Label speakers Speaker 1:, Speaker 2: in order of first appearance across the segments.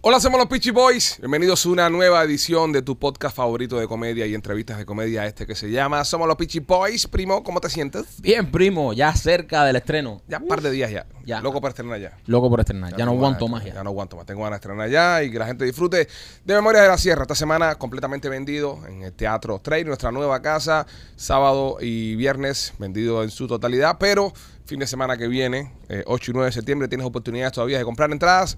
Speaker 1: Hola, somos los Peachy Boys. Bienvenidos a una nueva edición de tu podcast favorito de comedia y entrevistas de comedia, este que se llama Somos los Peachy Boys. Primo, ¿cómo te sientes?
Speaker 2: Bien, primo, ya cerca del estreno.
Speaker 1: Ya un par de días ya.
Speaker 2: Ya.
Speaker 1: Loco para estrenar ya.
Speaker 2: Loco por estrenar, ya, no
Speaker 1: tengo ganas
Speaker 2: aguanto
Speaker 1: de-
Speaker 2: más ya.
Speaker 1: Ya no aguanto más. Tengo ganas de estrenar ya y que la gente disfrute de Memorias de la Sierra. Esta semana completamente vendido en el Teatro Trail, nuestra nueva casa. Sábado y viernes vendido en su totalidad. Pero fin de semana que viene, eh, 8 y 9 de septiembre, tienes oportunidades todavía de comprar entradas.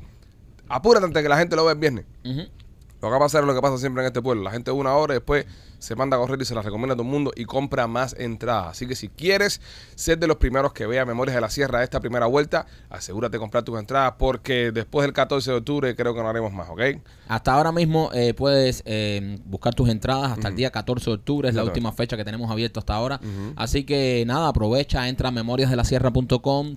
Speaker 1: Apúrate antes de que la gente lo vea el viernes.
Speaker 2: Ujú.
Speaker 1: Lo que va a pasar es lo que pasa siempre en este pueblo. La gente una hora y después se manda a correr y se las recomienda a todo el mundo y compra más entradas. Así que si quieres ser de los primeros que vea Memorias de la Sierra esta primera vuelta, asegúrate de comprar tus entradas porque después del 14 de octubre creo que no haremos más, ¿ok?
Speaker 2: Hasta ahora mismo eh, puedes eh, buscar tus entradas hasta el día 14 de octubre, es la
Speaker 1: Exactamente.
Speaker 2: última fecha que tenemos abierto hasta ahora. Así que nada, aprovecha, entra a memoriasdelasierra.com,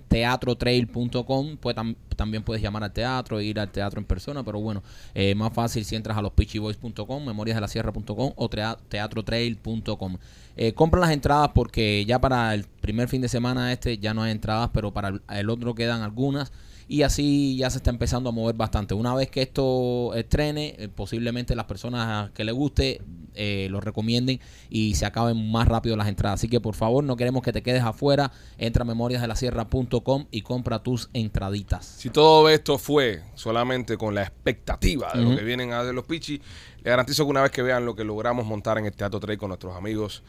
Speaker 2: teatrotrail.com, pues tam- también puedes llamar al teatro, ir al teatro en persona, pero bueno, eh, más fácil si entras a lospitchyboys.com, memoriasdelasierra.com o tea- teatrotrail.com. Eh, compra las entradas porque ya para el primer fin de semana este ya no hay entradas, pero para el- el otro quedan algunas y así ya se está empezando a mover bastante. Una vez que esto estrene, eh, posiblemente las personas que les guste eh, lo recomienden y se acaben más rápido las entradas. Así que por favor, no queremos que te quedes afuera. Entra a memoriasdelasierra.com y compra tus entraditas.
Speaker 1: Si todo esto fue solamente con la expectativa de lo
Speaker 2: Ujú.
Speaker 1: que vienen a ver los Pichi, les garantizo que una vez que vean lo que logramos montar en el Teatro 3 con nuestros amigos,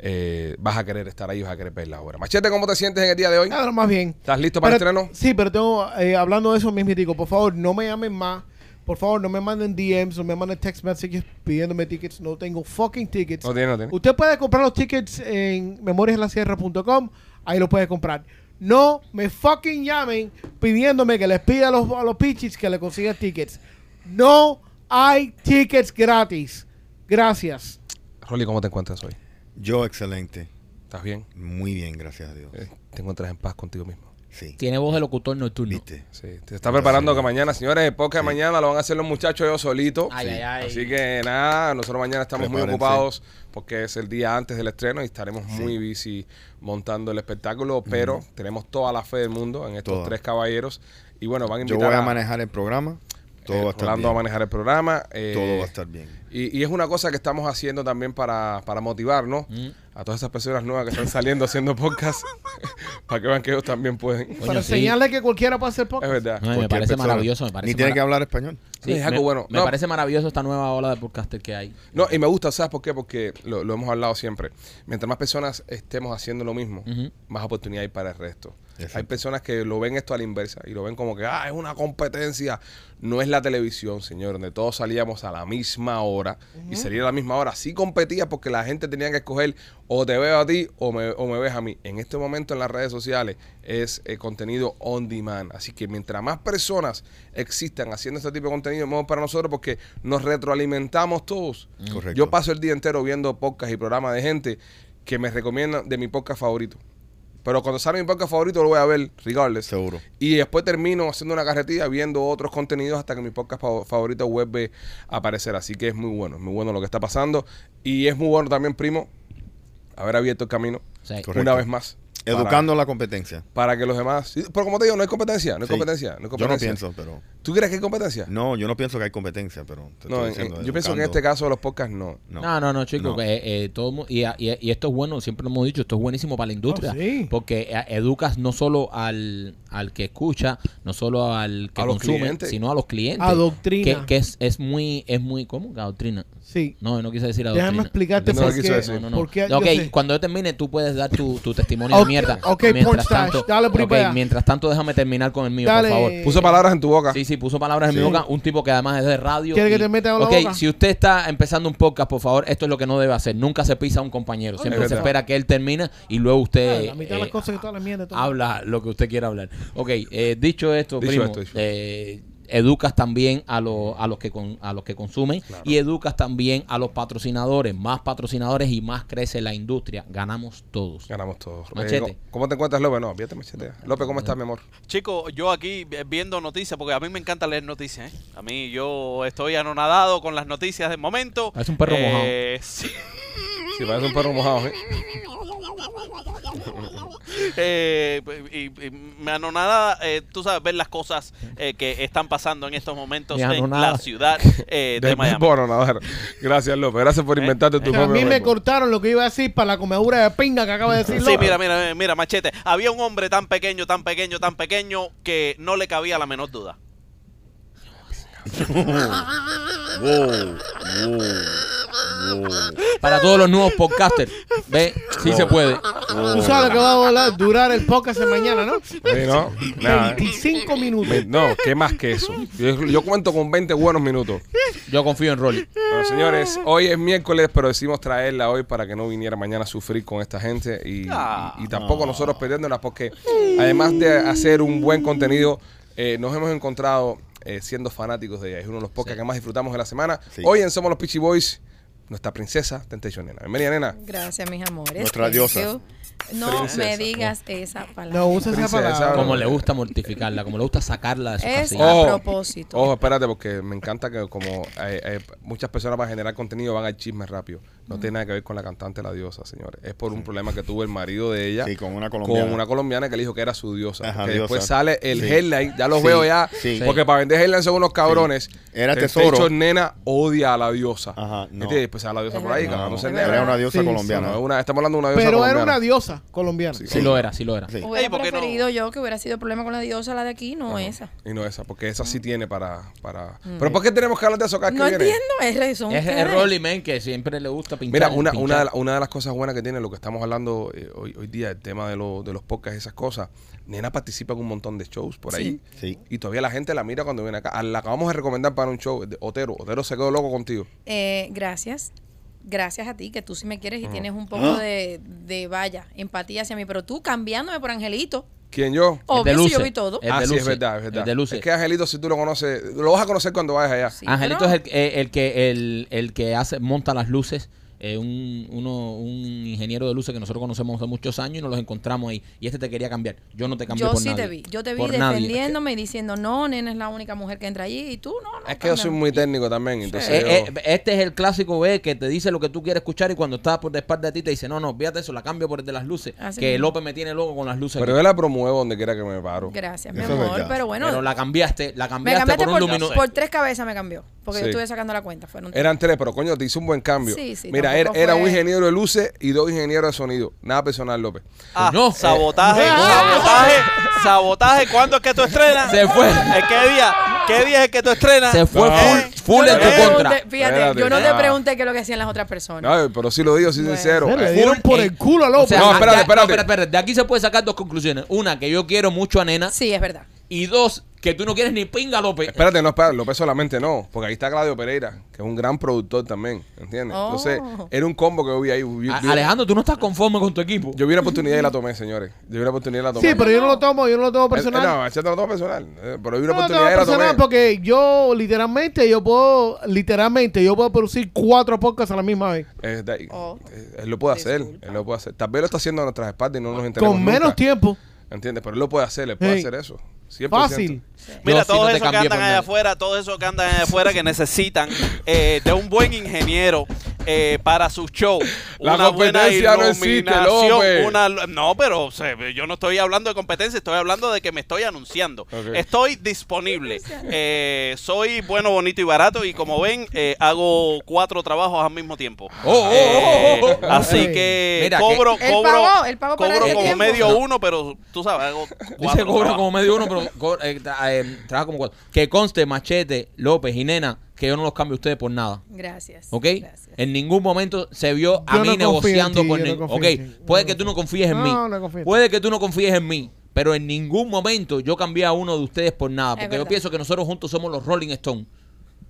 Speaker 1: eh, vas a querer estar ahí, vas a querer ver la obra. Machete, ¿cómo te sientes en el día de hoy?
Speaker 3: Nada, no, más bien.
Speaker 1: ¿Estás listo para
Speaker 3: Ah. Pero-
Speaker 1: el estreno?
Speaker 3: Sí, pero tengo, eh, hablando de eso mismitico, por favor, no me llamen más. Por favor, no me manden DMs, no me manden text messages pidiéndome tickets. No tengo fucking tickets.
Speaker 1: No tiene, no tiene.
Speaker 3: Usted puede comprar los tickets en memoriasdelasierra.com. Ahí los puede comprar. No me fucking llamen pidiéndome que les pida a los, a los pichis que le consigan tickets. No hay tickets gratis. Gracias.
Speaker 1: Rolly, ¿cómo te encuentras hoy?
Speaker 4: Yo excelente,
Speaker 1: ¿Estás bien?
Speaker 4: muy bien, gracias a Dios.
Speaker 1: Eh, Te encuentras en paz contigo mismo.
Speaker 4: Sí,
Speaker 2: Tiene voz de locutor nocturno.
Speaker 4: viste.
Speaker 1: Sí, te está preparando
Speaker 4: Sí.
Speaker 1: que mañana, señores, el podcast de mañana lo van a hacer los muchachos yo solito.
Speaker 2: Ay,
Speaker 1: Sí.
Speaker 2: ay, ay.
Speaker 1: Así que nada, nosotros mañana estamos muy
Speaker 4: Prepárense.
Speaker 1: ocupados porque es el día antes del estreno y estaremos muy busy montando el espectáculo, pero tenemos toda la fe del mundo en estos
Speaker 4: Toda.
Speaker 1: tres caballeros. Y bueno, van a
Speaker 4: Yo
Speaker 1: invitar
Speaker 4: voy a manejar el programa, todo
Speaker 1: eh,
Speaker 4: va a estar
Speaker 1: Rolando
Speaker 4: bien.
Speaker 1: a manejar el programa. eh,
Speaker 4: Todo va a estar bien.
Speaker 1: Y, y es una cosa que estamos haciendo también para, para motivarnos
Speaker 2: Mm.
Speaker 1: a todas esas personas nuevas que están saliendo haciendo podcast para que vean que ellos también pueden.
Speaker 2: Coño,
Speaker 3: Para
Speaker 2: sí.
Speaker 3: enseñarle que cualquiera puede hacer
Speaker 1: Es
Speaker 3: podcast.
Speaker 1: verdad.
Speaker 2: Ay, me
Speaker 4: Cualquier
Speaker 2: parece
Speaker 4: persona.
Speaker 2: maravilloso, me parece
Speaker 4: Ni tiene
Speaker 2: mara-
Speaker 4: que hablar español.
Speaker 2: Sí,
Speaker 1: Es algo
Speaker 2: me,
Speaker 1: bueno.
Speaker 2: me
Speaker 1: No.
Speaker 2: parece maravilloso esta nueva ola de podcaster que hay.
Speaker 1: No, y me gusta, ¿sabes por qué? Porque lo, lo hemos hablado siempre. Mientras más personas estemos haciendo lo mismo,
Speaker 2: Ujú.
Speaker 1: más oportunidad hay para el resto.
Speaker 4: Exacto.
Speaker 1: Hay personas que lo ven esto a la inversa y lo ven como que, ah, es una competencia. No es la televisión, señor, donde todos salíamos a la misma hora y sería a la misma hora. Sí competía porque la gente tenía que escoger o te veo a ti o me, o me ves a mí. En este momento en las redes sociales es eh, contenido on demand. Así que mientras más personas existan haciendo este tipo de contenido, mejor para nosotros porque nos retroalimentamos todos.
Speaker 4: Correcto.
Speaker 1: Yo paso el día entero viendo podcasts y programas de gente que me recomiendan de mi podcast favorito. Pero cuando sale mi podcast favorito lo voy a ver, regardless.
Speaker 4: Seguro.
Speaker 1: Y después termino haciendo una carretilla viendo otros contenidos hasta que mi podcast fa- favorito vuelve a aparecer. Así que es muy bueno, es muy bueno lo que está pasando. Y es muy bueno también, primo, haber abierto el camino
Speaker 2: Sí.
Speaker 4: Correcto.
Speaker 1: una vez más. para-
Speaker 4: Educando la competencia.
Speaker 1: Para, que los demás... Sí, Pero como te digo, no hay competencia, no hay
Speaker 4: Sí.
Speaker 1: competencia, no hay
Speaker 4: Yo no
Speaker 1: competencia.
Speaker 4: pienso, pero...
Speaker 1: ¿Tú crees que hay competencia?
Speaker 4: No, yo no pienso que hay competencia, pero... te
Speaker 1: No,
Speaker 4: estoy
Speaker 1: en-
Speaker 4: diciendo,
Speaker 1: en- yo pienso que en este
Speaker 4: educando-
Speaker 1: caso los podcasts no.
Speaker 2: No, no, no, chicos. eh,
Speaker 4: No.
Speaker 2: todo, mu- y, y- y esto es bueno, siempre lo hemos dicho, esto es buenísimo para la industria.
Speaker 3: Oh, sí.
Speaker 2: Porque eh, educas no solo al, al que escucha, no solo al que
Speaker 1: A los
Speaker 2: consume,
Speaker 1: clientes.
Speaker 2: sino a los clientes.
Speaker 3: Adoctrina.
Speaker 2: Que, que es, es muy, es muy, ¿cómo? Adoctrina.
Speaker 3: Sí.
Speaker 2: No, no quise decir adoctrina.
Speaker 3: Déjame explicarte
Speaker 1: No, no
Speaker 3: por
Speaker 1: quiso
Speaker 3: qué.
Speaker 1: decir.
Speaker 2: No, no,
Speaker 3: por qué,
Speaker 2: no.
Speaker 3: yo
Speaker 2: Ok,
Speaker 3: sé.
Speaker 2: cuando yo termine, tú puedes dar tu, tu testimonio de
Speaker 3: Ok,
Speaker 2: mierda.
Speaker 3: ok, porn
Speaker 2: mientras
Speaker 3: stash,
Speaker 2: tanto,
Speaker 3: dale por ahí
Speaker 2: ok,
Speaker 3: para allá.
Speaker 2: mientras tanto, déjame terminar con el mío,
Speaker 3: Dale.
Speaker 2: por favor.
Speaker 1: Puso palabras en tu boca.
Speaker 2: Sí, sí, puso palabras en mi
Speaker 4: Sí.
Speaker 2: boca. Un tipo que además es de radio.
Speaker 3: ¿Quiere que
Speaker 2: y-
Speaker 3: te meta en la
Speaker 2: Ok,
Speaker 3: boca?
Speaker 2: si usted está empezando un podcast, por favor, esto es lo que no debe hacer. Nunca se pisa a un compañero. Siempre
Speaker 1: Es
Speaker 2: se
Speaker 1: verdad.
Speaker 2: espera que él termine y luego usted
Speaker 3: Ah, la mitad de las
Speaker 2: eh,
Speaker 3: cosas que todas las mierdas.
Speaker 2: habla lo que usted quiera hablar. Ok, eh, dicho esto,
Speaker 1: Dicho
Speaker 2: primo,
Speaker 1: esto, dicho.
Speaker 2: eh, educas también a, lo- a los que con- a los que consumen y educas también a los patrocinadores, más patrocinadores y más crece la industria. Ganamos todos.
Speaker 1: Ganamos todos. Eh,
Speaker 2: Machete.
Speaker 1: ¿cómo- ¿Cómo te encuentras, López? No, fíjate, machete. López, ¿cómo estás, mi amor?
Speaker 5: Chico, yo aquí eh, viendo noticias, porque a mí me encanta leer noticias. ¿eh? A mí yo estoy anonadado con las noticias del momento.
Speaker 2: Parece Ah, un perro
Speaker 5: Eh, sí.
Speaker 1: Sí, parece un perro mojado, ¿eh?
Speaker 5: Eh, y, y me anonada, eh, tú sabes, ver las cosas eh, que están pasando en estos momentos
Speaker 2: Me
Speaker 5: en
Speaker 2: anonada.
Speaker 5: la ciudad eh, de
Speaker 1: Del
Speaker 5: Miami. Eh,
Speaker 1: Bueno, nada, Gracias, López. Gracias por inventarte tu
Speaker 3: O sea, a
Speaker 1: propio
Speaker 3: mí me
Speaker 1: verbo.
Speaker 3: cortaron lo que iba a decir para la comedura de pinga que acaba de decir.
Speaker 5: Sí,
Speaker 3: López.
Speaker 5: mira, mira, mira, machete. Había un hombre tan pequeño, tan pequeño, tan pequeño que no le cabía la menor duda.
Speaker 2: Para todos los nuevos podcasters, ve, sí se puede.
Speaker 3: Tú sabes lo que va a volar- durar el podcast de mañana, ¿no?
Speaker 1: Sí, no, nada.
Speaker 3: 25 minutos.
Speaker 1: Me- no, ¿qué más que eso? Yo, yo cuento con 20 buenos minutos.
Speaker 2: Yo confío en Rolly.
Speaker 1: Bueno, señores, hoy es miércoles, pero decimos traerla hoy para que no viniera mañana a sufrir con esta gente y,
Speaker 5: Ah.
Speaker 1: y- y tampoco nosotros perdiéndola, porque además de hacer un buen contenido, eh, nos hemos encontrado eh, siendo fanáticos de ella. Es uno de los podcasts que más disfrutamos de la semana.
Speaker 4: Sí.
Speaker 1: Hoy en Somos los Peachy Boys, nuestra princesa Temptation Nena. Bienvenida, nena.
Speaker 6: Gracias, mis amores.
Speaker 4: Nuestra
Speaker 6: Thank
Speaker 4: diosa.
Speaker 6: you. No
Speaker 1: Princesa.
Speaker 6: me digas esa palabra.
Speaker 3: No usa esa
Speaker 1: Princesa,
Speaker 3: palabra.
Speaker 1: ¿sabes?
Speaker 2: Como le gusta mortificarla, como le gusta sacarla de su
Speaker 6: Es
Speaker 2: casilla.
Speaker 6: a
Speaker 1: Ojo,
Speaker 6: propósito.
Speaker 1: Ojo, espérate, porque me encanta que como eh, eh, muchas personas para generar contenido van al chisme rápido. No tiene nada que ver con la cantante La Diosa, señores. Es por un problema que tuvo el marido de ella.
Speaker 4: Sí, con una colombiana.
Speaker 1: Con una colombiana que le dijo que era su diosa.
Speaker 4: Ajá,
Speaker 1: que
Speaker 4: diosa.
Speaker 1: después sale el
Speaker 4: Sí.
Speaker 1: headline. Ya los
Speaker 4: Sí,
Speaker 1: veo ya.
Speaker 4: sí.
Speaker 1: Porque para vender headline son unos cabrones.
Speaker 4: Era
Speaker 1: Te-
Speaker 4: tesoro.
Speaker 1: Techo nena odia a la diosa.
Speaker 4: Ajá, no.
Speaker 1: ¿Entiendes? Después sale la diosa
Speaker 6: Es
Speaker 1: por ahí,
Speaker 6: verdad.
Speaker 4: No,
Speaker 1: cagándose en
Speaker 4: era
Speaker 1: nena.
Speaker 4: una diosa
Speaker 3: Sí,
Speaker 4: colombiana.
Speaker 1: No, una- estamos hablando de una diosa
Speaker 3: Pero era
Speaker 1: colombiana.
Speaker 3: una diosa colombiana.
Speaker 2: Sí lo era, sí lo era.
Speaker 4: Sí.
Speaker 6: Hubiera
Speaker 5: Ey, ¿por qué no?
Speaker 6: preferido yo que hubiera sido problema con la diosa, la de aquí, no esa.
Speaker 1: Y no esa, porque esa
Speaker 3: Mm.
Speaker 1: sí tiene para... para... Pero ¿por Ah, qué tenemos que hablar de eso cada vez
Speaker 6: No
Speaker 1: que viene?
Speaker 6: entiendo, es razón.
Speaker 2: Es, es Rolly, man, que siempre le gusta pintar.
Speaker 1: Mira, una, una, de
Speaker 2: pinchar.
Speaker 1: la- una de las cosas buenas que tiene lo que estamos hablando eh, hoy, hoy día, el tema de, lo- de los podcasts y esas cosas, Nena participa en un montón de shows por ahí.
Speaker 4: Sí.
Speaker 1: Y todavía la gente la mira cuando viene acá. Ah, La acabamos de recomendar para un show. de Otero, Otero se quedó loco contigo.
Speaker 6: Eh, gracias. Gracias a ti, que tú sí me quieres y tienes un poco de, de, vaya, empatía hacia mí. Pero tú cambiándome por Angelito,
Speaker 1: ¿Quién yo?
Speaker 2: El de
Speaker 6: obvio, si yo
Speaker 2: luces.
Speaker 6: vi todo.
Speaker 2: El
Speaker 1: ah,
Speaker 2: de
Speaker 1: sí, es
Speaker 2: luces.
Speaker 1: verdad, es
Speaker 2: El
Speaker 1: verdad.
Speaker 2: de luces.
Speaker 1: Es que Angelito, si tú lo conoces, lo vas a conocer cuando vayas allá.
Speaker 6: Sí,
Speaker 2: Angelito
Speaker 6: pero-
Speaker 2: es el, eh, el que el, el que hace monta las luces. eh, un, uno- un ingeniero de luces que nosotros conocemos hace muchos años y nos los encontramos ahí. Y este te quería cambiar. Yo no te cambié
Speaker 6: Yo
Speaker 2: por
Speaker 6: sí
Speaker 2: nadie.
Speaker 6: te vi. Yo te vi
Speaker 2: Por nadie.
Speaker 6: defendiéndome y diciendo, no, nena es la única mujer que entra allí. Y tú, no, no.
Speaker 1: Es que yo soy
Speaker 6: cámbiame".
Speaker 1: muy técnico también. Entonces yo-
Speaker 2: Eh, eh, este es el clásico B que te dice lo que tú quieres escuchar y cuando está por de espalda de ti te dice, no, no, fíjate eso, la cambio por el de las luces.
Speaker 6: Así
Speaker 2: que
Speaker 6: mismo.
Speaker 2: López me tiene loco con las luces.
Speaker 1: pero
Speaker 2: aquí.
Speaker 1: yo la promuevo donde quiera que me paro.
Speaker 6: Gracias, mi
Speaker 4: Eso es
Speaker 6: amor.
Speaker 4: verdad.
Speaker 6: Pero bueno,
Speaker 2: Pero la cambiaste, la
Speaker 6: me
Speaker 2: cambiaste,
Speaker 6: cambiaste
Speaker 2: por un
Speaker 6: por,
Speaker 2: luminoso.
Speaker 6: por tres cabezas, me cambió. Porque
Speaker 1: Sí.
Speaker 6: yo estuve sacando la cuenta. Fueron tres.
Speaker 1: Eran tres, pero coño, te hice un buen cambio.
Speaker 6: Sí, sí,
Speaker 1: Mira, era,
Speaker 6: tampoco
Speaker 1: era un
Speaker 6: fue-
Speaker 1: ingeniero de luces y dos ingenieros de sonido. Nada personal, López.
Speaker 5: Ah,
Speaker 2: No.
Speaker 5: sabotaje, sabotaje, sabotaje. ¿Cuándo es que tú estrenas?
Speaker 2: Se fue.
Speaker 5: ¿Eh, ¿Qué día? ¿Qué día es el que tú estrenas?
Speaker 2: Se fue
Speaker 5: ¿Eh?
Speaker 1: Ah.
Speaker 2: full, full
Speaker 6: Yo
Speaker 2: en
Speaker 6: no
Speaker 2: tu
Speaker 6: te
Speaker 5: Eh,
Speaker 2: contra.
Speaker 6: pregunté- Fíjate,
Speaker 1: Espérate.
Speaker 6: yo no te
Speaker 1: Ah.
Speaker 6: pregunté qué es lo que hacían las otras personas.
Speaker 1: No, pero sí lo digo, sí, sincero.
Speaker 3: Bueno,
Speaker 1: Eh,
Speaker 3: le dieron por el culo a López.
Speaker 2: O sea,
Speaker 1: No, espérate,
Speaker 2: acá-
Speaker 1: espérate.
Speaker 2: espera, espera. De aquí se puede sacar dos conclusiones. Una, que yo quiero mucho a Nena.
Speaker 6: Sí, es verdad.
Speaker 2: Y dos, que tú no quieres ni pinga, López.
Speaker 1: Espérate, no, espérate, López solamente no, porque ahí está Claudio Pereira, que es un gran productor también, ¿entiendes?
Speaker 6: Oh.
Speaker 1: Entonces, era un combo que yo vi ahí. Yo,
Speaker 2: A-
Speaker 1: yo-
Speaker 2: Alejandro, tú no estás conforme con tu equipo.
Speaker 1: yo vi una oportunidad y la tomé, señores. Yo vi una oportunidad y la tomé.
Speaker 3: Sí, pero yo no lo tomo, yo no lo tomo personal.
Speaker 1: Eh, eh, no, ese no lo tomo personal. eh, Pero vi una
Speaker 3: No, no,
Speaker 1: oportunidad y la
Speaker 3: personal,
Speaker 1: tomé.
Speaker 3: porque yo literalmente yo puedo literalmente yo puedo producir cuatro podcasts a la misma vez
Speaker 1: Eh, da-
Speaker 6: Oh.
Speaker 1: eh, él lo puede hacer, él lo puede hacer. Tal vez lo está haciendo a nuestras espaldas y no nos enteramos
Speaker 3: con menos
Speaker 1: nunca,
Speaker 3: tiempo.
Speaker 1: ¿Entiendes? Pero él lo puede hacer, él puede
Speaker 3: Sí.
Speaker 1: hacer eso. 100%.
Speaker 3: Fácil.
Speaker 5: Mira,
Speaker 2: Yo sí
Speaker 5: todos
Speaker 2: no te
Speaker 5: esos que
Speaker 2: cambié
Speaker 5: andan
Speaker 2: por
Speaker 5: allá
Speaker 2: nadie.
Speaker 5: afuera, todos esos que andan allá afuera que necesitan eh, de un buen ingeniero eh, para su show.
Speaker 1: La competencia no existe, López.
Speaker 5: una lu- no, pero o sea, yo no estoy hablando de competencia, estoy hablando de que me estoy anunciando.
Speaker 1: Ok.
Speaker 5: Estoy disponible. Eh, soy bueno, bonito y barato y como ven, eh, hago cuatro trabajos al mismo tiempo.
Speaker 2: oh, oh,
Speaker 5: Eh,
Speaker 2: oh, oh, oh.
Speaker 5: Así
Speaker 3: Ay.
Speaker 5: que
Speaker 2: Mira,
Speaker 5: cobro,
Speaker 6: que- Él
Speaker 5: cobro,
Speaker 6: pagó, él pagó para
Speaker 5: cobro
Speaker 6: ese
Speaker 5: como
Speaker 6: tiempo.
Speaker 5: medio
Speaker 2: No.
Speaker 5: uno, pero tú sabes, hago
Speaker 2: Dice
Speaker 5: cuatro
Speaker 2: cobra
Speaker 5: trabajos.
Speaker 2: como medio uno, pero co- eh, tra- eh, trabaja como cuatro. Que conste, Machete, López y Nena, que yo no los cambio a ustedes por nada.
Speaker 6: Gracias.
Speaker 2: ¿Ok?
Speaker 6: Gracias.
Speaker 1: Eh,
Speaker 2: En ningún momento se vio a
Speaker 3: Yo
Speaker 2: mí
Speaker 3: no confío en
Speaker 2: negociando
Speaker 3: ti,
Speaker 2: con
Speaker 3: yo no
Speaker 2: nin-
Speaker 3: confío
Speaker 2: Ok,
Speaker 3: en ti, yo
Speaker 2: puede
Speaker 3: no
Speaker 2: que tú no
Speaker 3: confío.
Speaker 2: confíes en mí.
Speaker 3: No, no confío en ti.
Speaker 2: puede que tú no confíes en mí. Pero en ningún momento yo cambié a uno de ustedes por nada.
Speaker 6: Es
Speaker 2: Porque yo
Speaker 6: verdad.
Speaker 2: pienso que nosotros juntos somos los Rolling Stones.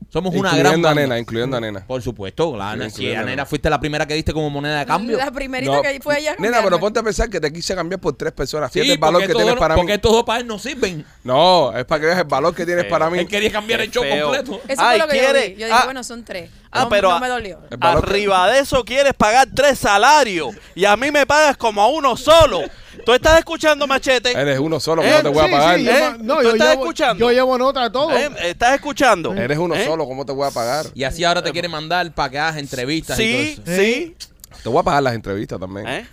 Speaker 2: Somos una
Speaker 1: Incluyendo
Speaker 2: gran
Speaker 1: a
Speaker 2: banda.
Speaker 1: Nena, incluyendo a Nena.
Speaker 2: Por supuesto, claro.
Speaker 1: Sí,
Speaker 2: Si
Speaker 1: incluyendo.
Speaker 2: a Nena fuiste la primera que diste como moneda de cambio.
Speaker 6: La primerita
Speaker 1: No,
Speaker 6: que fue allá.
Speaker 1: Nena, pero ponte a pensar que te quise cambiar por tres personas. Fíjate el valor
Speaker 2: porque
Speaker 1: que
Speaker 2: todo-
Speaker 1: tienes para mí.
Speaker 2: Porque estos dos pares no sirven.
Speaker 1: No, es para que veas el valor que tienes
Speaker 5: Eh,
Speaker 1: para mí.
Speaker 2: Él quería cambiar el show
Speaker 5: Qué feo.
Speaker 2: completo.
Speaker 6: Eso
Speaker 5: Ay,
Speaker 6: fue lo que yo
Speaker 5: ¿quiere?
Speaker 6: vi. Yo dije,
Speaker 5: Ah.
Speaker 6: bueno, son tres.
Speaker 5: Ah,
Speaker 6: no,
Speaker 5: pero
Speaker 6: no
Speaker 5: a-
Speaker 6: me dolió.
Speaker 1: El valor que-
Speaker 5: Arriba de eso quieres pagar tres salarios y a mí me pagas como a uno solo. ¿Tú estás escuchando, Machete?
Speaker 1: Eres uno solo,
Speaker 5: Eh,
Speaker 1: ¿cómo te voy a
Speaker 3: Sí,
Speaker 1: pagar?
Speaker 3: sí, yo
Speaker 5: ¿Eh?
Speaker 3: ma- no,
Speaker 5: ¿Tú
Speaker 3: yo,
Speaker 5: estás
Speaker 3: llevo,
Speaker 5: escuchando?
Speaker 3: yo llevo nota de todo.
Speaker 5: ¿Eh? ¿Estás escuchando?
Speaker 1: Eres uno
Speaker 5: ¿Eh?
Speaker 1: solo, ¿cómo te voy a pagar?
Speaker 2: Y así ahora te quiere mandar para que hagas entrevistas y
Speaker 5: Sí,
Speaker 2: todo eso.
Speaker 5: sí.
Speaker 1: Te voy a pagar las entrevistas también.
Speaker 5: ¿Eh?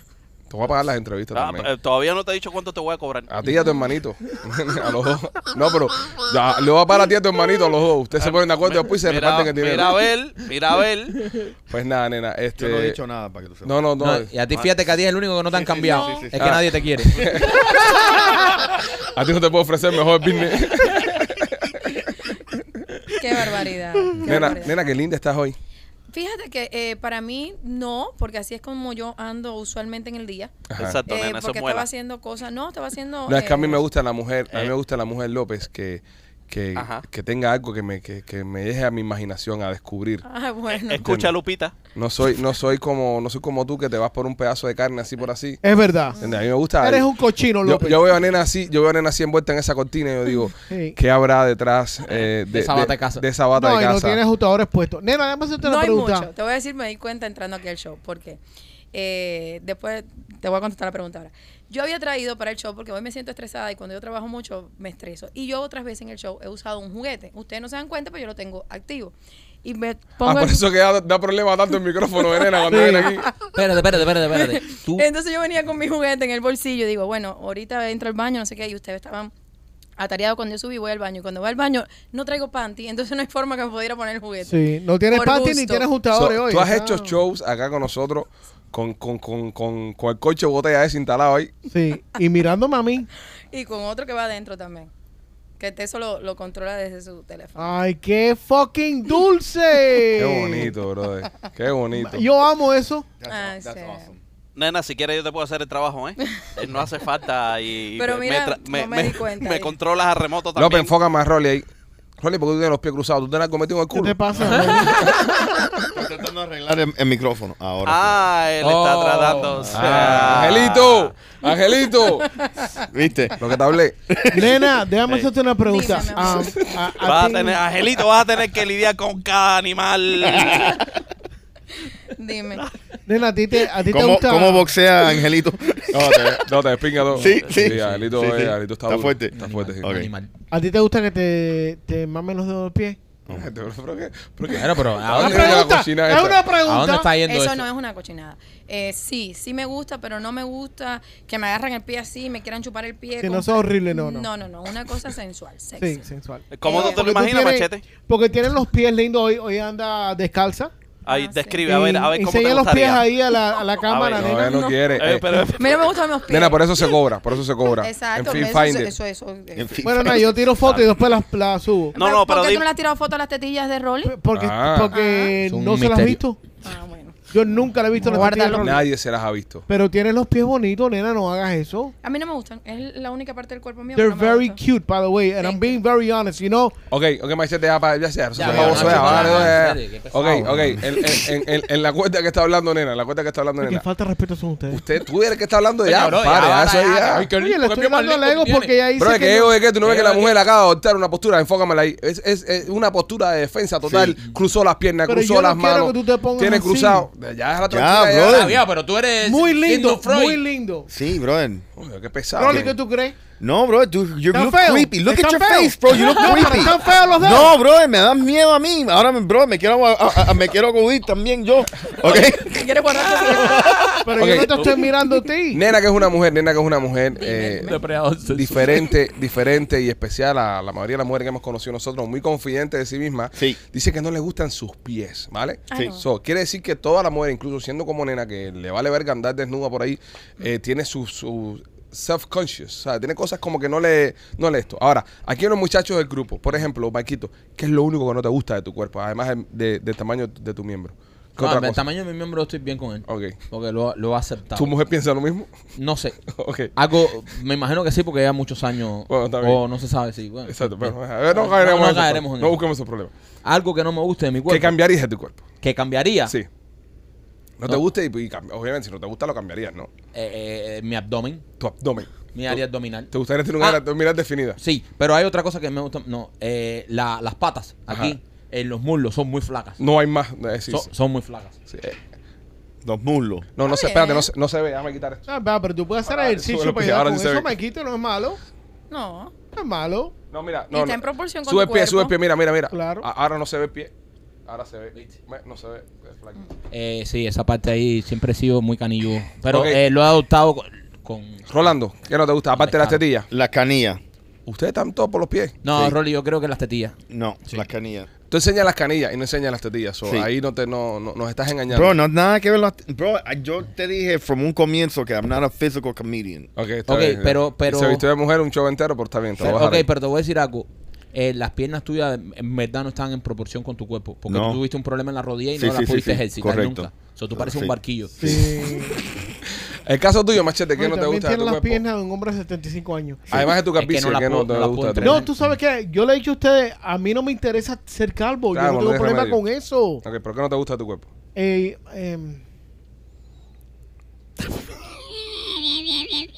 Speaker 1: Te voy a pagar las entrevistas
Speaker 5: Ah,
Speaker 1: también. Ah,
Speaker 5: eh, todavía no te he dicho cuánto te voy a cobrar.
Speaker 1: A ti y a tu hermanito. a los dos. No, pero ya, le voy a pagar a ti y a tu hermanito, a los dos. Ustedes se ponen de acuerdo y después se
Speaker 5: Ah, Mira,
Speaker 1: reparten el dinero.
Speaker 5: mira a ver, mira a ver.
Speaker 1: Pues nada, nena. Este,
Speaker 4: Yo no he dicho nada para que tú sepas.
Speaker 1: No, no, eh, ah. no.
Speaker 2: No, y a ti fíjate que a ti es el único que no te han cambiado.
Speaker 4: sí, sí, sí.
Speaker 2: Es que
Speaker 1: Ah.
Speaker 2: nadie te quiere.
Speaker 1: A ti no te puedo ofrecer mejor business.
Speaker 6: Qué barbaridad. qué
Speaker 1: nena,
Speaker 6: barbaridad.
Speaker 1: nena, qué linda estás hoy.
Speaker 6: Fíjate que eh, para mí no, porque así es como yo ando usualmente en el día.
Speaker 1: Ajá.
Speaker 5: Exacto,
Speaker 6: Eh,
Speaker 5: nena, eso
Speaker 6: porque
Speaker 5: es
Speaker 6: estaba
Speaker 5: muela.
Speaker 6: haciendo cosas. No, estaba haciendo.
Speaker 1: No, es que a mí
Speaker 6: eh,
Speaker 1: me gusta la mujer, a mí
Speaker 5: eh.
Speaker 1: me gusta la mujer López que, que,
Speaker 5: Ajá.
Speaker 1: que tenga algo que me, que, que me deje a mi imaginación a descubrir.
Speaker 6: Ah, bueno.
Speaker 5: Escucha, Lupita.
Speaker 1: No soy, no soy como, no soy como tú que te vas por un pedazo de carne así por así.
Speaker 3: Es verdad.
Speaker 1: ¿Entiendes? A mí me gusta.
Speaker 3: Eres un cochino,
Speaker 1: yo,
Speaker 3: López.
Speaker 1: yo veo a nena así, yo veo a nena así envuelta en esa cortina y yo digo,
Speaker 3: Sí.
Speaker 1: ¿qué habrá detrás eh, de,
Speaker 2: De esa bata de casa.
Speaker 1: de esa bata
Speaker 3: no,
Speaker 1: de
Speaker 3: y no
Speaker 1: casa?
Speaker 3: tienes ajustadores puestos. Nena, déjame hacerte
Speaker 6: No
Speaker 3: una
Speaker 6: hay
Speaker 3: pregunta.
Speaker 6: mucho. Te voy a decir, me di cuenta entrando aquí al show, porque eh, después te voy a contestar la pregunta ahora. Yo había traído para el show porque hoy me siento estresada y cuando yo trabajo mucho me estreso. Y yo otras veces en el show he usado un juguete. Ustedes no se dan cuenta, pero yo lo tengo activo. Y me
Speaker 1: Ah,
Speaker 6: pongo
Speaker 1: por
Speaker 6: el-
Speaker 1: eso que da, da problema tanto el micrófono de nena cuando
Speaker 3: Sí.
Speaker 1: viene aquí.
Speaker 2: Espérate, espérate, espérate, espérate. Tú,
Speaker 6: Entonces yo venía con mi juguete en el bolsillo y digo, bueno, ahorita entro al baño, no sé qué, y ustedes estaban atareados cuando yo subí, voy al baño. Y cuando voy al baño, no traigo panty, entonces no hay forma que me pudiera poner el juguete.
Speaker 3: Sí, no tienes
Speaker 6: Por
Speaker 3: panty ni
Speaker 6: gusto.
Speaker 3: tienes ajustadores
Speaker 1: So,
Speaker 3: hoy.
Speaker 1: tú has
Speaker 3: Ah.
Speaker 1: hecho shows acá con nosotros con, con, con, con, con el coche botella ese instalado ahí.
Speaker 3: Sí, y mirándome a mí.
Speaker 6: Y con otro que va adentro también. Que Teso lo, lo controla desde su teléfono.
Speaker 3: Ay, qué fucking dulce.
Speaker 1: Qué bonito, brother. Qué bonito.
Speaker 3: Yo amo eso.
Speaker 4: That's
Speaker 6: Ah,
Speaker 4: aw- that's
Speaker 6: sí.
Speaker 4: awesome.
Speaker 5: Nena, si quieres yo te puedo hacer el trabajo, ¿eh? Eh, No hace falta y
Speaker 6: Pero
Speaker 5: me-
Speaker 6: mira,
Speaker 5: me,
Speaker 6: no me di cuenta. eh.
Speaker 5: me controlas a remoto también.
Speaker 1: López, enfoca más Rolly ahí. Rolly, porque tú tienes los pies cruzados? ¿Tú tienes algo metido en el
Speaker 3: ¿Qué
Speaker 1: culo?
Speaker 3: te pasa?
Speaker 4: Estoy tratando de arreglar el, el micrófono. Ahora.
Speaker 5: Ah, él está
Speaker 2: Oh.
Speaker 5: tratando. o sea.
Speaker 1: Ah, Angelito, Angelito.
Speaker 4: sí. ¿Viste?
Speaker 1: Lo que te hablé.
Speaker 3: Nena, déjame hacerte una pregunta.
Speaker 6: Dígame.
Speaker 3: Ah, a- a
Speaker 5: Vas a
Speaker 3: ti-
Speaker 5: tener, Angelito, vas a tener que lidiar con cada animal.
Speaker 6: Dime.
Speaker 3: Nena, a ti te, a ti te
Speaker 4: ¿Cómo,
Speaker 3: gusta.
Speaker 4: ¿Cómo boxea Angelito?
Speaker 1: No, te, no, te despinga todo.
Speaker 4: Sí, sí.
Speaker 1: Angelito,
Speaker 4: Sí, sí.
Speaker 1: eh, Angelito está,
Speaker 4: Está
Speaker 1: duro.
Speaker 4: fuerte.
Speaker 1: Está fuerte, sí.
Speaker 4: Ok.
Speaker 2: animal.
Speaker 3: ¿A ti te gusta que te, te mamen los dedos del pie?
Speaker 1: ¿Pero qué? ¿Pero qué?
Speaker 2: Bueno, pero
Speaker 1: ¿A
Speaker 2: ¿a
Speaker 1: dónde
Speaker 2: dónde,
Speaker 1: llega la
Speaker 3: Pregunta,
Speaker 1: cocina
Speaker 3: es
Speaker 1: esta?
Speaker 3: una
Speaker 2: a dónde
Speaker 3: pregunta.
Speaker 2: está yendo
Speaker 6: Eso
Speaker 2: eso?
Speaker 6: no es una cochinada. Eh, sí, sí me gusta, pero no me gusta que me agarran el pie así, me quieran chupar el pie.
Speaker 3: Que no
Speaker 6: con-
Speaker 3: sea horrible, no, no.
Speaker 6: No, no, no. Una cosa sensual, sexy.
Speaker 3: Sí, sensual.
Speaker 5: ¿Cómo no te lo
Speaker 3: Eh, Porque tú
Speaker 5: imaginas,
Speaker 3: tienes-
Speaker 5: Machete?
Speaker 3: Porque tienen los pies lindos hoy, hoy anda descalza.
Speaker 5: Ahí,
Speaker 6: Ah, sí.
Speaker 5: describe, a ver, a ver cómo te
Speaker 3: Enseña los pies
Speaker 5: gustaría.
Speaker 3: ahí a la, a la cámara,
Speaker 5: ver,
Speaker 1: No,
Speaker 3: nena.
Speaker 1: ella no
Speaker 6: No.
Speaker 1: quiere.
Speaker 5: Eh,
Speaker 1: eh.
Speaker 5: pero,
Speaker 6: Mira, me gustan los pies.
Speaker 1: Nena, por eso se cobra, por eso se cobra.
Speaker 6: Exacto.
Speaker 1: En
Speaker 6: eso,
Speaker 1: fin, find
Speaker 6: eso,
Speaker 1: it.
Speaker 6: eso, eso, eh.
Speaker 4: En fin.
Speaker 3: Bueno, no, yo tiro fotos y después las las subo.
Speaker 5: No, no, pero
Speaker 6: ¿Por qué
Speaker 5: di-
Speaker 6: tú no le has tirado foto a las tetillas de Rolly?
Speaker 3: P- Porque,
Speaker 1: Ah.
Speaker 3: porque
Speaker 2: Es un
Speaker 3: no se las has
Speaker 2: misterio.
Speaker 3: visto.
Speaker 6: Ah, bueno.
Speaker 3: Yo nunca la he visto. en la
Speaker 6: Guárdalo.
Speaker 3: tía.
Speaker 1: Nadie se las ha visto.
Speaker 3: Pero tienes los pies bonitos, nena, no hagas eso.
Speaker 6: A mí no me gustan. Es la única parte del cuerpo mío que
Speaker 3: They're
Speaker 6: no me
Speaker 3: very
Speaker 6: gusta.
Speaker 3: cute, by the way, and I'm
Speaker 6: Thank
Speaker 3: being very honest, you know.
Speaker 1: Ok, ok, Machete, ya para. Ya sea,
Speaker 2: Ya,
Speaker 1: ya,
Speaker 4: ya,
Speaker 1: baboso,
Speaker 4: Nacho,
Speaker 1: ya, vale,
Speaker 2: ya,
Speaker 1: vale,
Speaker 2: en serio, qué
Speaker 1: Ok,
Speaker 2: pesado,
Speaker 1: ok.
Speaker 2: man.
Speaker 1: En, en- en- en- en la cuenta que está hablando, nena, en la cuenta que está hablando,
Speaker 3: Que
Speaker 1: nena.
Speaker 3: falta de respeto son ustedes.
Speaker 1: Usted, tú eres el que está hablando de ya,
Speaker 2: Coño, bro,
Speaker 1: pare, ya,
Speaker 2: ahora
Speaker 1: eso
Speaker 2: ya,
Speaker 1: ya.
Speaker 2: ay, qué
Speaker 3: Oye,
Speaker 2: rico,
Speaker 3: le
Speaker 2: qué
Speaker 3: estoy
Speaker 2: pie más
Speaker 3: dando al
Speaker 2: lindo
Speaker 3: ego
Speaker 2: que
Speaker 3: porque
Speaker 2: tiene.
Speaker 3: ya hice
Speaker 1: Bro, es que
Speaker 3: que
Speaker 1: ego
Speaker 3: no- Eh,
Speaker 1: de que tú no ves que la
Speaker 2: Ego de
Speaker 1: mujer acaba de adoptar una postura, enfócamela ahí. Es, es- es una postura de defensa total. Cruzó las piernas,
Speaker 3: Pero
Speaker 1: cruzó
Speaker 3: yo no
Speaker 1: las
Speaker 3: quiero
Speaker 1: manos.
Speaker 3: que tú te pongas
Speaker 1: tiene
Speaker 3: así.
Speaker 1: cruzado. Ya, déjala tranquila, ya,
Speaker 4: brother.
Speaker 2: Ah, ya, pero tú eres
Speaker 3: Muy lindo,
Speaker 2: Sigmund Freud.
Speaker 3: muy lindo.
Speaker 4: Sí, brother.
Speaker 1: Coño, qué pesado.
Speaker 3: Rolly, ¿qué tú crees?
Speaker 4: No, bro, dude, you
Speaker 3: Está
Speaker 4: look
Speaker 3: feo.
Speaker 4: creepy. Look
Speaker 3: Está
Speaker 4: at your
Speaker 3: feo.
Speaker 4: face, bro. You look
Speaker 3: No, pero
Speaker 4: creepy.
Speaker 3: están feos los dedos.
Speaker 4: No, bro, me dan miedo a mí. Ahora, bro, me quiero, a- a- a- me quiero acudir también yo. ¿Ok?
Speaker 6: ¿Te quieres guardar tu tiempo?
Speaker 3: Pero
Speaker 1: Ok.
Speaker 3: yo no te estoy mirando a ti.
Speaker 1: Nena que es una mujer, nena que es una mujer eh,
Speaker 2: Depredador sexual.
Speaker 1: diferente, diferente y especial a la mayoría de las mujeres que hemos conocido nosotros, muy confiante de sí misma.
Speaker 4: Sí.
Speaker 1: Dice que no le gustan sus pies, ¿vale?
Speaker 6: Ah, Sí. no.
Speaker 1: So, quiere decir que toda la mujer, incluso siendo como nena, que le vale verga andar desnuda por ahí, eh, tiene su, su self-conscious, o sea, tiene cosas como que no le, no le esto. Ahora, aquí hay unos muchachos del grupo, por ejemplo, Marquito, ¿qué es lo único que no te gusta de tu cuerpo, además de- de- del tamaño de tu miembro? ¿Qué
Speaker 2: No, el
Speaker 1: otra cosa?
Speaker 2: Ah, pues, tamaño de mi miembro estoy bien con él.
Speaker 1: Ok.
Speaker 2: Porque lo, lo ha aceptado.
Speaker 1: ¿Tu mujer piensa lo mismo?
Speaker 2: No sé.
Speaker 1: ok.
Speaker 2: Algo, me imagino que sí, porque ya muchos años.
Speaker 1: Bueno, está bien.
Speaker 2: O no se sabe si. bueno.
Speaker 1: Exacto, pero a ver, no caeremos,
Speaker 2: no
Speaker 1: en,
Speaker 2: caeremos
Speaker 1: esos problemas.
Speaker 2: en
Speaker 1: No
Speaker 2: eso.
Speaker 1: busquemos esos problemas.
Speaker 2: Algo que no me guste de mi
Speaker 1: ¿Qué
Speaker 2: cuerpo.
Speaker 1: cambiarías de tu cuerpo?
Speaker 2: que cambiaría.
Speaker 1: Sí. No, te
Speaker 2: No.
Speaker 1: gusta y, y cam- obviamente si no te gusta lo cambiarías, ¿no?
Speaker 2: Eh, eh, mi abdomen.
Speaker 1: Tu abdomen.
Speaker 2: Mi
Speaker 1: ¿Tú-
Speaker 2: área abdominal.
Speaker 1: ¿Te gustaría tener una
Speaker 2: Ah.
Speaker 1: abdominal definida?
Speaker 2: Sí, pero hay otra cosa que me gusta. No, eh, la- las patas. Aquí, en los muslos, son muy flacas.
Speaker 1: No hay más. eh, sí,
Speaker 2: son,
Speaker 1: sí.
Speaker 2: son muy flacas.
Speaker 1: Sí, eh,
Speaker 4: Los muslos.
Speaker 1: No, no
Speaker 6: Está
Speaker 1: sé, espérate,
Speaker 6: bien.
Speaker 1: no se, no se ve, déjame quitar esto.
Speaker 3: No, va, pero tú puedes hacer
Speaker 1: Ahora, sube
Speaker 3: ejercicio
Speaker 1: los
Speaker 3: para
Speaker 1: pies,
Speaker 3: ayudar
Speaker 1: ahora
Speaker 3: con
Speaker 1: sí se
Speaker 3: eso,
Speaker 1: ve.
Speaker 3: Maquito, no es malo.
Speaker 6: No.
Speaker 3: No es malo.
Speaker 1: No, mira,
Speaker 6: Y
Speaker 1: no,
Speaker 6: está
Speaker 1: no.
Speaker 6: en proporción con
Speaker 1: Sube el
Speaker 6: tu
Speaker 1: pie, sube el
Speaker 6: cuerpo.
Speaker 1: pie, mira, mira, mira.
Speaker 3: Claro.
Speaker 1: A- ahora no se ve el pie. Ahora se ve. Ve, No se ve. es flaquito.
Speaker 6: Mm.
Speaker 2: Eh, sí, esa parte ahí siempre he sido muy canilludo. Pero
Speaker 1: Ok.
Speaker 2: eh, lo he adoptado con. con-
Speaker 1: Rolando, ¿qué no te gusta? Aparte de las
Speaker 2: Claro.
Speaker 1: tetillas.
Speaker 4: Las canillas.
Speaker 1: Ustedes están todos por los pies.
Speaker 2: no,
Speaker 4: Sí.
Speaker 2: Rolly, yo creo que las tetillas.
Speaker 4: No, las canillas.
Speaker 1: Tú enseñas las canillas y no enseñas las tetillas. so,
Speaker 4: Sí.
Speaker 1: Ahí no te, no, no- nos estás engañando.
Speaker 4: Bro, no nada que ver. las- Bro, yo te dije from un comienzo que I'm not a physical comedian.
Speaker 1: Ok, está
Speaker 2: Ok,
Speaker 1: bien.
Speaker 2: pero- pero-
Speaker 1: Se vistió de mujer un show entero, pero está bien. te lo
Speaker 2: Pero-
Speaker 1: voy a
Speaker 2: ok,
Speaker 1: dejar ahí.
Speaker 2: pero te voy a decir algo. Eh, las piernas tuyas en verdad no están en proporción con tu cuerpo. Porque
Speaker 4: No.
Speaker 2: tú tuviste un problema en la rodilla y
Speaker 4: Sí,
Speaker 2: no
Speaker 4: sí,
Speaker 2: las
Speaker 4: sí,
Speaker 2: pudiste
Speaker 4: sí,
Speaker 2: ejercitar
Speaker 4: correcto. Ah,
Speaker 2: nunca. O sea, tú pareces un
Speaker 4: Sí.
Speaker 2: barquillo.
Speaker 3: Sí.
Speaker 1: El caso tuyo, Machete, ¿qué
Speaker 3: Oye,
Speaker 1: no te
Speaker 3: también
Speaker 1: gusta de
Speaker 3: tiene
Speaker 1: tu
Speaker 3: las
Speaker 1: cuerpo? Ah,
Speaker 3: piernas de un hombre de 75 años.
Speaker 1: Además de tu
Speaker 2: Es que no
Speaker 1: capicio,
Speaker 2: la
Speaker 1: ¿qué no
Speaker 2: puedo-
Speaker 1: te
Speaker 2: no la
Speaker 1: gusta? de tu
Speaker 2: puedo
Speaker 3: No,
Speaker 1: cuerpo?
Speaker 3: tú sabes que yo le he dicho a ustedes, a mí no me interesa ser calvo.
Speaker 1: Claro,
Speaker 3: yo no
Speaker 1: no
Speaker 3: tengo
Speaker 1: hay
Speaker 3: problema
Speaker 1: remedio. Ah.
Speaker 3: con eso.
Speaker 1: Ok, ¿pero qué no te gusta de tu cuerpo?
Speaker 3: Eh, em,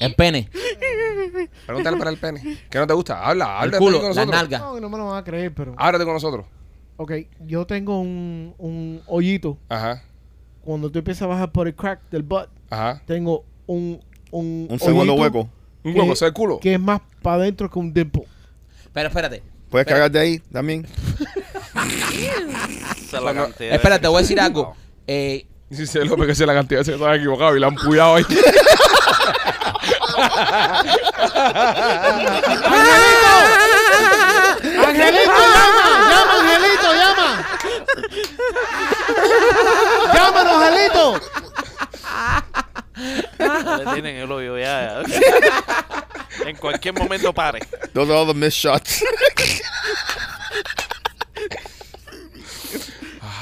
Speaker 2: El pene,
Speaker 1: Pregúntale para el pene. ¿Qué no te gusta? Habla,
Speaker 2: el
Speaker 1: habla
Speaker 2: culo,
Speaker 1: con
Speaker 2: la
Speaker 1: nosotros.
Speaker 2: nalga.
Speaker 3: no, no me lo van a creer, pero...
Speaker 1: Háblate con nosotros.
Speaker 3: Ok, yo tengo un, un hoyito.
Speaker 1: Ajá,
Speaker 3: Cuando tú empiezas a bajar por el crack del butt,
Speaker 1: ajá.
Speaker 3: tengo un... Un,
Speaker 4: Un
Speaker 3: hoyito
Speaker 4: segundo hueco.
Speaker 1: Un
Speaker 3: que-
Speaker 1: hueco, eso es el culo.
Speaker 3: Que es más para adentro que un dimple.
Speaker 2: Pero espérate.
Speaker 4: Puedes
Speaker 2: Pero-
Speaker 4: cagar de ahí también.
Speaker 5: Se la
Speaker 4: Eh,
Speaker 5: cantidad de-
Speaker 2: Espérate, te voy a decir algo. Eh,
Speaker 1: Dice López que se la cantidad se estaba equivocado y la han puyado ahí.
Speaker 3: ¡Angelito, llama! ¡Llama, Angelito, llama! ¡Llámanos, Angelito!
Speaker 5: Le tienen el hoyo ya. en cualquier momento pare.
Speaker 4: Those are all the missed shots.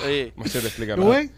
Speaker 5: Oye,
Speaker 1: Machete, explícame.
Speaker 3: ¿Lo ven?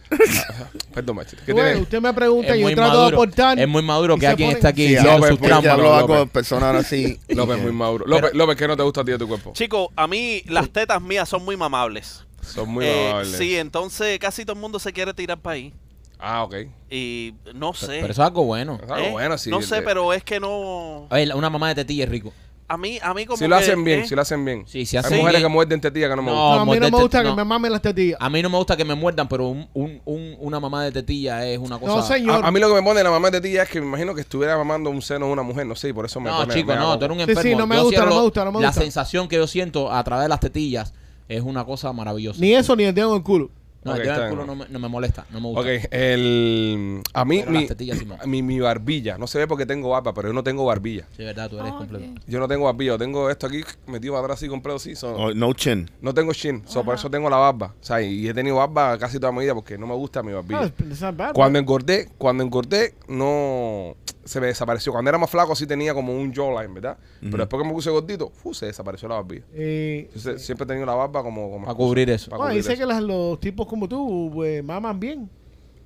Speaker 1: Perdón, Machete. Ah. ¿Qué
Speaker 3: Lo ven,
Speaker 1: tiene?
Speaker 3: Usted me pregunta
Speaker 2: es
Speaker 3: y yo
Speaker 2: muy
Speaker 3: trato de
Speaker 2: maduro.
Speaker 3: aportar.
Speaker 2: Es muy maduro
Speaker 3: y
Speaker 2: que
Speaker 3: se
Speaker 2: alguien
Speaker 3: ponen-
Speaker 2: está aquí
Speaker 4: Sí, pues,
Speaker 2: diciendo
Speaker 4: López,
Speaker 2: sus
Speaker 4: porque
Speaker 2: trampas.
Speaker 4: habló
Speaker 1: López.
Speaker 4: algo de personal así.
Speaker 1: López,
Speaker 4: Y-
Speaker 1: muy maduro. López, López, ¿qué no te gusta a ti de tu cuerpo?
Speaker 5: chico, a mí las tetas mías son muy mamables.
Speaker 1: Son muy
Speaker 5: Eh,
Speaker 1: amables.
Speaker 5: Sí, entonces casi todo el mundo se quiere tirar para ahí.
Speaker 1: Ah, ok. Es
Speaker 5: Y no sé.
Speaker 2: Pero eso es algo bueno.
Speaker 1: algo
Speaker 5: ¿eh?
Speaker 1: bueno, sí.
Speaker 5: no sé,
Speaker 1: de-
Speaker 5: pero es que no.
Speaker 2: A ver, una mamá de tetilla es rico.
Speaker 5: A mí, a mí como
Speaker 1: Si lo
Speaker 5: que,
Speaker 1: hacen bien,
Speaker 5: ¿eh?
Speaker 1: si lo hacen bien.
Speaker 2: Sí, si
Speaker 1: Hay
Speaker 2: hacen
Speaker 1: mujeres
Speaker 2: bien.
Speaker 1: que muerden tetillas que Oh, no me
Speaker 2: No.
Speaker 1: gustan.
Speaker 3: No, a mí no me
Speaker 2: mordete-
Speaker 3: gusta que
Speaker 2: no.
Speaker 3: me mamen las tetillas.
Speaker 2: A mí no me gusta que me muerdan, pero un- un- un- una mamá de tetilla es una cosa.
Speaker 3: No, señor.
Speaker 1: A, a mí lo que me pone la mamá de tetilla es que me imagino que estuviera mamando un seno de una mujer, no sé, y por eso Ah, pues me
Speaker 2: No,
Speaker 1: pone.
Speaker 2: chico,
Speaker 1: me da
Speaker 2: no,
Speaker 1: como-
Speaker 2: tú eres un
Speaker 3: Sí, sí,
Speaker 2: enfermo.
Speaker 3: no me
Speaker 2: Yo
Speaker 3: gusta, no me
Speaker 2: lo-
Speaker 3: gusta, no me
Speaker 2: La
Speaker 3: gusta.
Speaker 2: sensación que yo siento a través de las tetillas es una cosa maravillosa.
Speaker 3: Ni eso ni el dedo en el culo.
Speaker 2: No,
Speaker 1: Ok,
Speaker 2: el dedo en
Speaker 1: está
Speaker 2: el culo
Speaker 1: bien.
Speaker 2: no me, no me molesta, no me gusta.
Speaker 1: Ok, el, a mí
Speaker 2: Pero
Speaker 1: mi,
Speaker 2: las tetillas sí me-
Speaker 1: mi, mi barbilla, no se ve porque tengo barba, pero yo no tengo barbilla.
Speaker 2: Sí, verdad, tú eres completo.
Speaker 1: Yo no tengo barbilla, yo tengo esto aquí metido para atrás así completo así. so-
Speaker 4: Oh, no chin.
Speaker 1: No tengo chin, so, por eso tengo la barba. O sea, y he tenido barba casi toda mi vida porque no me gusta mi
Speaker 3: Ah,
Speaker 1: barbilla.
Speaker 3: it's- it's not bad,
Speaker 1: Cuando engordé, cuando engordé, no se me desapareció. Cuando era más flaco sí tenía como un jawline, ¿verdad? Pero después que me puse gordito, fu, se desapareció la barbilla.
Speaker 3: bro. Eh,
Speaker 1: Entonces, siempre he tenido la barba como... como
Speaker 2: Para cubrir eso.
Speaker 1: para
Speaker 3: no,
Speaker 1: cubrir
Speaker 3: dice
Speaker 1: eso.
Speaker 3: que las- los tipos como tú pues, maman bien.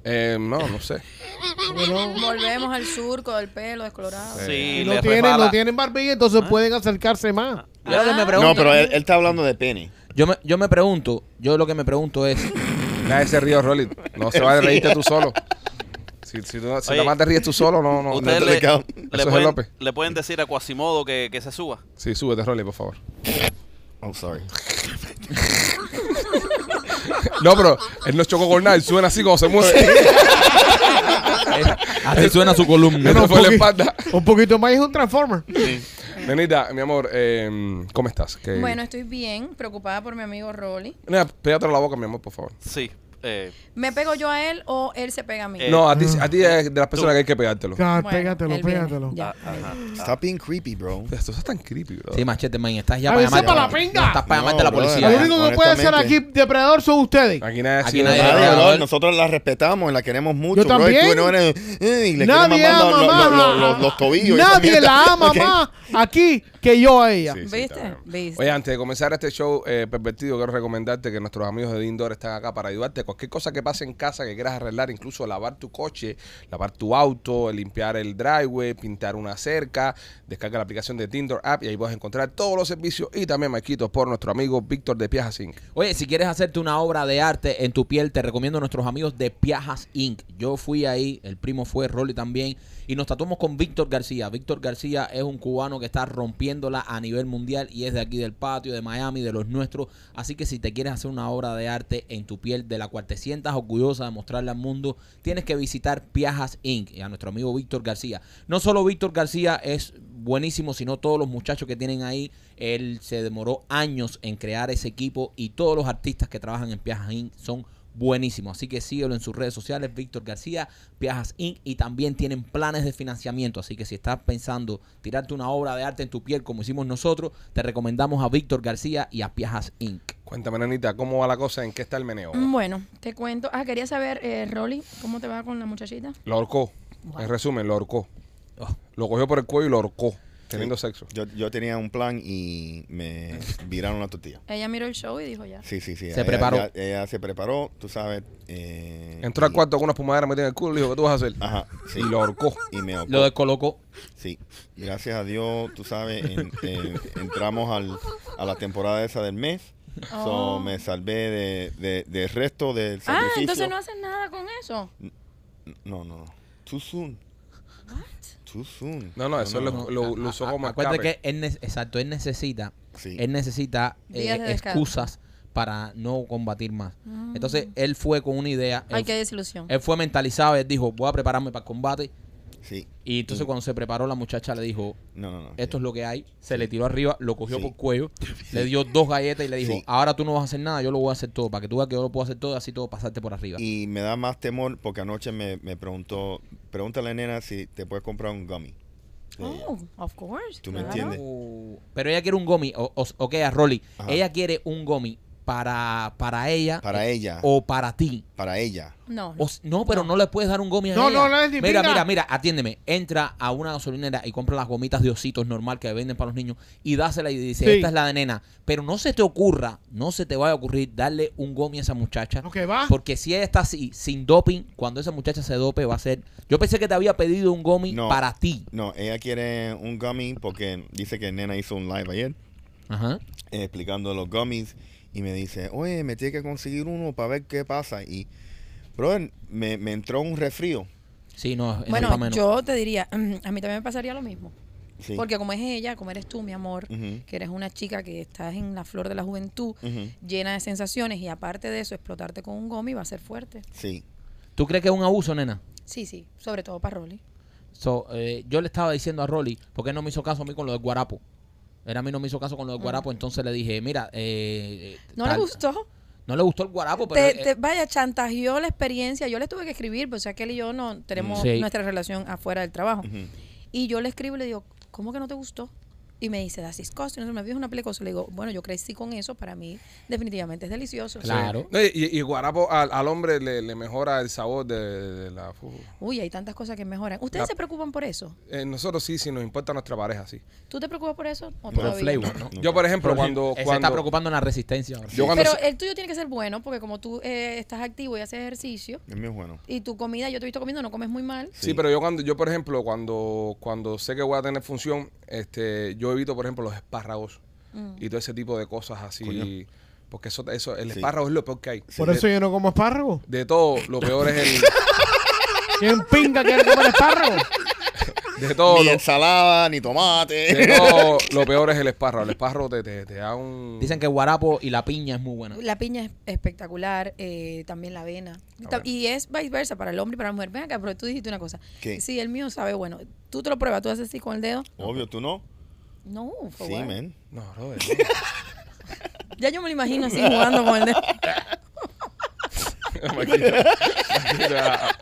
Speaker 1: Eh, no, no sé.
Speaker 6: Volvemos al surco del pelo descolorado.
Speaker 5: Sí,
Speaker 3: Y
Speaker 5: le
Speaker 3: no tienen,
Speaker 5: resbala.
Speaker 3: no tienen barbilla, entonces pueden acercarse más.
Speaker 2: Yo lo que me pregunto,
Speaker 4: No, pero él, él está hablando de pene.
Speaker 2: Ah. yo, me, yo me pregunto, yo lo que me pregunto es,
Speaker 1: Nadie se ríe, Rolly. No se va a reírte tú solo. Si, si, tú, si
Speaker 5: Oye,
Speaker 1: nada más te ríes tú solo, no, no.
Speaker 5: Ustedes
Speaker 4: no te
Speaker 5: le,
Speaker 4: le cago.
Speaker 5: le
Speaker 1: Eso es el
Speaker 5: pueden,
Speaker 1: López.
Speaker 5: le pueden decir a Quasimodo que, que se suba.
Speaker 1: Sí, súbete, Rolly, por favor.
Speaker 4: Oh, sorry.
Speaker 1: No, pero él no chocó con nada. Él suena así como se mueve.
Speaker 2: así suena su columna.
Speaker 1: No, no,
Speaker 3: Un
Speaker 1: fue la
Speaker 3: poqui-
Speaker 1: espalda.
Speaker 3: Un poquito más y es un transformer.
Speaker 1: Nenita, mi amor, eh, ¿cómo estás? ¿Qué-
Speaker 6: Bueno, estoy bien, preocupada por mi amigo Rolly.
Speaker 1: Nena, pégatelo a la boca, mi amor, por favor.
Speaker 5: Sí. eh,
Speaker 6: ¿Me pego yo a él o él se pega a mí?
Speaker 5: Eh,
Speaker 1: No, a ti, a ti es de las personas
Speaker 5: Tú.
Speaker 1: que hay que pegártelo.
Speaker 3: God,
Speaker 6: Bueno,
Speaker 3: Ah, pégatelo,
Speaker 6: él viene,
Speaker 3: pégatelo.
Speaker 6: ya.
Speaker 4: Ah, Stop being creepy, bro.
Speaker 1: Esto es tan creepy, bro.
Speaker 2: Sí, machete, man, estás ya
Speaker 3: A
Speaker 2: para
Speaker 3: ver,
Speaker 2: llamar.
Speaker 3: sepa la
Speaker 2: no,
Speaker 3: pinga.
Speaker 2: no estás para
Speaker 4: No,
Speaker 2: llamarte a la
Speaker 4: brother.
Speaker 2: policía.
Speaker 3: Lo único que puede hacer aquí
Speaker 4: honestamente.
Speaker 3: depredador son ustedes.
Speaker 1: Aquí nadie ha
Speaker 2: Aquí
Speaker 1: sido
Speaker 2: nadie-
Speaker 1: nada.
Speaker 4: Nadie,
Speaker 2: no,
Speaker 4: bro,
Speaker 2: no.
Speaker 4: Nosotros la respetamos, la queremos mucho,
Speaker 3: Yo
Speaker 4: bro. Y
Speaker 3: también.
Speaker 4: tú no eres. eh, y le queremos
Speaker 3: Nadie
Speaker 4: mandar
Speaker 3: ama
Speaker 4: los, los-
Speaker 3: más.
Speaker 4: los- los- los tobillos. y esa
Speaker 3: Nadie
Speaker 4: mierda.
Speaker 3: la ama
Speaker 4: Ok.
Speaker 3: más aquí que yo a ella.
Speaker 1: Sí, sí,
Speaker 6: ¿Viste?
Speaker 1: está bien.
Speaker 6: ¿Viste?
Speaker 1: Oye, antes de comenzar este show eh, pervertido, quiero recomendarte que nuestros amigos de Dean Door están acá para ayudarte. Cualquier cosa que pase en casa que quieras arreglar, incluso lavar tu coche, lavar tu auto, limpiar el driveway, pintar una cerca, descarga la aplicación de Dean Door App y ahí vas a encontrar todos los servicios y también maquitos por nuestro amigo Víctor de Piaja Zinc.
Speaker 2: Oye, si quieres hacerte una obra de arte en tu piel, te recomiendo a nuestros amigos de Piajas Inc. Yo fui ahí, el primo fue, Rolly también, y nos tatuamos con Víctor García. Víctor García es un cubano que está rompiéndola a nivel mundial y es de aquí del patio, de Miami, de los nuestros. Así que si te quieres hacer una obra de arte en tu piel, de la cual te sientas orgullosa de mostrarle al mundo, tienes que visitar Piajas Inc. y a nuestro amigo Víctor García. No solo Víctor García es buenísimo, sino todos los muchachos que tienen ahí. Él se demoró años en crear ese equipo y todos los artistas que trabajan en Piajas Inc. son buenísimos. Así que síguelo en sus redes sociales, Víctor García, Piajas Inc. Y también tienen planes de financiamiento. Así que si estás pensando tirarte una obra de arte en tu piel como hicimos nosotros, te recomendamos a Víctor García y a Piajas Inc.
Speaker 1: Cuéntame, Nanita, ¿cómo va la cosa? ¿En qué está el meneo?
Speaker 6: Mm, Bueno, te cuento. Ah, quería saber, eh, Rolly, ¿cómo te va con la muchachita?
Speaker 1: Lo ahorcó. En resumen, lo ahorcó.
Speaker 2: Oh.
Speaker 1: Lo cogió por el cuello y lo ahorcó, teniendo sexo.
Speaker 4: Yo, yo tenía un plan y me viraron la tortilla.
Speaker 6: Ella miró el show y dijo ya.
Speaker 4: Sí, sí, sí.
Speaker 2: Se
Speaker 4: ella-
Speaker 2: preparó.
Speaker 4: Ella, ella se preparó, tú sabes. eh,
Speaker 1: Entró al
Speaker 4: y-
Speaker 1: cuarto con una espumadera metida en el culo y dijo, ¿qué tú vas a hacer?
Speaker 4: Ajá, sí.
Speaker 1: Y lo ahorcó.
Speaker 4: Y me ahorcó.
Speaker 2: Lo descolocó.
Speaker 4: Sí, gracias a Dios, tú sabes, en- en- entramos al, a la temporada esa del mes. So,
Speaker 6: Oh.
Speaker 4: me salvé de, de- del resto del
Speaker 6: Ah,
Speaker 4: sacrificio.
Speaker 6: entonces no haces nada con eso.
Speaker 4: No, no, no. Too soon. Too soon.
Speaker 1: No, no, eso lo,
Speaker 4: no, no.
Speaker 1: lo- lo usó
Speaker 2: A- a-
Speaker 1: como
Speaker 2: acuérdate
Speaker 1: escape.
Speaker 2: que él, ne- exacto, él necesita,
Speaker 4: Sí.
Speaker 2: él necesita eh,
Speaker 6: Días de descanso. Mm.
Speaker 2: excusas para no combatir más. Entonces, él fue con una idea.
Speaker 6: Ay,
Speaker 2: él,
Speaker 6: qué desilusión.
Speaker 4: Eh,
Speaker 2: él fue mentalizado, él dijo, voy a prepararme para el combate.
Speaker 4: Sí.
Speaker 2: Y entonces cuando se preparó la muchacha le dijo,
Speaker 4: No, no, no.
Speaker 2: esto es lo que hay. Se le tiró arriba, lo cogió
Speaker 4: Sí.
Speaker 2: por cuello, le dio dos galletas y le dijo,
Speaker 4: Sí.
Speaker 2: ahora tú no vas a hacer nada, yo lo voy a hacer todo, para que tú veas que yo lo puedo hacer todo, así todo pasarte por arriba.
Speaker 4: Y me da más temor porque anoche me, me preguntó, pregúntale a la nena si te puedes comprar un gummy. Eh, de ella.
Speaker 6: Oh, of course.
Speaker 4: Tú me
Speaker 6: claro.
Speaker 4: entiendes.
Speaker 2: Oh. Pero ella quiere un gomi, o, o- ok, a Rolly,
Speaker 4: Ajá.
Speaker 2: ella quiere un gomi para, para ella
Speaker 4: Para ella.
Speaker 2: o para ti.
Speaker 4: Para ella.
Speaker 6: No,
Speaker 2: O s- no, pero no. le puedes dar un gomi a
Speaker 3: No,
Speaker 2: ella.
Speaker 3: no, no es
Speaker 2: Mira,
Speaker 3: disciplina.
Speaker 2: mira, mira, atiéndeme. Entra a una gasolinera y compra las gomitas de ositos normal que venden para los niños y dásela y dice,
Speaker 3: Sí.
Speaker 2: esta es la de nena. Pero no se te ocurra, no se te vaya a ocurrir darle un gomi a esa muchacha.
Speaker 3: No, que va.
Speaker 2: Porque si ella está así, sin doping, cuando esa muchacha se dope va a ser... Yo pensé que te había pedido un gomi
Speaker 4: No.
Speaker 2: para ti.
Speaker 4: No, ella quiere un gummy porque dice que nena hizo un live ayer.
Speaker 2: Ajá.
Speaker 4: eh, explicando los gummies y me dice, oye, me tiene que conseguir uno para ver qué pasa. Y, brother, me, me entró un resfrío.
Speaker 2: Sí, no, eso está
Speaker 6: Bueno,
Speaker 2: menos.
Speaker 6: yo te diría, mm, a mí también me pasaría lo mismo.
Speaker 4: Sí.
Speaker 6: Porque como es ella, como eres tú, mi amor,
Speaker 4: Ujú.
Speaker 6: que eres una chica que estás en la flor de la juventud,
Speaker 4: Ujú.
Speaker 6: llena de sensaciones y aparte de eso, explotarte con un gomi va a ser fuerte.
Speaker 4: Sí.
Speaker 2: ¿Tú crees que es un abuso, nena?
Speaker 6: Sí, sí, sobre todo para Rolly.
Speaker 2: So, eh, yo le estaba diciendo a Rolly, porque él no me hizo caso a mí con lo del guarapo. Él a mí no me hizo caso con lo del guarapo, entonces le dije, mira, eh, eh,
Speaker 6: ¿No le
Speaker 2: tal-
Speaker 6: gustó?
Speaker 2: No le gustó el guarapo, pero...
Speaker 6: Te-
Speaker 2: eh,
Speaker 6: te- vaya, chantajeó la experiencia. Yo le tuve que escribir, pues, o sea que él y yo no tenemos
Speaker 2: Sí.
Speaker 6: nuestra relación afuera del trabajo.
Speaker 4: Ujú.
Speaker 6: Y yo le escribo y le digo, ¿cómo que no te gustó? Y me dice, das disgusting, no me vi una pelicosa. Le digo, bueno, yo crecí con eso, para mí definitivamente es delicioso.
Speaker 2: Claro.
Speaker 1: No, y, y- y guarapo al, al hombre le, le mejora el sabor de, de la... fu-
Speaker 6: Uy, hay tantas cosas que mejoran. ¿Ustedes
Speaker 1: La-
Speaker 6: se preocupan por eso?
Speaker 1: Eh, nosotros sí, sí nos importa nuestra pareja, sí.
Speaker 6: ¿Tú te preocupas por eso? o
Speaker 2: por el
Speaker 6: todavía
Speaker 2: flavor, ¿no?
Speaker 1: Yo, por ejemplo,
Speaker 2: Rolly,
Speaker 1: cuando...
Speaker 2: él se está
Speaker 1: cuando
Speaker 2: preocupando en la resistencia ahora.
Speaker 1: yo cuando
Speaker 6: Pero
Speaker 1: se-
Speaker 6: el tuyo tiene que ser bueno, porque como tú eh, estás activo y haces ejercicio,
Speaker 4: El mío es bueno.
Speaker 6: y tu comida, yo te he visto comiendo, no comes muy mal.
Speaker 1: Sí, pero yo cuando, yo por ejemplo, cuando, cuando sé que voy a tener función, este, yo evito, por ejemplo, los espárragos y todo ese tipo de cosas así.
Speaker 4: Coño.
Speaker 1: Porque eso, eso, el
Speaker 4: Sí.
Speaker 1: espárrago es lo peor que hay.
Speaker 3: Por
Speaker 1: De-
Speaker 3: eso yo no como espárrago.
Speaker 1: De todo, lo peor es
Speaker 3: ¿Quién pinga quiere comer espárrago?
Speaker 1: el. De todo,
Speaker 4: ni
Speaker 1: lo,
Speaker 4: ensalada, ni tomate.
Speaker 1: de todo, lo peor es el espárrago. El espárrago te, te, te da un.
Speaker 2: Dicen que el guarapo y la piña es muy buena.
Speaker 6: La piña es espectacular, eh, también la avena.
Speaker 4: Ah,
Speaker 6: Y ta-
Speaker 1: bueno.
Speaker 6: Y es viceversa para el hombre y para la mujer. Ven acá, pero tú dijiste una cosa.
Speaker 4: ¿Qué?
Speaker 6: Sí, el mío sabe, bueno, tú te lo pruebas, tú haces así con el dedo.
Speaker 4: Obvio, tú no. Oh,
Speaker 6: No, for
Speaker 4: Sí,
Speaker 6: what?
Speaker 4: man.
Speaker 1: No, brother.
Speaker 6: Ya yo me lo imagino así jugando con el dedo.
Speaker 1: no. Maquita, maquita.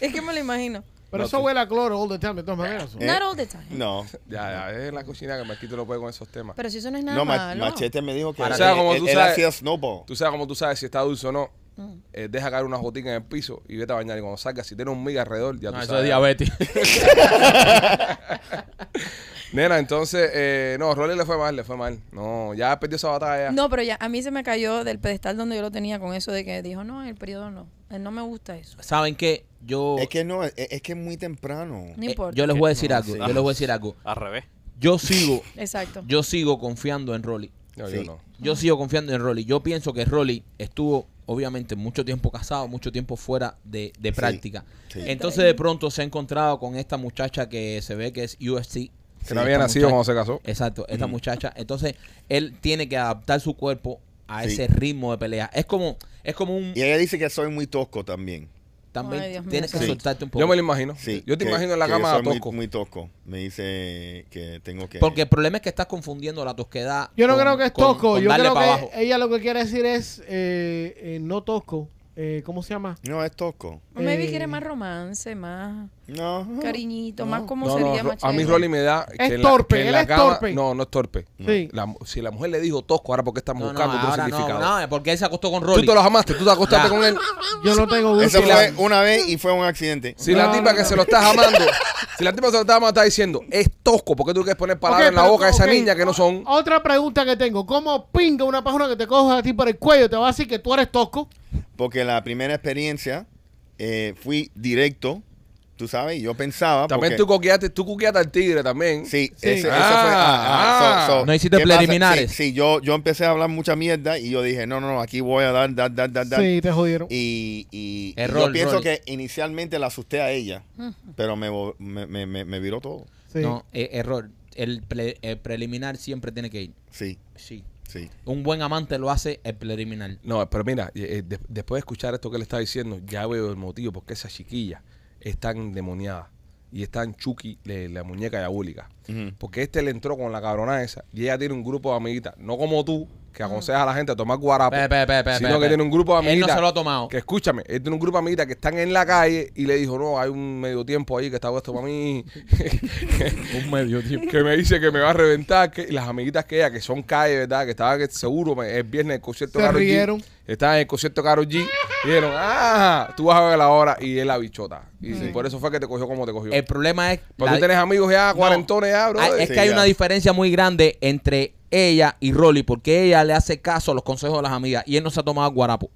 Speaker 6: Es que me lo imagino.
Speaker 3: Pero
Speaker 1: No,
Speaker 3: eso
Speaker 1: tú-
Speaker 3: huele a cloro all the time, de todas maneras.
Speaker 4: Eh,
Speaker 6: Not all the time.
Speaker 4: No.
Speaker 1: Ya, ya, es en la cocina que Marquito lo puede con esos temas.
Speaker 6: Pero si eso no es nada
Speaker 4: No, ma-
Speaker 6: malo.
Speaker 4: Machete me dijo que
Speaker 1: Para
Speaker 4: él,
Speaker 1: que- como
Speaker 4: él-
Speaker 1: tú
Speaker 4: él
Speaker 1: sabes-
Speaker 4: hacía snowball.
Speaker 1: Tú sabes cómo tú sabes si está dulce o no.
Speaker 3: Mm.
Speaker 1: eh, deja caer una gotica en el piso y vete a bañar. Y cuando salgas, si tiene un miga alrededor, ya
Speaker 2: No, eso
Speaker 1: tú
Speaker 2: es
Speaker 1: sabes.
Speaker 2: diabetes.
Speaker 1: Nena, entonces, eh, no, Rolly le fue mal, le fue mal. No, ya perdió esa batalla.
Speaker 6: No, pero ya, a mí se me cayó del pedestal donde yo lo tenía con eso de que dijo, no, el periodo no. Eh, No me gusta eso.
Speaker 2: ¿Saben qué? Yo,
Speaker 4: Es que no, es, es que es muy temprano.
Speaker 6: No
Speaker 2: eh,
Speaker 6: importa.
Speaker 2: yo les voy a decir
Speaker 4: No,
Speaker 2: algo.
Speaker 4: sí.
Speaker 2: Yo les voy a decir algo.
Speaker 5: Al revés.
Speaker 2: Yo sigo,
Speaker 6: Exacto.
Speaker 2: yo sigo confiando en Rolly.
Speaker 1: No, yo
Speaker 4: Sí.
Speaker 1: no.
Speaker 2: Yo sigo confiando en Rolly. Yo pienso que Rolly estuvo, obviamente, mucho tiempo casado, mucho tiempo fuera de, de
Speaker 4: Sí,
Speaker 2: práctica.
Speaker 4: sí.
Speaker 2: Entonces, de pronto se ha encontrado con esta muchacha que se ve que es UFC.
Speaker 1: Que
Speaker 4: Sí,
Speaker 1: no había
Speaker 2: esta
Speaker 1: nacido cuando
Speaker 2: muchacha-
Speaker 1: se Mm. casó.
Speaker 2: Exacto, esta muchacha. Entonces, él tiene que adaptar su cuerpo a
Speaker 4: Sí.
Speaker 2: ese ritmo de pelea. Es como, es como un.
Speaker 4: Y ella dice que soy muy tosco también.
Speaker 2: También
Speaker 6: Ay, Dios mío,
Speaker 2: tienes que
Speaker 6: sí.
Speaker 2: soltarte un poco.
Speaker 1: Yo me lo imagino.
Speaker 4: Sí,
Speaker 1: yo te
Speaker 4: que-
Speaker 1: imagino en la
Speaker 4: que
Speaker 1: cama
Speaker 4: soy muy-
Speaker 1: tosco.
Speaker 4: Muy, tosco. Me dice que tengo que.
Speaker 2: Porque el problema es que estás confundiendo la tosquedad.
Speaker 3: Yo no
Speaker 2: con-
Speaker 3: creo que es
Speaker 2: con-
Speaker 3: tosco.
Speaker 2: con
Speaker 3: yo
Speaker 2: darle
Speaker 3: creo que
Speaker 2: para abajo.
Speaker 3: ella lo que quiere decir es eh, eh, no tosco. Eh, ¿Cómo se llama?
Speaker 4: No, es tosco.
Speaker 6: Maybe
Speaker 3: Eh,
Speaker 6: quiere más romance, más
Speaker 4: No.
Speaker 6: cariñito,
Speaker 4: No.
Speaker 6: más como
Speaker 1: No, no,
Speaker 6: sería
Speaker 1: Ro-
Speaker 6: más
Speaker 1: a mí
Speaker 6: chévere.
Speaker 1: Rolly me da.
Speaker 3: Es
Speaker 1: en
Speaker 3: torpe,
Speaker 1: en
Speaker 3: él es torpe.
Speaker 1: No, no es torpe.
Speaker 3: Sí.
Speaker 1: La mu- si la mujer le dijo tosco, ahora porque están
Speaker 2: No, no,
Speaker 1: buscando otro
Speaker 2: ahora no,
Speaker 1: significado.
Speaker 2: no, porque él se acostó con
Speaker 1: Tú
Speaker 2: Rolly.
Speaker 1: te lo amaste, tú te acostaste
Speaker 2: Ya.
Speaker 1: con él.
Speaker 3: Yo no tengo gusto.
Speaker 4: Eso
Speaker 1: Si la-
Speaker 4: fue una vez y fue un accidente.
Speaker 1: Si
Speaker 3: No,
Speaker 1: la tipa
Speaker 3: no,
Speaker 1: que
Speaker 3: no.
Speaker 1: se lo estás amando, si la tipa se lo está amando, está diciendo, es tosco, porque tú quieres poner palabras
Speaker 3: Ok,
Speaker 1: en la
Speaker 3: pero-
Speaker 1: boca a esa
Speaker 3: ok,
Speaker 1: niña que no son.
Speaker 3: o- Otra pregunta que tengo. ¿Cómo pinga una página que te coja a ti por el cuello? ¿Te va a decir que tú eres tosco?
Speaker 4: Porque la primera experiencia eh, fui directo, tú sabes, y yo pensaba.
Speaker 1: También
Speaker 4: porque-
Speaker 1: tú coqueaste, tú coqueaste al tigre también.
Speaker 4: Sí,
Speaker 3: Sí.
Speaker 4: Ese, ese
Speaker 1: Ah,
Speaker 4: fue.
Speaker 1: ah.
Speaker 4: so- so,
Speaker 2: No hiciste
Speaker 4: ¿qué pasa?
Speaker 2: preliminares.
Speaker 4: Sí, sí, yo, yo empecé a hablar mucha mierda y yo dije, no, no, no, aquí voy a dar, dar, dar, dar, dar.
Speaker 3: Sí, te jodieron.
Speaker 4: Y, y- y
Speaker 2: Error,
Speaker 4: yo pienso
Speaker 2: Rolly.
Speaker 4: que inicialmente la asusté a ella, pero me, vo- me, me- me- me viró todo.
Speaker 3: Sí.
Speaker 2: No, eh, error. El, pre- el preliminar siempre tiene que ir.
Speaker 4: Sí,
Speaker 2: Sí.
Speaker 4: sí.
Speaker 2: Un buen amante lo hace el preliminar.
Speaker 1: No, pero mira, eh, eh, de- después de escuchar esto que le está diciendo, ya veo el motivo por qué esa chiquilla es tan endemoniada y es tan chucky le- la muñeca diabólica.
Speaker 4: Ujú.
Speaker 1: Porque este le entró con la cabrona esa y ella tiene un grupo de amiguitas, no como tú, que aconsejas a la gente a tomar guarapo,
Speaker 2: Pe, pe, pe, pe,
Speaker 1: sino
Speaker 2: pe,
Speaker 1: que
Speaker 2: pe.
Speaker 1: tiene un grupo de
Speaker 2: Él no
Speaker 1: amiguitas.
Speaker 2: se lo ha tomado.
Speaker 1: Que escúchame, él tiene un grupo de amiguitas que están en la calle y le dijo, no, hay un medio tiempo ahí que está puesto para mí.
Speaker 2: Un medio tiempo.
Speaker 1: que me dice que me va a reventar, que y las amiguitas que ella, que son calle, ¿verdad? Que estaban que seguro me- el viernes en el concierto
Speaker 3: Se
Speaker 1: de Karol G.
Speaker 3: rieron.
Speaker 1: Estaban en el concierto de Karol G. Y dijeron, ah, tú vas a ver la hora y es la bichota. Y por eso fue que te cogió como te cogió.
Speaker 2: El problema es. Eh,
Speaker 1: Porque
Speaker 2: la-
Speaker 1: Pues tú tienes amigos ya,
Speaker 2: No.
Speaker 1: cuarentones ya, bro.
Speaker 2: Ah, es
Speaker 4: Sí,
Speaker 2: que hay
Speaker 4: ya.
Speaker 2: una diferencia muy grande entre ella y Rolly, porque ella le hace caso a los consejos de las amigas y él no se ha tomado guarapo.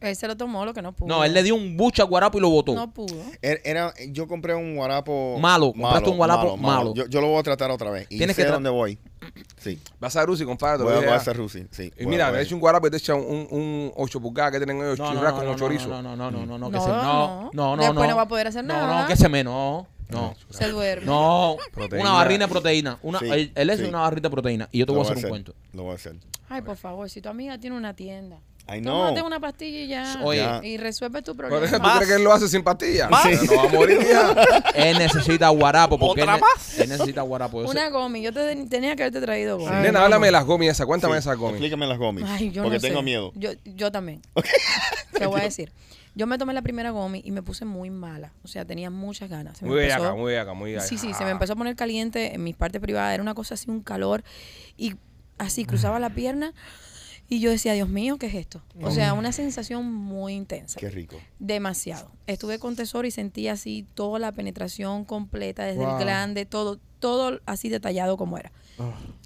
Speaker 6: Él se lo tomó lo que no pudo.
Speaker 2: No, él le dio un bucha a guarapo y lo botó.
Speaker 6: Pues No pudo.
Speaker 4: Er- Era, yo compré un guarapo
Speaker 2: Malo, compraste un guarapo malo.
Speaker 4: Yo, yo lo voy a tratar otra vez. Y
Speaker 2: Tienes
Speaker 4: sé
Speaker 2: que tra-
Speaker 4: dónde voy. Sí.
Speaker 1: Vas a Rusi, compadre. te lo
Speaker 4: Voy a,
Speaker 1: dije
Speaker 4: voy a
Speaker 1: ya.
Speaker 4: hacer Rusi. Sí.
Speaker 1: Y
Speaker 4: voy a-
Speaker 1: mira,
Speaker 4: voy
Speaker 1: me
Speaker 4: a-
Speaker 1: he hecho un guarapo y te echa un, un, 8 pulgadas que tienen ellos churras como chorizo.
Speaker 2: No, no, no, no, no, no, que
Speaker 6: No,
Speaker 2: se- no,
Speaker 6: no.
Speaker 2: no, no,
Speaker 6: Después no va a poder hacer
Speaker 2: No, no,
Speaker 6: nada.
Speaker 2: que se me, no, no,
Speaker 6: Se duerme.
Speaker 2: no,
Speaker 1: Proteína.
Speaker 2: una barrina de proteína, una,
Speaker 4: Sí,
Speaker 2: él, él es
Speaker 4: sí.
Speaker 2: una barrita de proteína y yo te
Speaker 4: lo
Speaker 2: voy a hacer un cuento.
Speaker 4: Lo voy a hacer.
Speaker 6: Ay, por favor, si tu amiga tiene una tienda,
Speaker 4: I know.
Speaker 6: tómate una pastilla y ya.
Speaker 2: Oye.
Speaker 4: Ya.
Speaker 6: Y resuelve tu
Speaker 1: Pero, ¿Tú
Speaker 6: problema.
Speaker 5: Más.
Speaker 1: crees que él lo hace sin pastillas?
Speaker 5: Más.
Speaker 1: Pero No va a morir ya.
Speaker 2: Él necesita guarapo porque
Speaker 5: ¿Otra
Speaker 2: él, ne-
Speaker 5: más?
Speaker 2: él necesita guarapo. yo sé.
Speaker 6: Una gomi. Yo te tenía que haberte traído gomi.
Speaker 3: Ay,
Speaker 1: Nena,
Speaker 3: vamos.
Speaker 1: háblame de las gomis esas. Cuéntame
Speaker 4: Sí,
Speaker 1: esas gomis.
Speaker 4: Explícame las gomis.
Speaker 6: Ay, yo
Speaker 4: porque
Speaker 6: no sé.
Speaker 4: tengo miedo.
Speaker 6: Yo, yo también. Te voy a decir. Yo me tomé la primera gomi y me puse muy mala. O sea, tenía muchas ganas. Se me
Speaker 1: Muy
Speaker 6: empezó-
Speaker 1: bellaca, muy bellaca, muy bellaca.
Speaker 6: Sí, sí, se me empezó a poner caliente en mis partes privadas. Era una cosa así, un calor. Y así cruzaba la pierna y yo decía, Dios mío, ¿qué es esto? O sea, una sensación muy intensa.
Speaker 4: Qué rico.
Speaker 6: Demasiado. Estuve con Tesoro y sentí así toda la penetración completa, desde
Speaker 3: Wow.
Speaker 6: el glande, todo, todo así detallado como era.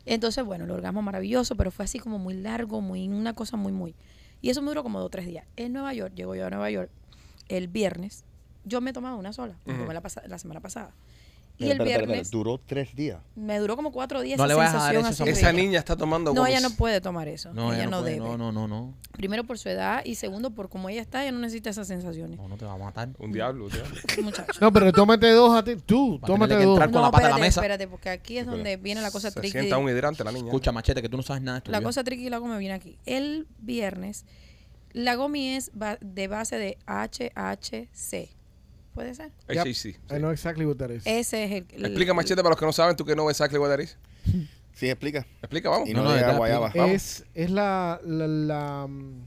Speaker 6: Entonces, bueno, el orgasmo maravilloso, pero fue así como muy largo, muy una cosa muy, muy. Y eso me duró como dos o tres días. En Nueva York, llego yo a Nueva York el viernes. Yo me tomaba una sola, me tomé la, pasa- la semana pasada. Y
Speaker 4: Espera,
Speaker 6: el
Speaker 4: espera, espera,
Speaker 6: viernes
Speaker 4: Duró tres días.
Speaker 6: me duró como cuatro días
Speaker 2: No
Speaker 6: esa
Speaker 2: le vayas a dar
Speaker 6: sensación
Speaker 2: eso a
Speaker 6: así
Speaker 1: Esa
Speaker 6: horrible.
Speaker 1: niña está tomando
Speaker 6: No,
Speaker 1: gomis.
Speaker 6: ella no puede tomar eso.
Speaker 2: No,
Speaker 6: ella
Speaker 2: ella
Speaker 6: no,
Speaker 2: puede,
Speaker 6: debe.
Speaker 2: no, no, no, no,
Speaker 6: Primero por su edad y segundo por cómo ella está, ella no necesita esas sensaciones.
Speaker 2: no, no te va a matar.
Speaker 1: Un diablo, un diablo.
Speaker 6: Muchacho.
Speaker 3: No, pero tómate dos a ti. Tú,
Speaker 2: Va a
Speaker 3: tómate
Speaker 2: tener que
Speaker 3: dos.
Speaker 2: entrar con la pata a la
Speaker 6: espérate,
Speaker 2: mesa.
Speaker 6: espérate, porque aquí es donde viene la cosa
Speaker 1: Se
Speaker 6: tricky.
Speaker 1: sienta un hidrante la niña.
Speaker 2: Escucha, machete, que tú no sabes nada de esto.
Speaker 6: La
Speaker 2: yo.
Speaker 6: cosa tricky y la goma viene aquí. El viernes, la gomi es ba- de base de HHC. ¿Puede ser?
Speaker 1: Eh, sí, sí.
Speaker 3: I know exactly what that is.
Speaker 2: Eh,
Speaker 6: Ese es el... el-
Speaker 1: Explica, Machete, para los que no saben, tú que no ves exactly what that is.
Speaker 4: Sí, explica.
Speaker 1: Explica, vamos.
Speaker 4: Y
Speaker 2: Oh, No,
Speaker 4: no,
Speaker 2: no,
Speaker 4: diga
Speaker 2: ya,
Speaker 4: guayaba.
Speaker 2: explica.
Speaker 3: es es la, la, la, mm,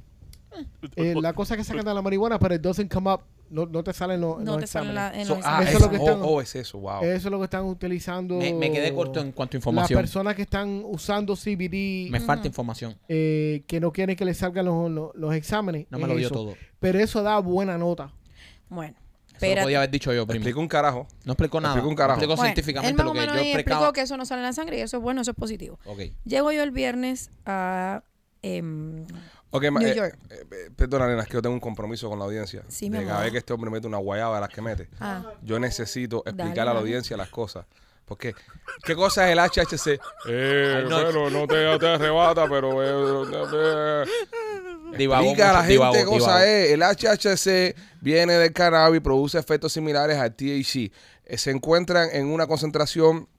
Speaker 3: Eh, la cosa que sacan de la marihuana, pero it doesn't come up. No, no te salen los, en
Speaker 6: No
Speaker 3: los
Speaker 6: te salen la-
Speaker 3: exámenes.
Speaker 6: en
Speaker 1: So-
Speaker 6: los
Speaker 1: ah,
Speaker 6: exámenes.
Speaker 3: Eso
Speaker 1: eso
Speaker 3: es lo que
Speaker 1: oh,
Speaker 3: están-
Speaker 1: oh, es eso, wow.
Speaker 6: Eh,
Speaker 3: Eso es lo que están utilizando.
Speaker 2: Me, me quedé corto en cuanto a
Speaker 3: Las
Speaker 2: información.
Speaker 3: personas que están usando CBD
Speaker 2: Me falta información.
Speaker 3: eh, que no quieren que les salgan los, los, los exámenes.
Speaker 2: No me
Speaker 3: es
Speaker 2: lo dio
Speaker 3: eso.
Speaker 2: todo.
Speaker 3: Pero eso da buena nota.
Speaker 6: Bueno,
Speaker 2: Eso lo podía
Speaker 6: espérate.
Speaker 2: haber dicho yo, primo.
Speaker 1: Explica un carajo.
Speaker 2: No explicó nada.
Speaker 1: Explicó un carajo.
Speaker 2: No explicó
Speaker 6: Bueno, él
Speaker 2: científicamente
Speaker 6: más
Speaker 2: lo
Speaker 6: o
Speaker 2: que
Speaker 6: menos
Speaker 2: yo
Speaker 6: ahí explicó
Speaker 2: explicaba.
Speaker 6: que eso no sale en la sangre y eso es bueno, eso es positivo.
Speaker 2: Ok.
Speaker 6: Llego yo el viernes a... em,
Speaker 1: Ok, ma-
Speaker 6: New
Speaker 1: eh,
Speaker 6: York.
Speaker 1: eh, eh, perdona, nena, es que yo tengo un compromiso con la audiencia.
Speaker 6: Sí, mi
Speaker 1: de cada
Speaker 6: amor.
Speaker 1: vez que este hombre mete una guayaba de las que mete,
Speaker 6: Ah.
Speaker 1: yo necesito explicar a la
Speaker 6: dale.
Speaker 1: audiencia las cosas. Porque, ¿qué cosa es el HHC? Eh,
Speaker 2: Ay, no.
Speaker 1: bueno, no te, te arrebata, pero... eh, eh, eh.
Speaker 2: Divagó
Speaker 1: Explica a la
Speaker 2: mucho,
Speaker 1: gente eh.
Speaker 2: divagó,
Speaker 1: qué cosa
Speaker 2: divagó.
Speaker 1: es. El HHC viene del cannabis y produce efectos similares al THC. Eh, se encuentran en una concentración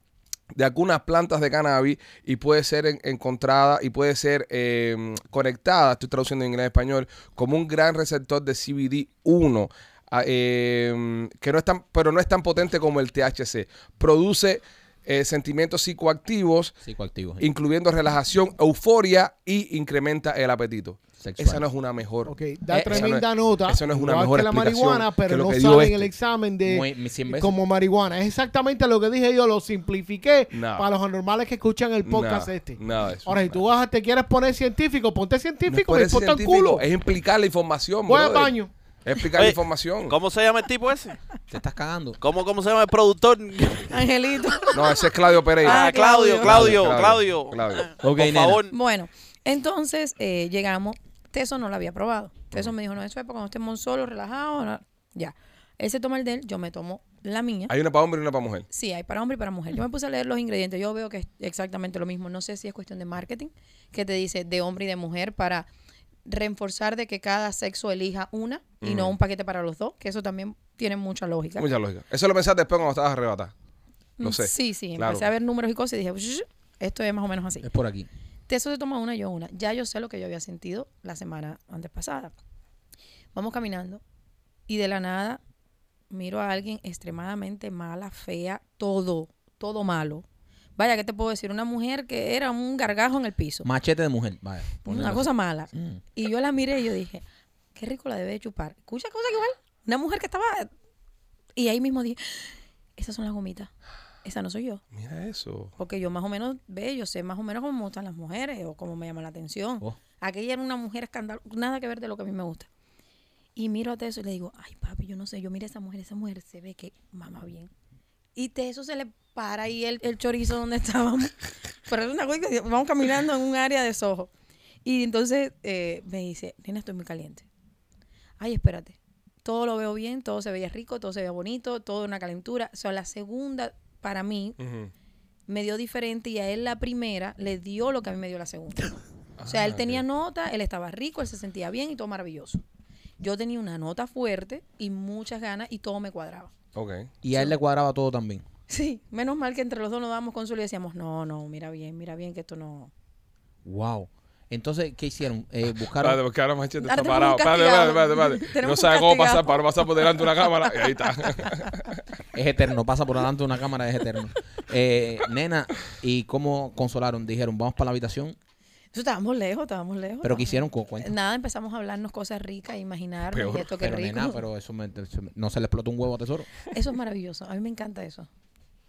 Speaker 1: de algunas plantas de cannabis y puede ser en- encontrada y puede ser eh, conectada, estoy traduciendo en inglés a español, como un gran receptor de CBD1. a- eh, Ah, que no es tan, pero no es tan potente como el THC. Produce eh, sentimientos psicoactivos,
Speaker 2: Psicoactivo. sí.
Speaker 1: incluyendo relajación, euforia y incrementa el apetito.
Speaker 2: Sexual.
Speaker 1: Esa no es una mejor.
Speaker 3: Ok, da
Speaker 2: Eh, esa
Speaker 3: tremenda
Speaker 1: no es-
Speaker 3: nota.
Speaker 1: esa no es una
Speaker 3: igual
Speaker 1: mejor
Speaker 3: que la
Speaker 1: explicación
Speaker 3: marihuana,
Speaker 1: que
Speaker 3: pero
Speaker 1: lo
Speaker 3: no
Speaker 1: que dio
Speaker 3: salen en
Speaker 1: este.
Speaker 3: el examen de
Speaker 2: Muy- cien veces.
Speaker 3: como marihuana. Es exactamente lo que dije yo, lo simplifiqué
Speaker 1: No.
Speaker 3: para los anormales que escuchan el podcast
Speaker 1: Nada,
Speaker 3: este.
Speaker 1: nada de eso.
Speaker 3: Ahora, si tú vas, te quieres poner científico, ponte
Speaker 1: No es
Speaker 3: científico, me
Speaker 1: ponerse
Speaker 3: importa un
Speaker 1: científico,
Speaker 3: culo.
Speaker 1: Es implicar la información.
Speaker 3: Voy al
Speaker 1: brother.
Speaker 3: baño.
Speaker 1: Es explicar la
Speaker 5: Oye,
Speaker 1: información.
Speaker 5: ¿Cómo se llama el tipo ese?
Speaker 2: Te estás cagando.
Speaker 5: ¿Cómo, cómo se llama el productor?
Speaker 6: Angelito.
Speaker 1: No, ese es Claudio Pereira.
Speaker 5: Ah, Claudio, Claudio, Claudio.
Speaker 1: Eh, Claudio.
Speaker 2: Ok,
Speaker 5: Por
Speaker 2: nena.
Speaker 5: favor.
Speaker 6: Bueno, entonces eh, llegamos. Teso no lo había probado. Teso me dijo, no, eso es para cuando estemos solos, relajados. no". Ya. Él se toma el de él, yo me tomo la mía.
Speaker 1: Hay una para hombre y una para mujer.
Speaker 6: Sí, hay para hombre y para mujer. Yo me puse a leer los ingredientes. Yo veo que es exactamente lo mismo. No sé si es cuestión de marketing, que te dice de hombre y de mujer para reforzar de que cada sexo elija una y no un paquete para los dos, que eso también tiene mucha lógica.
Speaker 1: Mucha lógica. Eso lo pensaste después cuando estabas arrebatada. Lo
Speaker 6: Mm,
Speaker 1: sé.
Speaker 6: Sí, sí.
Speaker 1: Claro.
Speaker 6: Empecé a ver números y cosas y dije, "Shh, esto es más o menos así.
Speaker 2: Es por aquí.
Speaker 6: Teso se toma una, yo una. Ya yo sé lo que yo había sentido la semana antes pasada. Vamos caminando y de la nada miro a alguien extremadamente mala, fea, todo, todo malo. Vaya, ¿qué te puedo decir? Una mujer que era un gargajo en el piso.
Speaker 2: Machete de mujer. Vaya. ponelo
Speaker 6: Una
Speaker 2: así.
Speaker 6: cosa mala.
Speaker 2: Mm.
Speaker 6: Y yo la miré y yo dije, qué rico la debe de chupar. Escucha cosa que igual, una mujer que estaba... Y ahí mismo dije, esas son las gomitas. Esa no soy yo.
Speaker 1: Mira eso.
Speaker 6: Porque yo más o menos, ve, yo sé más o menos cómo me gustan las mujeres o cómo me llama la atención.
Speaker 2: Oh.
Speaker 6: Aquella era una mujer escandalosa, nada que ver de lo que a mí me gusta. Y miro a Teso y le digo, ay papi, yo no sé, yo miro a esa mujer, esa mujer se ve que mama bien. Y Teso se le para ahí el, el chorizo donde estábamos. Pero es una cosa que vamos caminando en un área de sojo. Y entonces eh, me dice, nena, estoy muy caliente. Ay, espérate. Todo lo veo bien, todo se veía rico, todo se veía bonito, todo una calentura. O sea, la segunda, para mí,
Speaker 1: Ujú.
Speaker 6: me dio diferente y a él la primera le dio lo que a mí me dio la segunda. O sea,
Speaker 2: Ah,
Speaker 6: él tenía nota, él estaba rico, él se sentía bien y todo maravilloso. Yo tenía una nota fuerte y muchas ganas y todo me cuadraba.
Speaker 1: Ok.
Speaker 2: Y a él le cuadraba todo también.
Speaker 6: Sí, menos mal que entre los dos nos dábamos consuelo y decíamos, no, no, mira bien, mira bien que esto no...
Speaker 2: Wow. Entonces, ¿qué hicieron? Eh, buscaron.
Speaker 1: Espérate, porque ahora Machete
Speaker 6: Ahora
Speaker 1: está
Speaker 6: tenemos
Speaker 1: parado.
Speaker 6: un
Speaker 1: Espérate, espérate,
Speaker 6: castigado.
Speaker 1: espérate, espérate.
Speaker 6: Tenemos
Speaker 1: No
Speaker 6: un
Speaker 1: sabe cómo pasar
Speaker 6: castigado.
Speaker 1: para pasar por delante de una cámara. Y ahí está.
Speaker 2: Es eterno, pasa por delante de una cámara, es eterno. Eh, nena, ¿y cómo consolaron? Dijeron, vamos para la habitación,
Speaker 6: Eso estábamos lejos, estábamos lejos.
Speaker 2: pero
Speaker 6: estábamos-
Speaker 2: quisieron con cuenta.
Speaker 6: Nada, empezamos a hablarnos cosas ricas, imaginarnos
Speaker 1: Peor.
Speaker 6: y esto que
Speaker 2: Pero
Speaker 6: rico.
Speaker 2: nena, pero eso me- eso me- no se le explotó un huevo a tesoro.
Speaker 6: Eso es maravilloso. A mí me encanta eso.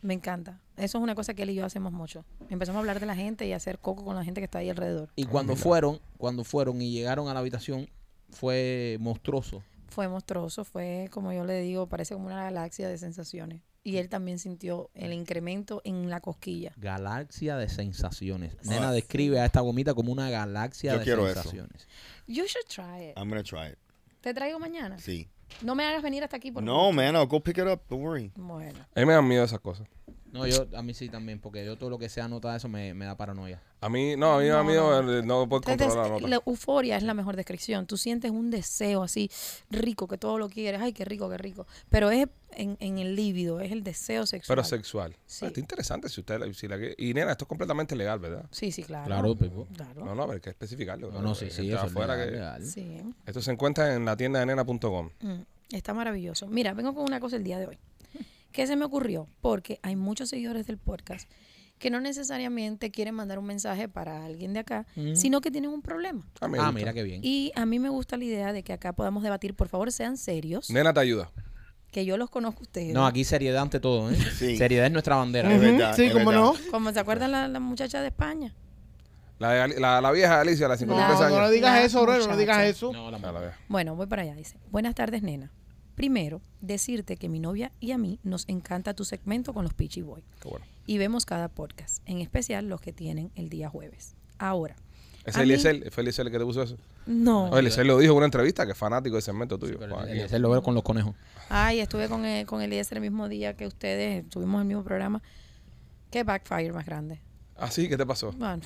Speaker 6: Me encanta. Eso es una cosa que él y yo hacemos mucho. Empezamos a hablar de la gente y a hacer coco con la gente que está ahí alrededor.
Speaker 2: Y cuando fueron, cuando fueron y llegaron a la habitación, fue monstruoso.
Speaker 6: Fue monstruoso, fue como yo le digo, parece como una galaxia de sensaciones. Y él también sintió el incremento en la cosquilla.
Speaker 2: Galaxia de sensaciones. Nena, describe a esta gomita como una galaxia
Speaker 4: Yo
Speaker 2: de
Speaker 4: quiero eso.
Speaker 2: sensaciones.
Speaker 6: You should try it.
Speaker 4: I'm gonna try it.
Speaker 6: Te traigo mañana.
Speaker 4: Sí.
Speaker 6: No me hagas venir hasta aquí por
Speaker 4: No, man, I'll go pick it up. Don't worry.
Speaker 6: Bueno.
Speaker 1: A mí me dan miedo esas cosas.
Speaker 2: No, yo, a mí sí también, porque yo todo lo que sea nota de eso me, me da paranoia.
Speaker 1: A mí, no, a mí me da
Speaker 6: No,
Speaker 1: miedo
Speaker 6: no.
Speaker 1: eh, no poder
Speaker 6: Te- te-
Speaker 1: controlar la nota.
Speaker 6: la euforia es la mejor descripción. Tú sientes un deseo así rico, que todo lo quieres. Ay, qué rico, qué rico. Pero es en, en el líbido, es el deseo sexual.
Speaker 1: Pero sexual. Ah,
Speaker 6: Sí.
Speaker 1: Está interesante si usted... la- Si la, que- y nena, esto es completamente legal, ¿verdad?
Speaker 6: Sí, sí, claro.
Speaker 2: Claro, Pipo.
Speaker 6: Claro.
Speaker 1: No, no, pero hay que especificarlo.
Speaker 2: No, no, sí,
Speaker 1: Hay
Speaker 2: sí,
Speaker 1: gente
Speaker 2: eso es
Speaker 1: afuera
Speaker 2: legal,
Speaker 1: que-
Speaker 2: legal.
Speaker 6: Sí.
Speaker 1: Esto se encuentra en la tienda de nena.com.
Speaker 6: Mm, Está maravilloso. Mira, vengo con una cosa el día de hoy. ¿Qué se me ocurrió? Porque hay muchos seguidores del podcast que no necesariamente quieren mandar un mensaje para alguien de acá,
Speaker 2: Mm.
Speaker 6: sino que tienen un problema.
Speaker 1: Ah, me
Speaker 2: Ah,
Speaker 1: gusta.
Speaker 2: mira qué bien.
Speaker 6: Y a mí me gusta la idea de que acá podamos debatir, por favor, sean serios,
Speaker 1: Nena te ayuda.
Speaker 6: que yo los conozco a ustedes.
Speaker 2: No, aquí seriedad ante todo, ¿eh?
Speaker 4: Sí.
Speaker 2: Seriedad es nuestra
Speaker 4: Es
Speaker 2: bandera.
Speaker 3: Ujú,
Speaker 4: verdad,
Speaker 3: ¿Mm? sí,
Speaker 4: es
Speaker 3: cómo
Speaker 4: verdad.
Speaker 3: no.
Speaker 6: Como se acuerdan la, la muchacha de España.
Speaker 1: La, de Ali- la, la vieja Alicia, la de
Speaker 3: No,
Speaker 1: 53
Speaker 3: no,
Speaker 1: años.
Speaker 3: le digas
Speaker 6: La
Speaker 3: eso, Aurelio, no le digas
Speaker 6: muchacha.
Speaker 3: eso.
Speaker 2: No, la
Speaker 1: Ah, la vieja.
Speaker 6: Bueno, voy para allá, dice. Buenas tardes, nena. Primero, decirte que mi novia y a mí nos encanta tu segmento con los Peachy Boy.
Speaker 1: Qué bueno.
Speaker 6: Y vemos cada podcast, en especial los que tienen el día jueves. Ahora.
Speaker 1: Es
Speaker 6: a mí-
Speaker 1: Eliezer, fue Eliezer el que te puso eso.
Speaker 6: No.
Speaker 1: No, Eliezer lo dijo en una entrevista que es fanático del segmento tuyo. Ah,
Speaker 2: Pero
Speaker 1: Aquí.
Speaker 2: el- el hacerlo ver con los conejos.
Speaker 6: Ay, estuve con, eh, con Eliezer el mismo día que ustedes, tuvimos el mismo programa. Qué backfire más grande.
Speaker 1: Ah, sí, ¿qué te pasó?
Speaker 6: Bueno,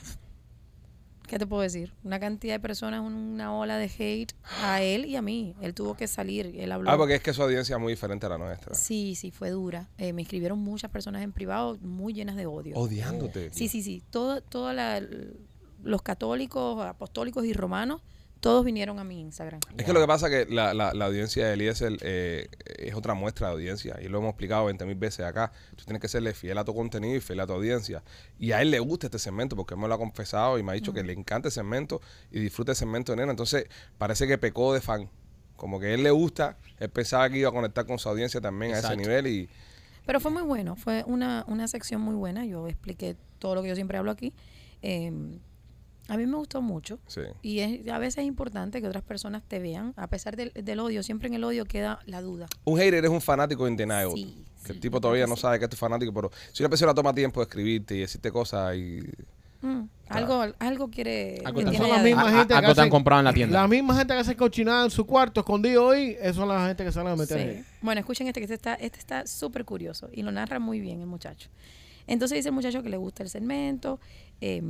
Speaker 6: ¿qué te puedo decir? Una cantidad de personas, una ola de hate a él y a mí. Él tuvo que salir, él habló.
Speaker 1: Ah, porque es que su audiencia es muy diferente a la nuestra.
Speaker 6: Sí, sí, fue dura. Eh, me escribieron muchas personas en privado muy llenas de odio.
Speaker 1: Odiándote.
Speaker 6: Sí, sí, sí. Todos todo la- los católicos, apostólicos y romanos, todos vinieron a mi Instagram.
Speaker 1: Es que lo que pasa es que la, la- la audiencia de Eliezer eh, es otra muestra de audiencia y lo hemos explicado 20 mil veces acá. Tú tienes que serle fiel a tu contenido y fiel a tu audiencia. Y a él le gusta este segmento porque él me lo ha confesado y me ha dicho que le encanta el segmento y disfruta el segmento de nena. Entonces parece que pecó de fan. Como que a él le gusta, él pensaba que iba a conectar con su audiencia también a ese
Speaker 2: Exacto.
Speaker 1: nivel y
Speaker 6: Pero fue muy bueno, fue una, una sección muy buena. Yo expliqué todo lo que yo siempre hablo aquí. Eh, a mí me gustó mucho.
Speaker 1: sí.
Speaker 6: Y es, a veces es importante que otras personas te vean, a pesar del, del odio. Siempre en el odio queda la duda.
Speaker 1: Un hater es un fanático indeniable.
Speaker 6: Sí,
Speaker 1: que el
Speaker 6: sí,
Speaker 1: tipo
Speaker 6: yo creo
Speaker 1: todavía
Speaker 6: que
Speaker 1: no
Speaker 6: sí.
Speaker 1: sabe que es tu fanático, pero si una persona toma tiempo de escribirte y decirte cosas y
Speaker 6: Mm, algo, algo quiere.
Speaker 2: Algo
Speaker 6: le
Speaker 2: tan-
Speaker 3: Son
Speaker 6: tiene
Speaker 2: Tiene
Speaker 3: la
Speaker 6: allá
Speaker 3: misma
Speaker 6: adentro.
Speaker 2: A-
Speaker 3: gente
Speaker 2: a-
Speaker 3: que
Speaker 2: Ah, algo te han
Speaker 3: hacen-
Speaker 2: comprado en la tienda.
Speaker 3: La misma gente que hace cochinada en su cuarto escondido hoy, eso es la gente que sale a meter. ahí.
Speaker 6: Sí. Bueno, escuchen este que este está este está súper curioso y lo narra muy bien el muchacho. Entonces dice el muchacho que le gusta el segmento. eh,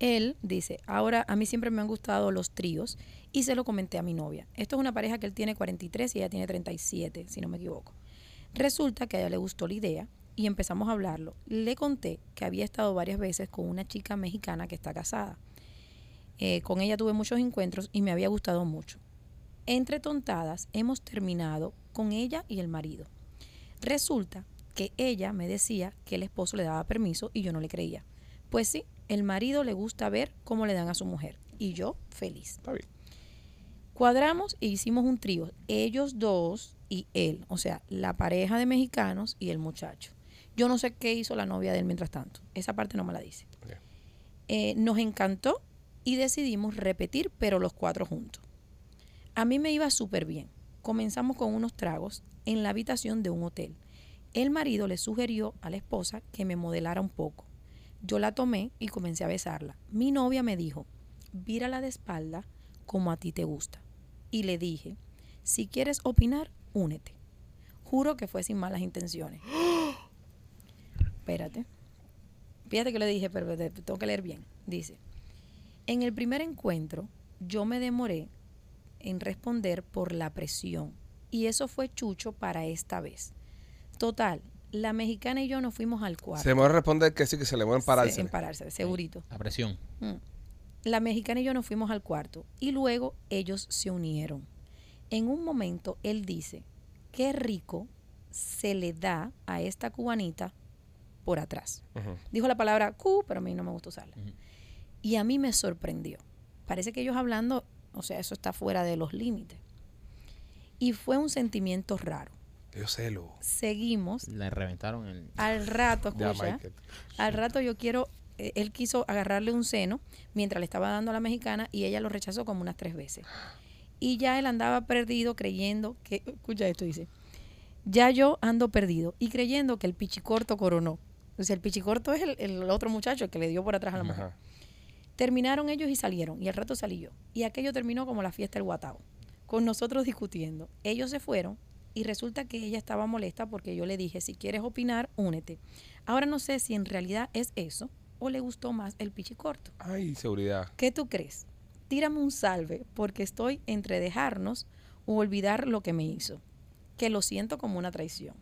Speaker 6: él dice, ahora a mí siempre me han gustado los tríos y se lo comenté a mi novia. Esto es una pareja que él tiene 43 y ella tiene 37, si no me equivoco. Resulta que a ella le gustó la idea y empezamos a hablarlo. Le conté que había estado varias veces con una chica mexicana que está casada. Eh, con ella tuve muchos encuentros y me había gustado mucho. Entre tontadas hemos terminado con ella y el marido. Resulta que ella me decía que el esposo le daba permiso y yo no le creía. Pues sí, el marido le gusta ver cómo le dan a su mujer y yo feliz.
Speaker 1: está bien.
Speaker 6: Cuadramos e hicimos un trío, ellos dos y él, o sea, la pareja de mexicanos y el muchacho. Yo no sé qué hizo la novia de él mientras tanto, esa parte no me la dice.
Speaker 1: Ok.
Speaker 6: Eh, nos encantó y decidimos repetir, pero los cuatro juntos. A mí me iba súper bien. Comenzamos con unos tragos en la habitación de un hotel. El marido le sugirió a la esposa que me modelara un poco. Yo la tomé y comencé a besarla. Mi novia me dijo, vírala de espalda como a ti te gusta. Y le dije, si quieres opinar, únete. Juro que fue sin malas intenciones. Espérate. Fíjate que le dije, pero te- te tengo que leer bien. Dice, en el primer encuentro yo me demoré en responder por la presión y eso fue chucho para esta vez. Total, la mexicana y yo nos fuimos al cuarto.
Speaker 1: Se demora en responder que sí, que se le mueren pararse.
Speaker 6: Se- en pararse, segurito.
Speaker 2: La presión.
Speaker 6: Mm. La mexicana y yo nos fuimos al cuarto y luego ellos se unieron. En un momento él dice, qué rico se le da a esta cubanita por atrás.
Speaker 1: Ujú.
Speaker 6: Dijo la palabra cu, pero a mí no me gusta usarla. Y a mí me sorprendió. Parece que ellos hablando, o sea, eso está fuera de los límites. Y fue un sentimiento raro.
Speaker 1: Yo sé lo.
Speaker 6: Seguimos
Speaker 2: Le reventaron el.
Speaker 6: al rato,
Speaker 1: Ya,
Speaker 6: escucha.
Speaker 1: Michael.
Speaker 6: Al rato yo quiero, eh, él quiso agarrarle un seno mientras le estaba dando a la mexicana y ella lo rechazó como unas tres veces. Y ya él andaba perdido creyendo que, escucha esto, dice, ya yo ando perdido y creyendo que el pichicorto coronó. O sea, el pichicorto es el, el otro muchacho el que le dio por atrás a la mujer.
Speaker 1: Ajá.
Speaker 6: Terminaron ellos y salieron, y al rato salí yo. Y aquello terminó como la fiesta del Guatao, con nosotros discutiendo. Ellos se fueron y resulta que ella estaba molesta porque yo le dije, si quieres opinar, únete. Ahora no sé si en realidad es eso o le gustó más el pichicorto.
Speaker 1: Ay, seguridad.
Speaker 6: ¿Qué tú crees? Tírame un salve porque estoy entre dejarnos o olvidar lo que me hizo, que lo siento como una traición.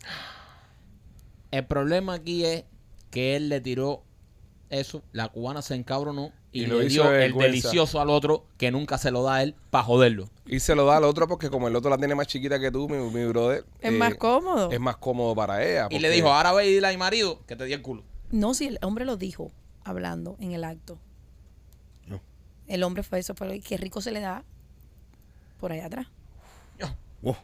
Speaker 2: El problema aquí es que él le tiró eso, la cubana se encabronó y,
Speaker 1: Y lo
Speaker 2: le
Speaker 1: hizo
Speaker 2: dio
Speaker 1: de
Speaker 2: el
Speaker 1: vergüenza.
Speaker 2: delicioso al otro que nunca se lo da a él para joderlo.
Speaker 1: Y se lo da al otro porque como el otro la tiene más chiquita que tú, mi, mi brother. eh,
Speaker 6: Es más cómodo.
Speaker 1: Es más cómodo para ella.
Speaker 2: Y le
Speaker 1: Ah, porque- Ah.
Speaker 2: dijo, ahora ve y dile a mi marido que te di el culo.
Speaker 6: No, si el hombre lo dijo hablando en el acto.
Speaker 4: No.
Speaker 6: El hombre fue eso, fue, qué rico se le da por allá atrás.
Speaker 4: Wow.
Speaker 2: "Ah".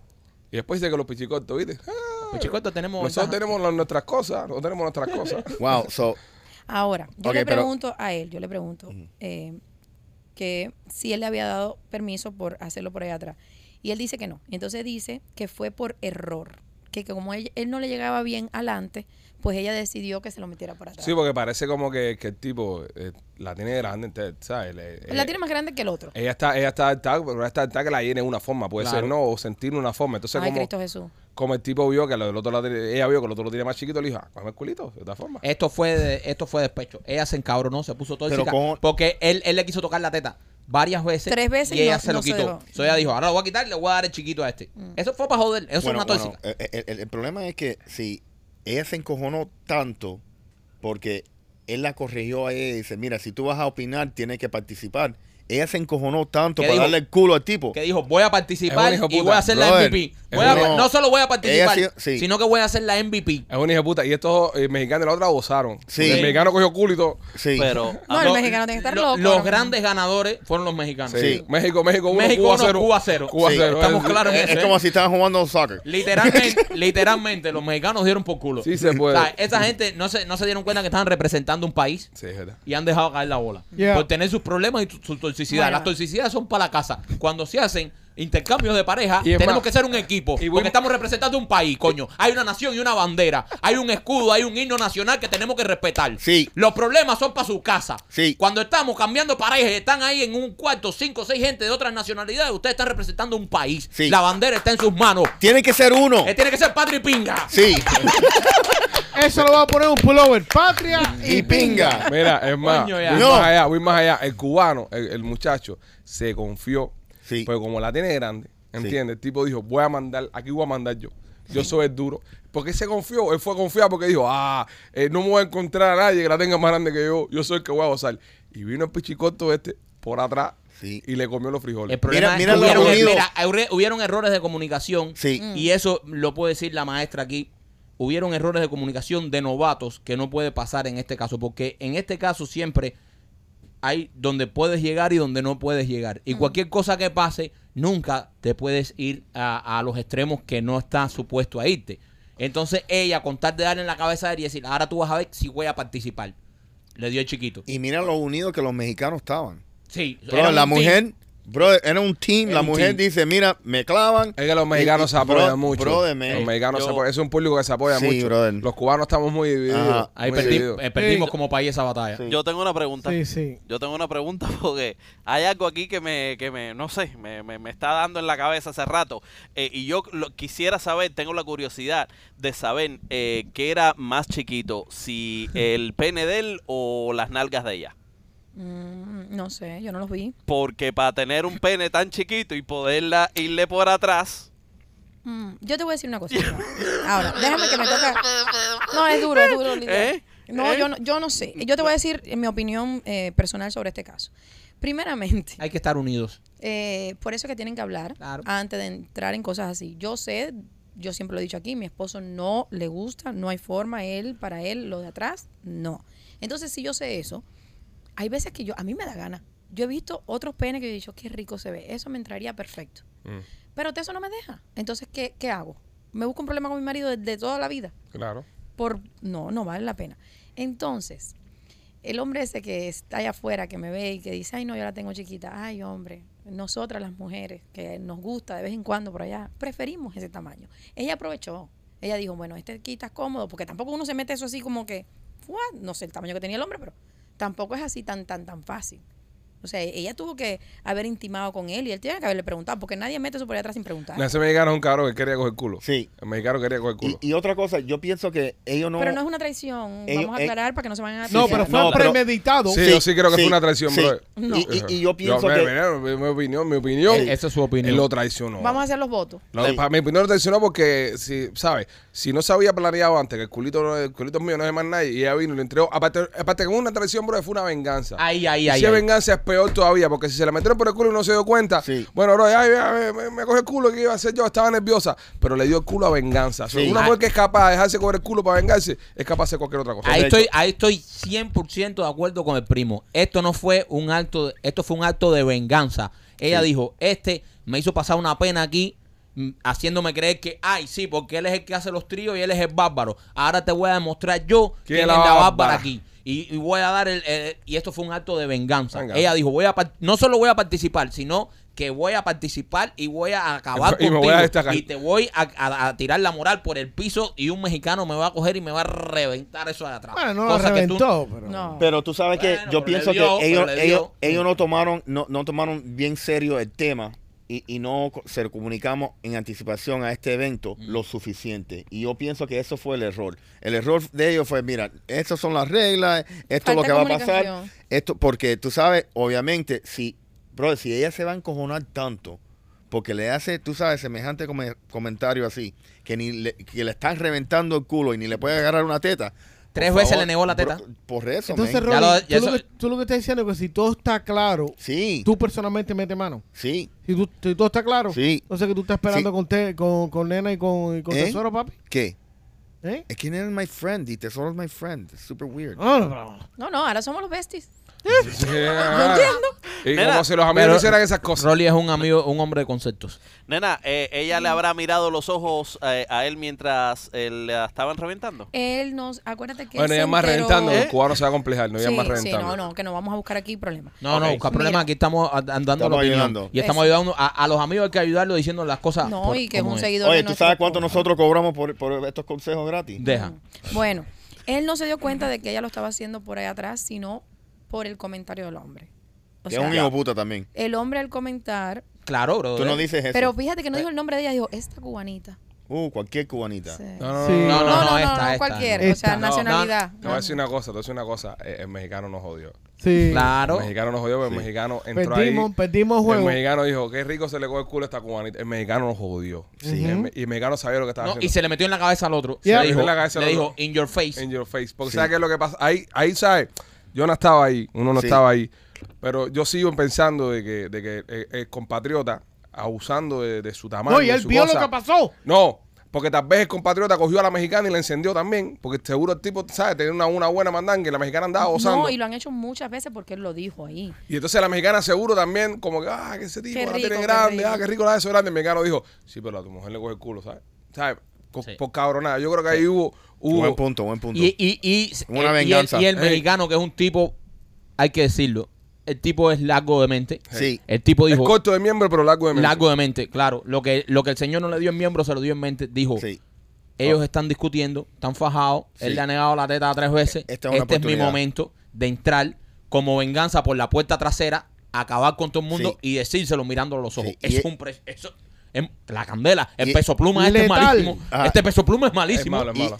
Speaker 1: Y después dice que los pichicortos, ¿viste? Ah,
Speaker 2: Pichicortos Pues, tenemos
Speaker 1: Nosotros
Speaker 2: ventaja.
Speaker 1: tenemos las- nuestras cosas, nosotros tenemos nuestras cosas.
Speaker 4: Wow, so,
Speaker 6: Ahora, yo
Speaker 4: Ok,
Speaker 6: le
Speaker 4: pero-
Speaker 6: pregunto a él, yo le pregunto eh, que si él le había dado permiso por hacerlo por allá atrás. Y él dice que no. Entonces dice que fue por error. Que, que como él, él no le llegaba bien adelante, pues ella decidió que se lo metiera por atrás.
Speaker 1: Sí, porque parece como que, que el tipo eh, la tiene grande, entonces, ¿sabes? Le-
Speaker 6: la
Speaker 1: eh,
Speaker 6: tiene más grande que el otro.
Speaker 1: Ella está, ella está alta, pero ella está alta que la llene de una forma, puede
Speaker 2: Claro.
Speaker 1: ser no, o sentir una forma. Entonces,
Speaker 6: Ay,
Speaker 1: como,
Speaker 6: Cristo Jesús.
Speaker 1: como el tipo vio que el otro la tiene- ella vio que el otro lo tiene más chiquito, le dijo, ah, cógeme el culito, de esta forma.
Speaker 2: Esto fue de- esto fue despecho. Ella se encabronó, se puso tóxica
Speaker 4: con-
Speaker 2: porque él, él le quiso tocar la teta varias veces.
Speaker 6: Tres veces
Speaker 2: y
Speaker 6: y
Speaker 2: ella
Speaker 6: no-
Speaker 2: se lo
Speaker 6: no se
Speaker 2: quitó.
Speaker 6: dejó. Mm.
Speaker 2: So, ella dijo, ahora lo voy a quitar, le voy a dar el chiquito a este. Eso fue para joder, eso
Speaker 4: bueno, eh,
Speaker 2: es una tóxica.
Speaker 4: bueno, el, el- el problema es que si ella se encojonó tanto porque él la corrigió a ella y dice, mira, si tú vas a opinar, tienes que participar. Ella se encojonó tanto
Speaker 2: ¿Qué
Speaker 4: para
Speaker 2: dijo?
Speaker 4: darle el culo al tipo.
Speaker 2: que dijo voy a participar
Speaker 1: Es un hijo
Speaker 2: y voy
Speaker 1: puta.
Speaker 2: a hacer la
Speaker 4: Brother,
Speaker 2: MVP.
Speaker 4: es
Speaker 2: Voy a-
Speaker 4: un-
Speaker 2: no solo voy a participar,
Speaker 4: Ella sí- sí.
Speaker 2: sino que voy a hacer la MVP.
Speaker 1: Es una hija de puta. Y estos eh, mexicanos y la otra gozaron.
Speaker 4: Sí.
Speaker 1: Porque El mexicano cogió culo y todo.
Speaker 4: Sí.
Speaker 5: Pero ah,
Speaker 6: No, el
Speaker 2: Lo-
Speaker 6: mexicano tiene que estar
Speaker 2: lo-
Speaker 6: loco.
Speaker 2: Los
Speaker 6: ahora
Speaker 2: grandes ganadores fueron los mexicanos.
Speaker 1: Sí.
Speaker 4: Sí.
Speaker 1: México, México, uno,
Speaker 2: México
Speaker 1: Cuba,
Speaker 2: uno,
Speaker 1: cero.
Speaker 2: Cuba cero.
Speaker 1: Cuba
Speaker 4: Sí,
Speaker 1: cero.
Speaker 2: estamos
Speaker 1: Es-
Speaker 2: claros en
Speaker 4: es,
Speaker 2: eso.
Speaker 4: es
Speaker 2: ¿eh?
Speaker 4: como si estaban jugando soccer.
Speaker 2: Literalmente, literalmente, los mexicanos dieron por culo.
Speaker 1: Sí se puede.
Speaker 2: O sea, esa gente no se, no se dieron cuenta que estaban representando un país
Speaker 1: Sí, es verdad.
Speaker 2: y han dejado caer la bola.
Speaker 3: Yeah.
Speaker 2: Por tener sus problemas y su, su toxicidad.
Speaker 6: Bueno.
Speaker 2: Las toxicidades son para la casa. Cuando se hacen intercambios de pareja,
Speaker 1: Y es
Speaker 2: tenemos
Speaker 1: más-
Speaker 2: que ser un equipo.
Speaker 1: y voy-
Speaker 2: porque estamos representando un país, coño. Hay una nación y una bandera. Hay un escudo, hay un himno nacional que tenemos que respetar.
Speaker 4: Sí.
Speaker 2: Los problemas son para su casa.
Speaker 4: Sí.
Speaker 2: Cuando estamos cambiando parejas, están ahí en un cuarto, cinco o seis gente de otras nacionalidades, ustedes están representando un país.
Speaker 4: Sí.
Speaker 2: La bandera está en sus manos.
Speaker 4: Tiene que ser uno.
Speaker 2: Él tiene que ser patri pinga.
Speaker 4: Sí.
Speaker 3: Eso lo va a poner un pullover. Patria y,
Speaker 4: y pinga.
Speaker 1: Mira, es más,
Speaker 2: Coño, ya.
Speaker 1: voy
Speaker 4: No.
Speaker 1: más allá, voy más allá. El cubano, el, el muchacho, se confió.
Speaker 4: Sí.
Speaker 1: Pero como la tiene grande, ¿entiendes? El tipo dijo, voy a mandar, aquí voy a mandar yo. Yo soy el duro. Porque se confió, él fue confiado porque dijo, ah, eh, no me voy a encontrar a nadie que la tenga más grande que yo. Yo soy el que voy a gozar. Y vino el pichicoto este por atrás
Speaker 4: Sí.
Speaker 1: y le comió los frijoles.
Speaker 2: El problema
Speaker 4: Mira- mira
Speaker 2: es que
Speaker 4: lo
Speaker 2: hubieron,
Speaker 4: jodido.
Speaker 2: mira, hubie- hubieron errores de comunicación.
Speaker 4: Sí.
Speaker 2: Y eso lo puede decir la maestra aquí. Hubieron errores de comunicación de novatos que no puede pasar en este caso. Porque en este caso siempre hay donde puedes llegar y donde no puedes llegar.
Speaker 4: Mm.
Speaker 2: Y cualquier cosa que pase, nunca te puedes ir a, a los extremos que no está supuesto a irte. Entonces ella, con tal de darle en la cabeza a él y decir, ahora tú vas a ver si voy a participar. Le dio el chiquito.
Speaker 4: Y mira lo unidos que los mexicanos estaban.
Speaker 2: Sí.
Speaker 4: Bro,
Speaker 2: era un
Speaker 4: la
Speaker 2: team.
Speaker 4: mujer, bro, era un team.
Speaker 2: Era
Speaker 4: la
Speaker 2: un
Speaker 4: mujer
Speaker 2: team.
Speaker 4: dice, mira, me clavan.
Speaker 1: Es que los mexicanos
Speaker 4: Y-
Speaker 1: se
Speaker 4: y-
Speaker 1: apoyan
Speaker 4: bro-
Speaker 1: mucho.
Speaker 4: brother, man.
Speaker 1: los mexicanos
Speaker 5: Yo-
Speaker 1: se apoyan. Es un público que se apoya
Speaker 4: Sí,
Speaker 1: mucho.
Speaker 4: brother.
Speaker 1: Los cubanos estamos muy divididos.
Speaker 4: Ajá.
Speaker 2: Ahí
Speaker 1: muy
Speaker 2: perdi-
Speaker 1: divididos.
Speaker 2: eh, perdimos
Speaker 3: Sí.
Speaker 2: como país esa batalla.
Speaker 4: Sí.
Speaker 5: yo tengo una pregunta.
Speaker 3: Sí, sí.
Speaker 5: Yo tengo una pregunta porque hay algo aquí que me, que me no sé, me, me- me está dando en la cabeza hace rato. Eh, y yo lo- quisiera saber, tengo la curiosidad de saber eh, qué era más chiquito, si el pene de él o las nalgas de ella.
Speaker 6: mismo. Mm, no sé, yo no los vi.
Speaker 5: Porque para tener un pene tan chiquito y poderla irle por atrás,
Speaker 6: Mm, yo te voy a decir una cosa. Ahora, déjame que me toque. No, es duro, es duro. Lidia.
Speaker 5: ¿Eh?
Speaker 6: No,
Speaker 5: ¿Eh?
Speaker 6: yo no, yo no sé. Yo te voy a decir eh, mi opinión eh, personal sobre este caso. Primeramente,
Speaker 2: Hay que estar unidos.
Speaker 6: eh, por eso es que tienen que hablar
Speaker 2: Claro.
Speaker 6: antes de entrar en cosas así. Yo sé, yo siempre lo he dicho aquí, mi esposo no le gusta, no hay forma, él, para él, lo de atrás, no. Entonces, si yo sé eso, hay veces que yo, a mí me da gana. Yo he visto otros penes que yo he dicho, qué rico se ve, eso me entraría perfecto.
Speaker 1: Mm,
Speaker 6: Pero eso no me deja. Entonces, ¿qué, qué hago? ¿Me busco un problema con mi marido de, de toda la vida?
Speaker 1: Claro.
Speaker 6: Por No, no vale la pena. Entonces, el hombre ese que está allá afuera, que me ve y que dice, ay, no, yo la tengo chiquita. Ay, hombre, nosotras las mujeres, que nos gusta de vez en cuando por allá, preferimos ese tamaño. Ella aprovechó. Ella dijo, bueno, este quita es cómodo, porque tampoco uno se mete eso así como que, "Fua", no sé el tamaño que tenía el hombre, pero tampoco es así tan, tan, tan fácil. O sea, ella tuvo que haber intimado con él y él tiene que haberle preguntado, porque nadie mete eso por allá atrás sin preguntar.
Speaker 1: No, Ese mexicano es un cabrón que quería coger culo.
Speaker 4: Sí.
Speaker 1: El mexicano quería coger
Speaker 4: Y,
Speaker 1: culo.
Speaker 4: y otra cosa, yo pienso que ellos no...
Speaker 6: Pero no es una traición.
Speaker 4: Ellos-
Speaker 6: Vamos a aclarar para que no se vayan a
Speaker 3: No,
Speaker 4: Sí,
Speaker 3: pero
Speaker 4: sí.
Speaker 3: fue
Speaker 5: No, pero-
Speaker 3: premeditado.
Speaker 1: Sí, yo sí creo que
Speaker 4: sí,
Speaker 1: fue una traición,
Speaker 4: sí.
Speaker 1: bro.
Speaker 4: No. Y- y- y yo pienso
Speaker 1: mi-
Speaker 4: que-
Speaker 1: mi, mi opinión, mi opinión.
Speaker 4: Sí.
Speaker 2: Esa es su opinión.
Speaker 1: Él lo traicionó.
Speaker 6: Vamos a hacer los votos.
Speaker 1: Lo-
Speaker 4: Sí.
Speaker 1: Para mi opinión lo traicionó porque, si, ¿sabes? Si no se había planeado antes que el culito, no- el culito mío no es de más nadie, y ella vino y le entregó. Aparte, aparte que una traición, bro, fue una venganza.
Speaker 2: Ahí, ahí,
Speaker 1: Y
Speaker 2: ahí.
Speaker 1: si es
Speaker 2: ahí.
Speaker 1: venganza es peor todavía, porque si se la metieron por el culo y no se dio cuenta,
Speaker 4: Sí.
Speaker 1: bueno, bro, ay, ay, me, me cogió el culo, ¿qué iba a hacer yo? Estaba nerviosa, pero le dio el culo a venganza. O sea,
Speaker 4: Sí.
Speaker 1: Una
Speaker 4: Ah.
Speaker 1: mujer que es capaz de dejarse coger el culo para vengarse, es capaz de hacer cualquier otra cosa.
Speaker 2: Ahí
Speaker 4: Correcto.
Speaker 2: estoy, ahí estoy 100% de acuerdo con el primo. Esto no fue un acto, esto fue un acto de venganza. Ella dijo, este me hizo pasar una pena aquí, mm, haciéndome creer que, ay, sí, porque él es el que hace los tríos y él es el bárbaro. Ahora te voy a demostrar yo quién es la bárbara aquí. Y, y voy a dar el, el- y esto fue un acto de venganza.
Speaker 1: Venga.
Speaker 2: Ella dijo, voy a par- no solo voy a participar, sino que voy a participar y voy a acabar
Speaker 1: Y me voy a
Speaker 2: contigo.
Speaker 1: destacar.
Speaker 2: Y te voy a, a- a tirar la moral por el piso y un mexicano me va a coger y me va a reventar eso de atrás.
Speaker 3: Bueno, no lo
Speaker 2: Cosa que tú-
Speaker 3: reventó, pero.
Speaker 6: No.
Speaker 4: Pero tú sabes que
Speaker 2: Bueno, pero
Speaker 4: yo
Speaker 2: le
Speaker 4: pienso
Speaker 2: dio,
Speaker 4: que
Speaker 2: pero
Speaker 4: ellos,
Speaker 2: le dio.
Speaker 4: ellos, ellos no tomaron no, no tomaron bien serio el tema y, y no co- se lo comunicamos en anticipación a este evento
Speaker 2: Mm.
Speaker 4: lo suficiente. Y yo pienso que eso fue el error. El error de ellos fue, mira, estas son las reglas, esto es lo
Speaker 6: Falta
Speaker 4: que va a pasar.
Speaker 6: comunicación.
Speaker 4: Esto, porque tú sabes, obviamente, si, bro, si ella se va a encojonar tanto, porque le hace, tú sabes, semejante come- comentario así, que ni le, que le están reventando el culo y ni le puede agarrar una teta. por
Speaker 2: Tres veces le negó la
Speaker 4: bro,
Speaker 2: teta.
Speaker 4: por eso,
Speaker 3: Entonces,
Speaker 4: man.
Speaker 3: Rolly,
Speaker 2: Ya lo- ya
Speaker 3: tú, lo
Speaker 2: eso-
Speaker 3: que, tú lo que estás diciendo es que si todo está claro,
Speaker 4: Sí,
Speaker 3: tú personalmente mete mano.
Speaker 4: sí.
Speaker 3: Si, tú, si todo está claro,
Speaker 4: Sí.
Speaker 3: entonces que tú estás esperando
Speaker 4: Sí.
Speaker 3: con, te- con, con Nena y con, y con
Speaker 4: ¿Eh?
Speaker 3: Tesoro, papi.
Speaker 4: ¿Qué?
Speaker 3: ¿Eh?
Speaker 4: Es que eres my friend y Tesoro es my friend. It's super
Speaker 6: Oh,
Speaker 4: weird.
Speaker 3: No, no, no.
Speaker 6: No, no, ahora somos los besties.
Speaker 1: Yeah. Y
Speaker 5: Mira,
Speaker 1: como si los amigos
Speaker 2: pero-
Speaker 1: no hicieran esas cosas.
Speaker 2: Rolly es un amigo, un hombre de conceptos.
Speaker 5: Nena, eh, ella le habrá mirado los ojos eh, a él mientras eh, la estaban reventando.
Speaker 6: Él nos, acuérdate que
Speaker 1: Bueno,
Speaker 6: él
Speaker 1: ya
Speaker 6: se
Speaker 1: más
Speaker 6: enteró-
Speaker 1: reventando,
Speaker 5: ¿Eh?
Speaker 1: el cubano se va a complejar, no ya
Speaker 6: sí,
Speaker 1: más
Speaker 6: sí,
Speaker 1: reventando.
Speaker 6: no, no, que no vamos a buscar aquí problemas.
Speaker 2: No, no, busca
Speaker 6: Mira.
Speaker 2: problema. Aquí estamos a- andando la
Speaker 4: Estamos
Speaker 2: opinión.
Speaker 4: ayudando.
Speaker 2: Y estamos
Speaker 6: Eso.
Speaker 2: ayudando a, a los amigos hay que ayudarlo diciendo las cosas.
Speaker 6: No,
Speaker 2: por-
Speaker 6: y que es
Speaker 2: como
Speaker 6: un seguidor de
Speaker 4: Oye, ¿tú
Speaker 6: nuestro
Speaker 4: sabes cuánto
Speaker 6: podcast.
Speaker 4: nosotros cobramos por, por estos consejos gratis?
Speaker 2: Deja.
Speaker 6: Bueno, él no se dio cuenta de que ella lo estaba haciendo por ahí atrás, sino por el comentario del hombre. O
Speaker 4: que
Speaker 6: sea,
Speaker 4: es un hijo puta también.
Speaker 6: el hombre al comentar,
Speaker 2: Claro, bro.
Speaker 4: Tú no dices eso.
Speaker 6: pero fíjate que no dijo el nombre de ella, dijo esta cubanita.
Speaker 4: uh, cualquier cubanita.
Speaker 6: Sí.
Speaker 1: No, no,
Speaker 3: Sí.
Speaker 1: no,
Speaker 2: No,
Speaker 1: no, no.
Speaker 2: no,
Speaker 6: No, no, no,
Speaker 2: esta,
Speaker 6: no,
Speaker 2: esta.
Speaker 6: cualquier, o
Speaker 3: Esta.
Speaker 6: sea,
Speaker 2: No,
Speaker 6: nacionalidad.
Speaker 1: Te voy a decir una cosa, te voy a decir una cosa. eh, El, mexicano nos odió.
Speaker 3: Sí.
Speaker 2: Claro.
Speaker 1: El mexicano nos odió, pero el mexicano entró
Speaker 3: Perdimos,
Speaker 1: ahí.
Speaker 3: perdimos juego.
Speaker 1: El mexicano dijo, qué rico se le coge el culo a esta cubanita. El mexicano nos jodió.
Speaker 4: Sí.
Speaker 1: El me- y el mexicano sabía lo que estaba
Speaker 2: No, y
Speaker 1: haciendo.
Speaker 2: se le metió en la cabeza al otro. Se le
Speaker 1: Se le
Speaker 3: Yeah.
Speaker 1: metió
Speaker 2: dijo,
Speaker 1: en la cabeza al
Speaker 2: le
Speaker 1: otro.
Speaker 2: dijo, in your face.
Speaker 1: In your face. Porque
Speaker 4: Sí.
Speaker 1: ¿sabes qué es lo que pasa? Ahí, ahí ¿sabes? Yo no estaba ahí, uno no
Speaker 4: Sí.
Speaker 1: estaba ahí. Pero yo sigo pensando de que, de que el, el compatriota, abusando de, de su tamaño.
Speaker 3: No, y
Speaker 1: de
Speaker 3: él
Speaker 1: su
Speaker 3: vio
Speaker 1: cosa,
Speaker 3: lo que pasó.
Speaker 1: No, porque tal vez el compatriota cogió a la mexicana y la encendió también. Porque seguro el tipo, ¿sabes? Tenía una, una buena mandanga y la mexicana andaba gozando.
Speaker 6: No, y
Speaker 1: y,
Speaker 6: lo han hecho muchas veces porque él lo dijo ahí.
Speaker 1: entonces la mexicana seguro también, como que, ah, que ese tipo
Speaker 6: Qué
Speaker 1: la
Speaker 6: rico,
Speaker 1: tiene
Speaker 6: qué
Speaker 1: grande,
Speaker 6: rico.
Speaker 1: ah, qué rico la de eso grande. El mexicano dijo, sí, pero a tu mujer le coge el culo, ¿sabes? ¿Sabes? Co-
Speaker 2: Sí.
Speaker 1: Por cabronada. Yo creo que ahí hubo.
Speaker 4: Buen
Speaker 1: hubo
Speaker 4: punto, buen punto.
Speaker 2: Y, y, y, eh,
Speaker 4: Una
Speaker 2: y el-
Speaker 4: venganza.
Speaker 2: Y el,
Speaker 1: Ey.
Speaker 2: mexicano, que es un tipo, hay que decirlo, el tipo es largo de mente.
Speaker 4: sí.
Speaker 2: El tipo
Speaker 1: es
Speaker 2: dijo,
Speaker 1: corto de miembro, pero largo de miembro.
Speaker 2: largo de mente, claro. Lo que, lo que el señor no le dio en miembro, se lo dio en mente. Dijo,
Speaker 4: Sí.
Speaker 2: ellos están discutiendo, están fajados,
Speaker 4: Sí.
Speaker 2: él le ha negado la teta tres veces.
Speaker 4: Esta es una
Speaker 2: este es mi
Speaker 4: oportunidad.
Speaker 2: momento de entrar como venganza por la puerta trasera, acabar con todo el mundo
Speaker 4: Sí.
Speaker 2: y decírselo mirándolo a los ojos.
Speaker 4: Sí, y
Speaker 2: Eso es
Speaker 4: e-
Speaker 2: un pre- eso es la candela, el
Speaker 4: y-
Speaker 2: peso pluma este
Speaker 3: Letal.
Speaker 2: es malísimo.
Speaker 4: Ajá.
Speaker 2: Este peso pluma es malísimo.
Speaker 1: malo, es
Speaker 4: Y,
Speaker 1: malo.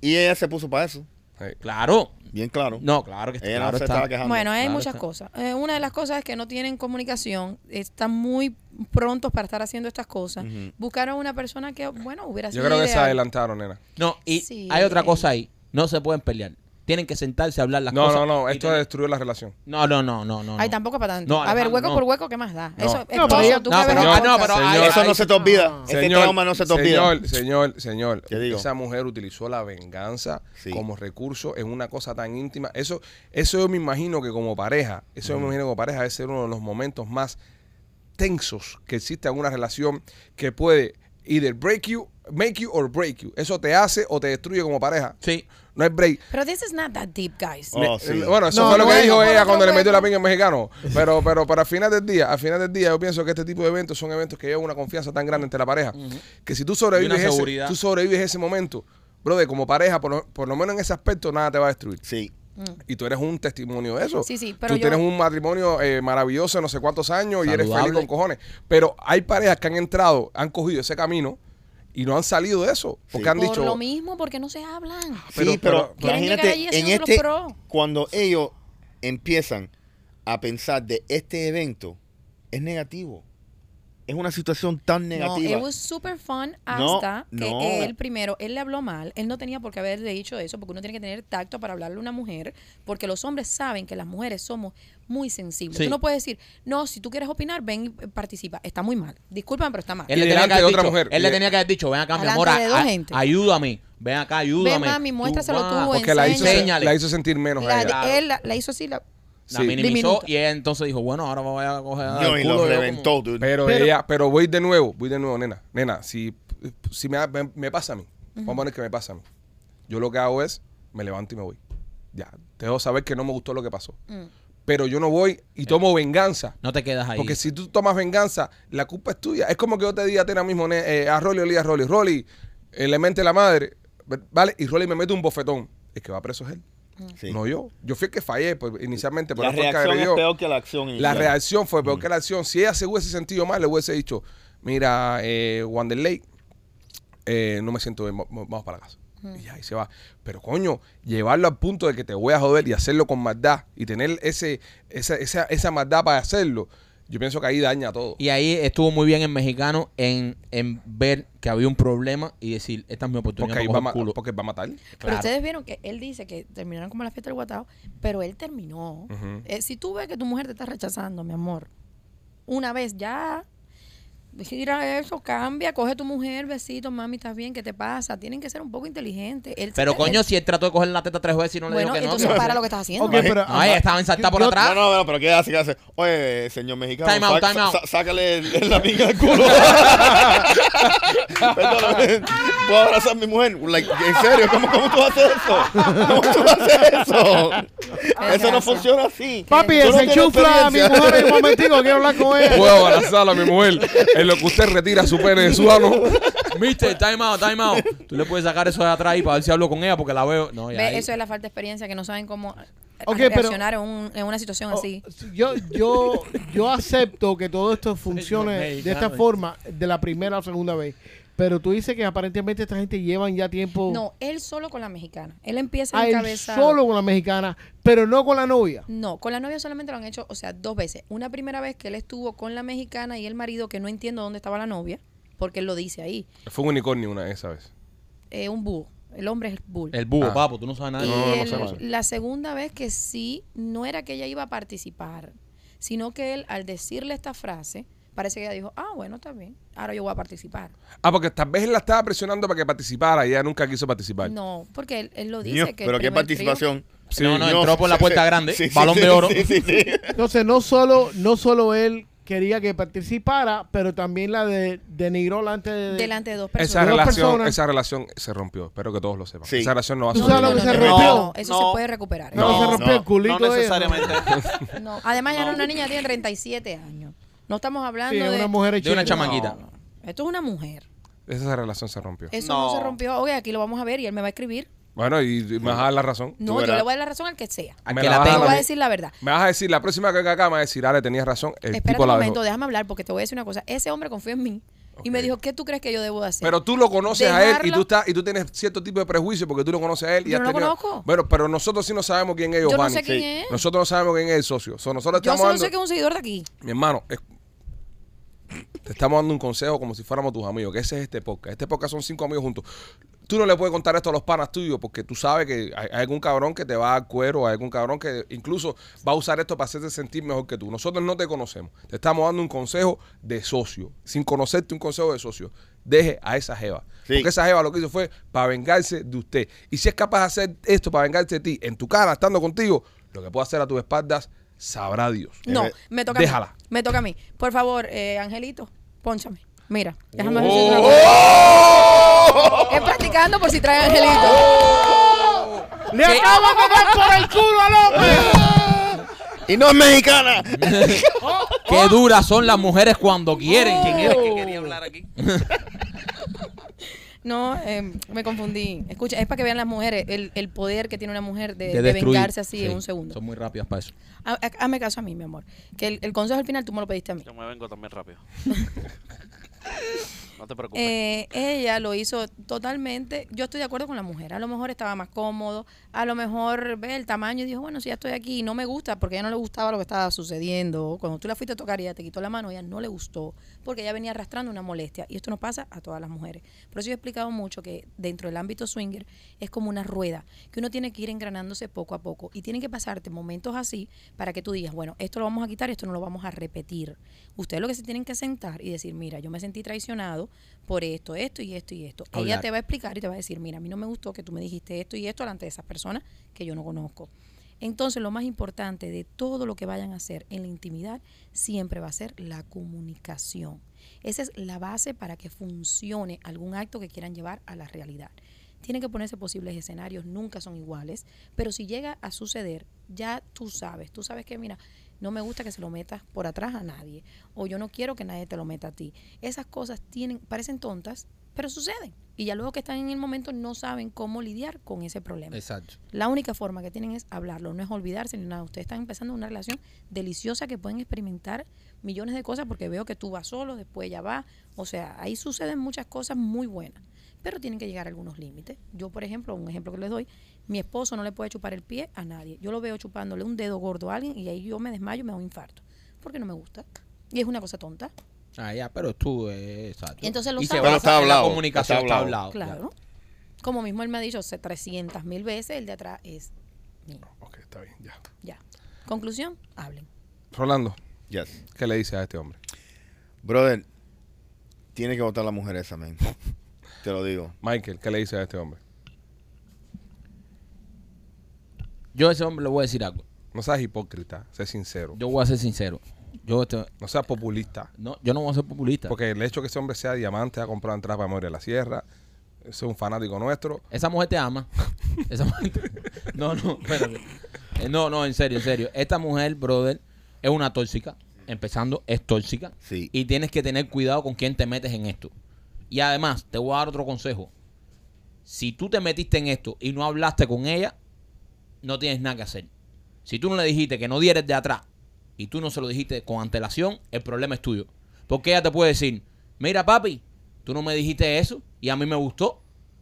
Speaker 4: y, y ella se puso para eso.
Speaker 1: Sí.
Speaker 2: Claro.
Speaker 4: Bien claro.
Speaker 2: No, claro que está.
Speaker 4: Ella
Speaker 2: claro
Speaker 4: no se
Speaker 2: está.
Speaker 4: estaba quejando.
Speaker 6: Bueno, hay
Speaker 2: Claro
Speaker 6: muchas
Speaker 2: está.
Speaker 6: cosas. Eh, una de las cosas es que no tienen comunicación, están muy prontos para estar haciendo estas cosas. Buscaron una persona que, bueno, hubiera
Speaker 1: Yo
Speaker 6: sido
Speaker 1: creo que se
Speaker 6: ideal.
Speaker 1: adelantaron, nena.
Speaker 2: No, y
Speaker 6: Sí.
Speaker 2: hay otra cosa ahí. No se pueden pelear. Tienen que sentarse a hablar las
Speaker 1: no,
Speaker 2: cosas.
Speaker 1: no, no,
Speaker 2: y
Speaker 1: esto
Speaker 2: tener-
Speaker 1: destruyó la relación.
Speaker 2: No, no, no, no, no.
Speaker 6: Ay,
Speaker 2: no.
Speaker 6: tampoco para tanto.
Speaker 2: No,
Speaker 6: a ver,
Speaker 2: Alejandro,
Speaker 6: hueco
Speaker 2: no.
Speaker 6: por hueco, ¿qué más da? Eso
Speaker 1: No,
Speaker 6: es
Speaker 3: pero
Speaker 6: todo,
Speaker 3: ella-
Speaker 6: tú
Speaker 2: no,
Speaker 6: que ves
Speaker 2: pero-
Speaker 6: los
Speaker 2: ah, no,
Speaker 6: podcasts.
Speaker 2: pero- Ay,
Speaker 4: eso
Speaker 2: ay,
Speaker 4: no se te olvida. Este trauma no se te olvida.
Speaker 1: Señor, señor, señor.
Speaker 4: ¿Qué digo?
Speaker 1: Esa mujer utilizó la venganza
Speaker 4: Sí.
Speaker 1: como recurso en una cosa tan íntima. Eso, eso yo me imagino que como pareja, eso yo me imagino que como pareja debe ser uno de los momentos más tensos que existe en una relación que puede either break you, make you or break you. Eso te hace o te destruye como pareja.
Speaker 2: Sí.
Speaker 1: No hay break.
Speaker 6: Pero this is not that deep, guys.
Speaker 4: Oh, sí.
Speaker 1: Eh, Bueno, eso
Speaker 3: No,
Speaker 1: fue lo que
Speaker 3: bueno,
Speaker 1: dijo
Speaker 6: por
Speaker 1: ella
Speaker 6: otro
Speaker 1: cuando le metió la pinga
Speaker 6: cuerpo.
Speaker 1: al mexicano. Pero, pero, pero al final del día, al final del día, yo pienso que este tipo de eventos son eventos que llevan una confianza tan grande entre la pareja. Que si tú sobrevives
Speaker 2: Y una
Speaker 1: ese,
Speaker 2: seguridad.
Speaker 1: tú sobrevives ese momento, brother, como pareja, por lo, por lo menos en ese aspecto, nada te va a destruir.
Speaker 4: Sí.
Speaker 1: Y tú eres un testimonio de eso.
Speaker 6: Sí, sí, pero
Speaker 1: tú
Speaker 6: yo-
Speaker 1: tienes un matrimonio eh, maravilloso de no sé cuántos años y eres feliz
Speaker 2: Saludable.
Speaker 1: con cojones. Pero hay parejas que han entrado, han cogido ese camino y no han salido de eso. Porque
Speaker 4: Sí.
Speaker 1: han
Speaker 6: Por
Speaker 1: dicho.
Speaker 6: lo mismo, porque no se hablan.
Speaker 1: Pero-
Speaker 4: sí, Ah, pero,
Speaker 1: pero-
Speaker 6: Quieren llegar allí
Speaker 4: imagínate, en
Speaker 6: haciéndolo
Speaker 4: este,
Speaker 6: pro.
Speaker 4: cuando ellos empiezan a pensar de este evento, es negativo. es una situación tan negativa.
Speaker 6: No, it was super fun
Speaker 4: No,
Speaker 6: hasta que
Speaker 4: no.
Speaker 6: él primero, él le habló mal, él no tenía por qué haberle dicho eso, porque uno tiene que tener tacto para hablarle a una mujer, porque los hombres saben que las mujeres somos muy sensibles.
Speaker 2: Sí.
Speaker 6: Tú no puedes decir, no, si tú quieres opinar, ven y eh, participa. Está muy mal. Discúlpame, pero está mal.
Speaker 2: Él
Speaker 1: Y
Speaker 2: le, tenía
Speaker 1: delante
Speaker 2: que haber
Speaker 1: de otra
Speaker 2: dicho-
Speaker 1: mujer.
Speaker 2: él
Speaker 1: Y-
Speaker 2: le tenía que haber dicho, ven acá, mi
Speaker 6: Delante
Speaker 2: amor,
Speaker 6: de dos
Speaker 2: a-
Speaker 6: gente.
Speaker 2: ayúdame. Ven acá, ayúdame.
Speaker 6: mami,
Speaker 2: Tú
Speaker 6: muéstraselo
Speaker 2: vas.
Speaker 6: tú,
Speaker 2: Porque
Speaker 1: Porque la hizo, se-
Speaker 2: Enséñale.
Speaker 1: la hizo sentir menos a
Speaker 6: La-
Speaker 1: ella.
Speaker 6: Él la, la hizo así, la-
Speaker 2: La
Speaker 1: Sí.
Speaker 2: minimizó
Speaker 6: Diminuta.
Speaker 2: y él entonces dijo, bueno, ahora voy a coger al
Speaker 4: Yo, y
Speaker 2: culo,
Speaker 4: lo
Speaker 2: yo
Speaker 4: reventó,
Speaker 2: como-
Speaker 4: dude.
Speaker 1: Pero,
Speaker 3: Pero-
Speaker 1: ella, pero voy de nuevo, voy de nuevo, nena. Nena, si, si me, me- me pasa a mí, vamos a poner que me pasa a mí. Yo lo que hago es, me levanto y me voy. Ya, te dejo saber que no me gustó lo que pasó. Pero yo no voy y tomo venganza.
Speaker 2: No te quedas ahí.
Speaker 1: Porque si tú tomas venganza, la culpa es tuya. Es como que yo te diga a ti ahora mismo, ne- eh, a Rolly, olí a Rolly, Rolly, eh, le mente la madre, ¿vale? Y Rolly me mete un bofetón. Es que va preso es él,
Speaker 4: Sí.
Speaker 1: no yo. Yo fui el que fallé pues, inicialmente, pero
Speaker 4: la
Speaker 1: no fue el que
Speaker 4: reacción es
Speaker 1: agredió.
Speaker 4: peor que la acción.
Speaker 1: La
Speaker 4: inicial.
Speaker 1: reacción fue
Speaker 2: Mm.
Speaker 1: peor que la acción. Si ella se hubiese sentido mal, le hubiese dicho, mira, eh, Wanderley, eh, no me siento bien, va- va- vamos para la casa. Y ahí se va. Pero coño, llevarlo al punto de que te voy a joder y hacerlo con maldad y tener ese, esa, esa, esa maldad para hacerlo, yo pienso que ahí daña todo.
Speaker 2: Y ahí estuvo muy bien el mexicano en, en ver que había un problema y decir, esta es mi oportunidad
Speaker 1: porque, ahí
Speaker 2: para
Speaker 1: va a
Speaker 2: coger
Speaker 1: ma-
Speaker 2: culo.
Speaker 1: porque va a matar.
Speaker 6: Pero
Speaker 2: Claro.
Speaker 6: ustedes vieron que él dice que terminaron como la fiesta del guatao, pero él terminó.
Speaker 1: Ujú.
Speaker 6: Eh, si tú ves que tu mujer te está rechazando, mi amor, una vez ya, gira eso, cambia, coge tu mujer, besito, mami, estás bien, ¿qué te pasa? Tienen que ser un poco inteligentes. Él se-
Speaker 2: Pero
Speaker 6: él-
Speaker 2: coño, si él trató de coger la teta tres veces y no le
Speaker 6: Eh, bueno,
Speaker 2: dijo que no.
Speaker 6: entonces
Speaker 2: ¿qué?
Speaker 6: para lo que estás haciendo.
Speaker 3: Ok, pero-
Speaker 2: No, ella estaba ensartada por
Speaker 3: Yo-
Speaker 2: atrás.
Speaker 4: No, no, no, pero ¿qué hace? ¿Qué hace? Oye, señor mexicano,
Speaker 2: Time out,
Speaker 4: sa-
Speaker 2: time out.
Speaker 4: sa- sácale el- el- la pinga del culo. Perdóname. ¿Puedo abrazar a mi mujer? Like, ¿En serio? ¿Cómo, ¿Cómo tú vas a hacer eso? ¿Cómo tú vas a hacer eso? Eso no
Speaker 6: gracia.
Speaker 4: funciona así.
Speaker 3: Papi,
Speaker 4: Tú no tienes
Speaker 3: desenchufla a mi
Speaker 4: experiencia.
Speaker 3: mujer en un momentico, quiero hablar con ella.
Speaker 1: Puedo abrazarla a mi mujer en lo que usted retira su pene de su ano.
Speaker 2: Mister, time out, time out. Tú le puedes sacar eso de atrás y para ver si hablo con ella porque la veo. No, ya
Speaker 6: Ve,
Speaker 2: ahí-
Speaker 6: eso es la falta de experiencia, que no saben cómo eh,
Speaker 3: Ok, pero-
Speaker 6: reaccionar en, un- en una situación así.
Speaker 3: Oh, Yo, yo, yo acepto que todo esto funcione
Speaker 2: Señor
Speaker 3: de esta
Speaker 2: mexicano.
Speaker 3: forma de la primera o segunda vez. Pero tú dices que aparentemente esta gente llevan ya tiempo
Speaker 6: No, él solo con la mexicana. Él empieza
Speaker 3: oh. a
Speaker 6: en
Speaker 3: él
Speaker 6: cabeza.
Speaker 3: solo con la mexicana, pero no con la novia.
Speaker 6: No, con la novia solamente lo han hecho, o sea, dos veces. Una primera vez que él estuvo con la mexicana y el marido, que no entiendo dónde estaba la novia, porque él lo dice ahí.
Speaker 1: Fue un unicornio una de esas veces.
Speaker 6: Eh, un búho. El hombre es el bull.
Speaker 2: El búho,
Speaker 1: Ah.
Speaker 2: papo, tú no sabes nada.
Speaker 6: y
Speaker 2: de-
Speaker 1: no, no
Speaker 6: el-
Speaker 1: sé, no sé.
Speaker 6: la segunda vez que sí, no era que ella iba a participar, sino que él, al decirle esta frase, parece que ella dijo, ah, bueno, está bien, ahora yo voy a participar.
Speaker 1: Ah, porque tal vez él la estaba presionando para que participara y ella nunca quiso participar.
Speaker 6: No, porque él, él lo dice.
Speaker 4: Dios,
Speaker 6: que el
Speaker 4: pero qué
Speaker 6: primer trío-
Speaker 4: participación.
Speaker 1: Sí.
Speaker 2: No, no, entró por la puerta grande,
Speaker 4: Sí, sí,
Speaker 2: balón
Speaker 4: sí,
Speaker 2: de oro.
Speaker 4: sí, sí, sí.
Speaker 3: Entonces, no solo, no solo él quería que participara, pero también la de, denigró delante de...
Speaker 6: Delante de dos
Speaker 1: Esa
Speaker 6: personas.
Speaker 3: Dos
Speaker 1: relación,
Speaker 3: personas.
Speaker 1: esa relación se rompió. Espero que todos lo sepan.
Speaker 4: Sí.
Speaker 1: Esa relación no va a
Speaker 3: ¿Tú
Speaker 1: ser.
Speaker 3: sabes lo que se
Speaker 6: no,
Speaker 3: rompió?
Speaker 6: no, eso
Speaker 5: No.
Speaker 6: se puede recuperar.
Speaker 3: No,
Speaker 4: No,
Speaker 3: se rompió el
Speaker 4: no,
Speaker 3: culito.
Speaker 5: no
Speaker 3: de ella.
Speaker 5: necesariamente.
Speaker 6: No, además ya era una niña, tiene 37 años. No estamos hablando
Speaker 3: Sí,
Speaker 6: de
Speaker 3: una mujer
Speaker 2: De una
Speaker 3: chica.
Speaker 2: chamaquita.
Speaker 6: No, no. Esto es una mujer.
Speaker 1: Esa relación se rompió.
Speaker 6: Eso no,
Speaker 5: No.
Speaker 6: se rompió. Oye, aquí lo vamos a ver y él me va a escribir.
Speaker 1: Bueno, y, y me vas a dar la razón.
Speaker 6: No,
Speaker 4: Tú
Speaker 6: yo
Speaker 4: verás.
Speaker 6: le voy a dar la razón al que sea.
Speaker 2: Al
Speaker 1: Me
Speaker 2: que
Speaker 1: la
Speaker 2: la
Speaker 1: vas
Speaker 6: Pero
Speaker 1: a
Speaker 6: voy
Speaker 2: tenga.
Speaker 6: a
Speaker 1: mí.
Speaker 6: decir la verdad.
Speaker 1: Me vas a decir, la próxima que venga acá me vas a decir, Ale, tenías razón. El
Speaker 6: Espérate
Speaker 1: tipo
Speaker 6: un
Speaker 1: la
Speaker 6: momento,
Speaker 1: dejó.
Speaker 6: déjame hablar porque te voy a decir una cosa. Ese hombre confía en mí y me dijo, ¿qué tú crees que yo debo de hacer?
Speaker 1: Pero tú lo conoces a él y tú
Speaker 6: Dejarlo.
Speaker 1: estás y tú tienes cierto tipo de prejuicio porque tú lo conoces a él. Y
Speaker 6: Yo
Speaker 1: has
Speaker 6: no lo
Speaker 1: tenido-
Speaker 6: conozco.
Speaker 1: Bueno, pero nosotros sí no sabemos quién es
Speaker 6: no
Speaker 1: Giovanni.
Speaker 6: sé quién Sí. es.
Speaker 1: Nosotros no sabemos quién es el socio. So, nosotros
Speaker 6: yo
Speaker 1: estamos
Speaker 6: solo
Speaker 1: dando- Eh,
Speaker 6: sé que es un seguidor de aquí.
Speaker 1: Mi hermano, es- te estamos dando un consejo como si fuéramos tus amigos, que ese es este podcast. Este podcast son cinco amigos juntos. Tú no le puedes contar esto a los panas tuyos porque tú sabes que hay, hay algún cabrón que te va a dar cuero, hay algún cabrón que incluso va a usar esto para hacerte sentir mejor que tú. Nosotros no te conocemos. Te estamos dando un consejo de socio. Sin conocerte un consejo de socio. Deje a esa jeva.
Speaker 4: Sí.
Speaker 1: Porque esa jeva lo que hizo fue para vengarse de usted. Y si es capaz de hacer esto para vengarse de ti, en tu cara, estando contigo, lo que puede hacer a tus espaldas, sabrá Dios.
Speaker 6: No,
Speaker 4: Eh,
Speaker 6: me toca a
Speaker 1: déjala.
Speaker 6: mí. Me toca a mí. Por favor, eh, Angelito, ponchame. Mira,
Speaker 1: Oh.
Speaker 6: déjame decirte una cosa. Es practicando por si trae a
Speaker 1: Oh.
Speaker 6: Angelito.
Speaker 3: ¡Le acabo de dar por el culo al hombre!
Speaker 4: Y no es mexicana.
Speaker 2: Qué duras son las mujeres cuando
Speaker 6: Oh,
Speaker 2: quieren.
Speaker 5: ¿Quién era que quería hablar aquí?
Speaker 6: No, eh, me confundí. Escucha, es para que vean las mujeres el, el poder que tiene una mujer de, de
Speaker 2: destruir.
Speaker 6: vengarse así en
Speaker 2: Sí,
Speaker 6: un segundo.
Speaker 2: Son muy rápidas para eso.
Speaker 6: Ha- ha- Hazme caso a mí, mi amor. Que el, el consejo al final tú me lo pediste a mí.
Speaker 5: Yo me vengo también rápido. No te preocupes.
Speaker 6: Eh, ella lo hizo totalmente. Yo estoy de acuerdo con la mujer. A lo mejor estaba más cómodo. A lo mejor ve el tamaño y dijo, bueno, si ya estoy aquí y no me gusta, porque a ella no le gustaba lo que estaba sucediendo. Cuando tú la fuiste a tocar y ella te quitó la mano, ella no le gustó, porque ella venía arrastrando una molestia. Y esto nos pasa a todas las mujeres. Por eso yo he explicado mucho que dentro del ámbito swinger es como una rueda, que uno tiene que ir engranándose poco a poco. Y tienen que pasarte momentos así para que tú digas, bueno, esto lo vamos a quitar y esto no lo vamos a repetir. Ustedes lo que se tienen que sentar y decir, mira, yo me sentí traicionado por esto, esto y esto y esto. Ella
Speaker 2: Hablar.
Speaker 6: te va a explicar y te va a decir, mira, a mí no me gustó que tú me dijiste esto y esto delante de esas personas que yo no conozco. Entonces, lo más importante de todo lo que vayan a hacer en la intimidad siempre va a ser la comunicación. Esa es la base para que funcione algún acto que quieran llevar a la realidad. Tienen que ponerse posibles escenarios, nunca son iguales, pero si llega a suceder, ya tú sabes, tú sabes que mira, no me gusta que se lo metas por atrás a nadie, o yo no quiero que nadie te lo meta a ti. Esas cosas tienen, parecen tontas, pero suceden. Y ya luego que están en el momento no saben cómo lidiar con ese problema.
Speaker 2: Exacto.
Speaker 6: La única forma que tienen es hablarlo, no es olvidarse ni nada. Ustedes están empezando una relación deliciosa que pueden experimentar millones de cosas porque veo que tú vas solo, después ella va. O sea, ahí suceden muchas cosas muy buenas, pero tienen que llegar a algunos límites. Yo, por ejemplo, un ejemplo que les doy, mi esposo no le puede chupar el pie a nadie. Yo lo veo chupándole un dedo gordo a alguien y ahí yo me desmayo y me da un infarto porque no me gusta. Y es una cosa tonta.
Speaker 2: Ah, ya, pero tú, eh, exacto.
Speaker 6: Entonces lo
Speaker 2: y se
Speaker 6: sabes.
Speaker 2: basa
Speaker 4: Pero está
Speaker 2: en la
Speaker 4: hablado,
Speaker 2: comunicación,
Speaker 4: está
Speaker 2: está
Speaker 4: hablado.
Speaker 2: hablado. Ah, ya.
Speaker 6: Claro. Como mismo él me ha dicho 300 mil veces, el de atrás es mío.
Speaker 1: Ok, está bien, ya.
Speaker 6: Ya. Conclusión, hablen.
Speaker 1: Rolando,
Speaker 4: Yes.
Speaker 1: ¿qué le dices a este hombre?
Speaker 4: Brother, tiene que votar la mujer esa, man. Te lo digo.
Speaker 1: Michael, ¿qué le dices a este hombre?
Speaker 2: Yo a ese hombre le voy a decir algo.
Speaker 1: No seas hipócrita, sé sincero.
Speaker 2: Yo voy a ser sincero. Yo, este-
Speaker 1: No seas populista.
Speaker 2: no, yo no voy a ser populista.
Speaker 1: Porque el hecho que ese hombre sea diamante, ha comprado entradas para Memoria de la Sierra, es un fanático nuestro.
Speaker 2: Esa mujer te ama. Esa mujer te- No, no, espérate. Eh, No, no, en serio, en serio. Esta mujer, brother, es una tóxica. Empezando, es tóxica.
Speaker 4: Sí.
Speaker 2: Y tienes que tener cuidado con quién te metes en esto. Y además, te voy a dar otro consejo. Si tú te metiste en esto y no hablaste con ella, no tienes nada que hacer. Si tú no le dijiste que no dieres de atrás y tú no se lo dijiste con antelación, el problema es tuyo. Porque ella te puede decir, mira papi, tú no me dijiste eso y a mí me gustó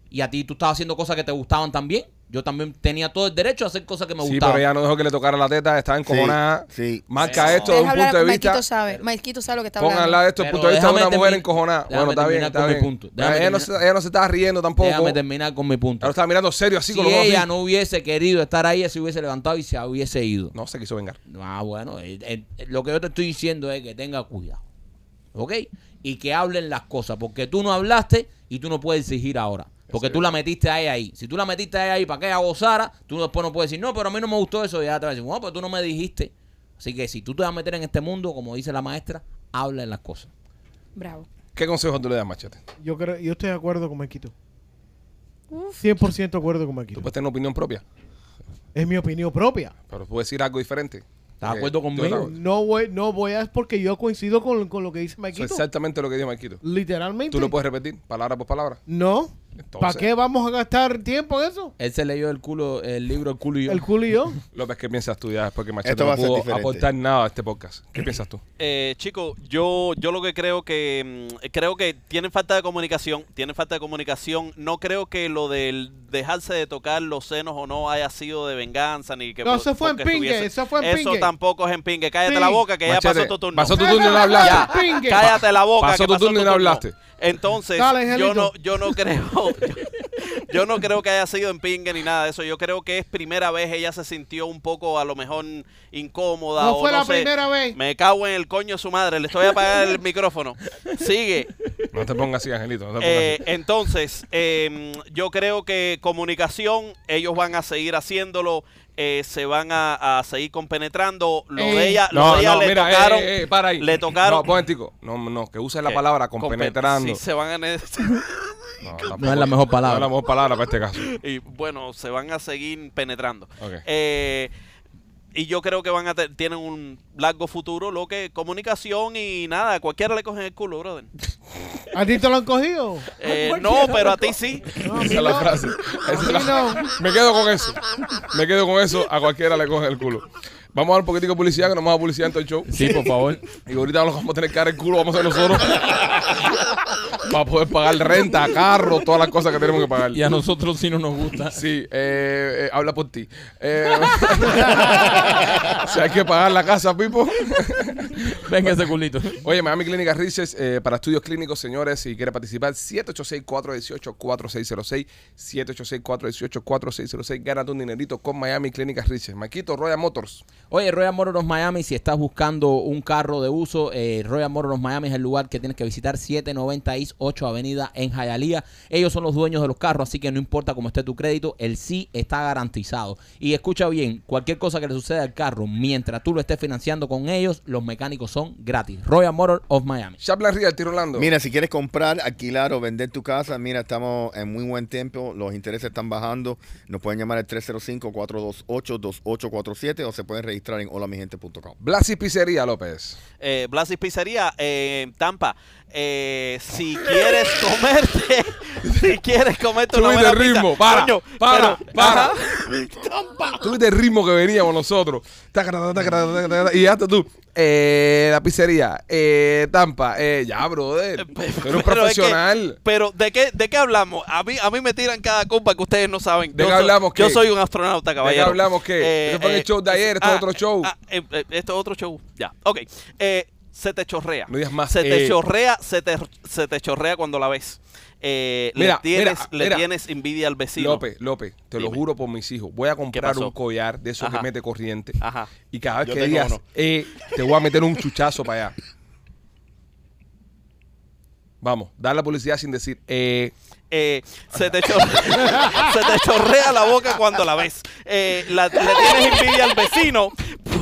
Speaker 2: y a ti tú estabas haciendo cosas que te gustaban también. Yo también tenía todo el derecho a hacer cosas que me
Speaker 1: sí,
Speaker 2: gustaban.
Speaker 1: pero ella no dejó que le tocara la teta, estaba encojonada.
Speaker 4: sí.
Speaker 1: Marca
Speaker 2: Sí.
Speaker 1: esto de un
Speaker 6: hablar,
Speaker 1: punto de vista.
Speaker 6: Maikito sabe, Maikito sabe lo que está
Speaker 1: Pongan al
Speaker 6: hablando.
Speaker 1: lado de esto el
Speaker 2: Pero
Speaker 1: punto de vista de una
Speaker 2: déjame
Speaker 1: mujer
Speaker 2: termi-
Speaker 1: encojonada.
Speaker 2: déjame
Speaker 1: Bueno, está bien,
Speaker 2: terminar
Speaker 1: está
Speaker 2: con mi
Speaker 1: bien.
Speaker 2: punto.
Speaker 1: Ella,
Speaker 2: Déjame
Speaker 1: no se,
Speaker 2: terminar.
Speaker 1: ella no se estaba riendo tampoco.
Speaker 2: Déjame
Speaker 1: Ella
Speaker 2: terminar con mi punto.
Speaker 1: lo estaba mirando serio así
Speaker 2: si
Speaker 1: con los ojos
Speaker 2: ella
Speaker 1: así.
Speaker 2: no hubiese querido estar ahí, ella se hubiese levantado y se hubiese ido.
Speaker 1: no se quiso vengar.
Speaker 2: Ah, bueno, eh, eh, lo que yo te estoy diciendo es que tenga cuidado. ¿Ok? Y que hablen las cosas, porque tú no hablaste y tú no puedes exigir ahora. Porque tú la metiste ahí, ahí. Si tú la metiste ahí, ahí para que ella gozara, tú después no puedes decir, no, pero a mí no me gustó eso. Y ella te va a decir, bueno, pero tú no me dijiste. Así que si tú te vas a meter en este mundo, como dice la maestra, habla en las cosas.
Speaker 6: Bravo.
Speaker 1: ¿Qué consejo tú le das, Machete?
Speaker 3: Yo, creo, yo estoy de acuerdo con Maquito.
Speaker 6: Uf.
Speaker 3: 100% de acuerdo con
Speaker 1: Tú
Speaker 3: Maquito.
Speaker 1: puedes tener una opinión propia,
Speaker 3: Es mi opinión propia.
Speaker 1: pero puedes decir algo diferente.
Speaker 2: ¿Estás de
Speaker 1: Eh,
Speaker 2: acuerdo
Speaker 1: yo
Speaker 2: conmigo?
Speaker 1: estaba-
Speaker 3: No voy, no voy a... Es porque yo coincido con, con lo que dice
Speaker 1: Eso es
Speaker 3: Maquito.
Speaker 1: exactamente lo que dijo Marquito.
Speaker 3: Literalmente.
Speaker 1: Tú lo puedes repetir, palabra por palabra.
Speaker 3: No.
Speaker 1: Entonces-
Speaker 3: ¿Para qué vamos a gastar tiempo en eso?
Speaker 2: Él se leyó el culo, el libro El culo y yo.
Speaker 3: El culo y yo.
Speaker 1: López, ¿qué piensas tú ya después que Machete
Speaker 4: Esto va
Speaker 1: no
Speaker 4: a ser
Speaker 1: pudo
Speaker 4: diferente.
Speaker 1: aportar nada a este podcast? ¿Qué piensas tú?
Speaker 5: Eh, chicos, yo, yo lo que creo que mm, creo que tienen falta de comunicación, tienen falta de comunicación. No creo que lo del dejarse de tocar los senos o no haya sido de venganza ni que
Speaker 3: No,
Speaker 5: por-
Speaker 3: eso fue en
Speaker 5: porque
Speaker 3: pingue, eso fue en
Speaker 5: Eso
Speaker 3: pingue.
Speaker 5: tampoco es en pingue. Cállate
Speaker 3: Sí.
Speaker 5: la boca que ya
Speaker 1: Machete,
Speaker 5: pasó tu turno.
Speaker 1: pasó tu turno y no hablaste.
Speaker 5: Ya,
Speaker 3: Pingue.
Speaker 5: cállate la boca.
Speaker 1: Pasó
Speaker 5: que
Speaker 1: tu turno y no hablaste.
Speaker 5: Entonces,
Speaker 3: Dale,
Speaker 5: yo
Speaker 3: Angelito.
Speaker 5: no, yo no creo, yo, yo no creo que haya sido en pingue ni nada de eso. Yo creo que es primera vez ella se sintió un poco a lo mejor incómoda.
Speaker 3: No
Speaker 5: o
Speaker 3: fue la
Speaker 5: sé.
Speaker 3: primera vez.
Speaker 5: Me cago en el coño de su madre. Le estoy a apagar el micrófono. Sigue.
Speaker 1: No te pongas así, Angelito. No te pongas
Speaker 5: Eh,
Speaker 1: así.
Speaker 5: entonces, eh, yo creo que comunicación, ellos van a seguir haciéndolo, eh, se van a, a seguir compenetrando. Lo de
Speaker 3: Eh.
Speaker 5: ella, lo
Speaker 1: No,
Speaker 5: de ella
Speaker 1: no,
Speaker 5: le
Speaker 1: mira, eh,
Speaker 5: tocaron.
Speaker 1: eh, eh, para ahí.
Speaker 5: Le tocaron.
Speaker 1: No, pon el tico. No, no, que uses la
Speaker 5: ¿Qué?
Speaker 1: palabra
Speaker 5: Compe-
Speaker 1: compenetrando.
Speaker 5: Sí, se van a necesitar.
Speaker 1: No, tampoco.
Speaker 2: No es la mejor
Speaker 1: No
Speaker 2: palabra.
Speaker 1: es la mejor palabra para este caso.
Speaker 5: y bueno, se van a seguir penetrando.
Speaker 1: Ok.
Speaker 5: Eh, y yo creo que van a te- tienen un largo futuro, lo que comunicación y nada, a cualquiera le cogen el culo, brother.
Speaker 3: ¿A ti te lo han cogido?
Speaker 5: Eh, no, pero a ti sí.
Speaker 3: No, a mí
Speaker 1: Esa es la
Speaker 3: no.
Speaker 1: frase. Esa es la-
Speaker 3: Sí, no.
Speaker 1: Me quedo con eso. Me quedo con eso. A cualquiera le coge el culo. Vamos a dar un poquitico de publicidad, que nos vamos a publicidad en todo el show.
Speaker 2: Sí, por favor.
Speaker 1: Y ahorita nos vamos a tener que dar el culo, vamos a hacer nosotros. para poder pagar renta, carro, todas las cosas que tenemos que pagar.
Speaker 2: Y a nosotros sí no nos gusta.
Speaker 1: Sí, eh, eh, habla por ti. Eh, si hay que pagar la casa, Pipo.
Speaker 2: Venga ese culito.
Speaker 1: Oye, Miami Clínica Riches, eh, para estudios clínicos, señores, si quiere participar, 786-418-4606, 786-418-4606, gánate un dinerito con Miami Clínica Riches. Maquito, Royal Motors.
Speaker 2: Oye, Royal Motors Miami, si estás buscando un carro de uso, eh, Royal Motors Miami es el lugar que tienes que visitar, 790 East 8 Avenida en Hialeah. Ellos son los dueños de los carros, así que no importa cómo esté tu crédito, el sí está garantizado. Y escucha bien, cualquier cosa que le suceda al carro, mientras tú lo estés financiando con ellos, los mecánicos son gratis. Royal Motors of Miami.
Speaker 1: Chaplan Realty, Rolando.
Speaker 4: Mira, si quieres comprar, alquilar o vender tu casa, mira, estamos en muy buen tiempo, los intereses están bajando, nos pueden llamar al 305-428-2847 o se pueden registrar en holamigente.com.
Speaker 1: Blasi Pizzería, López.
Speaker 5: Eh, Blasis Pizzería, eh, Tampa. Eh, si quieres comerte, si quieres comerte una
Speaker 1: Subiste
Speaker 5: buena
Speaker 1: el ritmo,
Speaker 5: pizza,
Speaker 1: para,
Speaker 5: coño,
Speaker 1: para,
Speaker 5: pero-
Speaker 1: para.
Speaker 5: Ajá.
Speaker 1: Tú viste el ritmo que veníamos nosotros. Tacarata, tacarata, tacarata, Y hasta tú. Eh, la pizzería, eh, Tampa, eh, ya, brother. Tú eres
Speaker 5: Pero
Speaker 1: un
Speaker 5: es que-
Speaker 1: profesional.
Speaker 5: pero ¿de qué, ¿de qué hablamos? A mí, a mí me tiran cada culpa que ustedes no saben.
Speaker 1: ¿De
Speaker 5: Yo
Speaker 1: qué
Speaker 5: soy-
Speaker 1: hablamos
Speaker 5: Yo
Speaker 1: qué?
Speaker 5: soy un astronauta, caballero.
Speaker 1: hablamos qué? Ese fue el show de ayer, esto es otro show.
Speaker 5: eh, eh, esto es otro show. Ya, ok. Eh, se te chorrea.
Speaker 1: No digas más,
Speaker 5: Se te
Speaker 1: eh.
Speaker 5: chorrea, se te, se te chorrea cuando la ves. Eh,
Speaker 1: Mira,
Speaker 5: le tienes,
Speaker 1: mira,
Speaker 5: le
Speaker 1: mira.
Speaker 5: tienes envidia al vecino.
Speaker 1: López, López, te lo
Speaker 5: Dime.
Speaker 1: juro por mis hijos. Voy a comprar
Speaker 5: pasó?
Speaker 1: un collar de esos
Speaker 5: Ajá.
Speaker 1: que mete corriente.
Speaker 5: Ajá.
Speaker 1: Y cada vez
Speaker 4: Yo
Speaker 1: que
Speaker 4: tengo
Speaker 1: digas,
Speaker 4: uno.
Speaker 1: eh, te voy a meter un chuchazo para allá. Vamos, dar la publicidad sin decir, eh.
Speaker 5: Eh, se, te chor- se te chorrea la boca cuando la ves. Eh, la- le tienes envidia al vecino.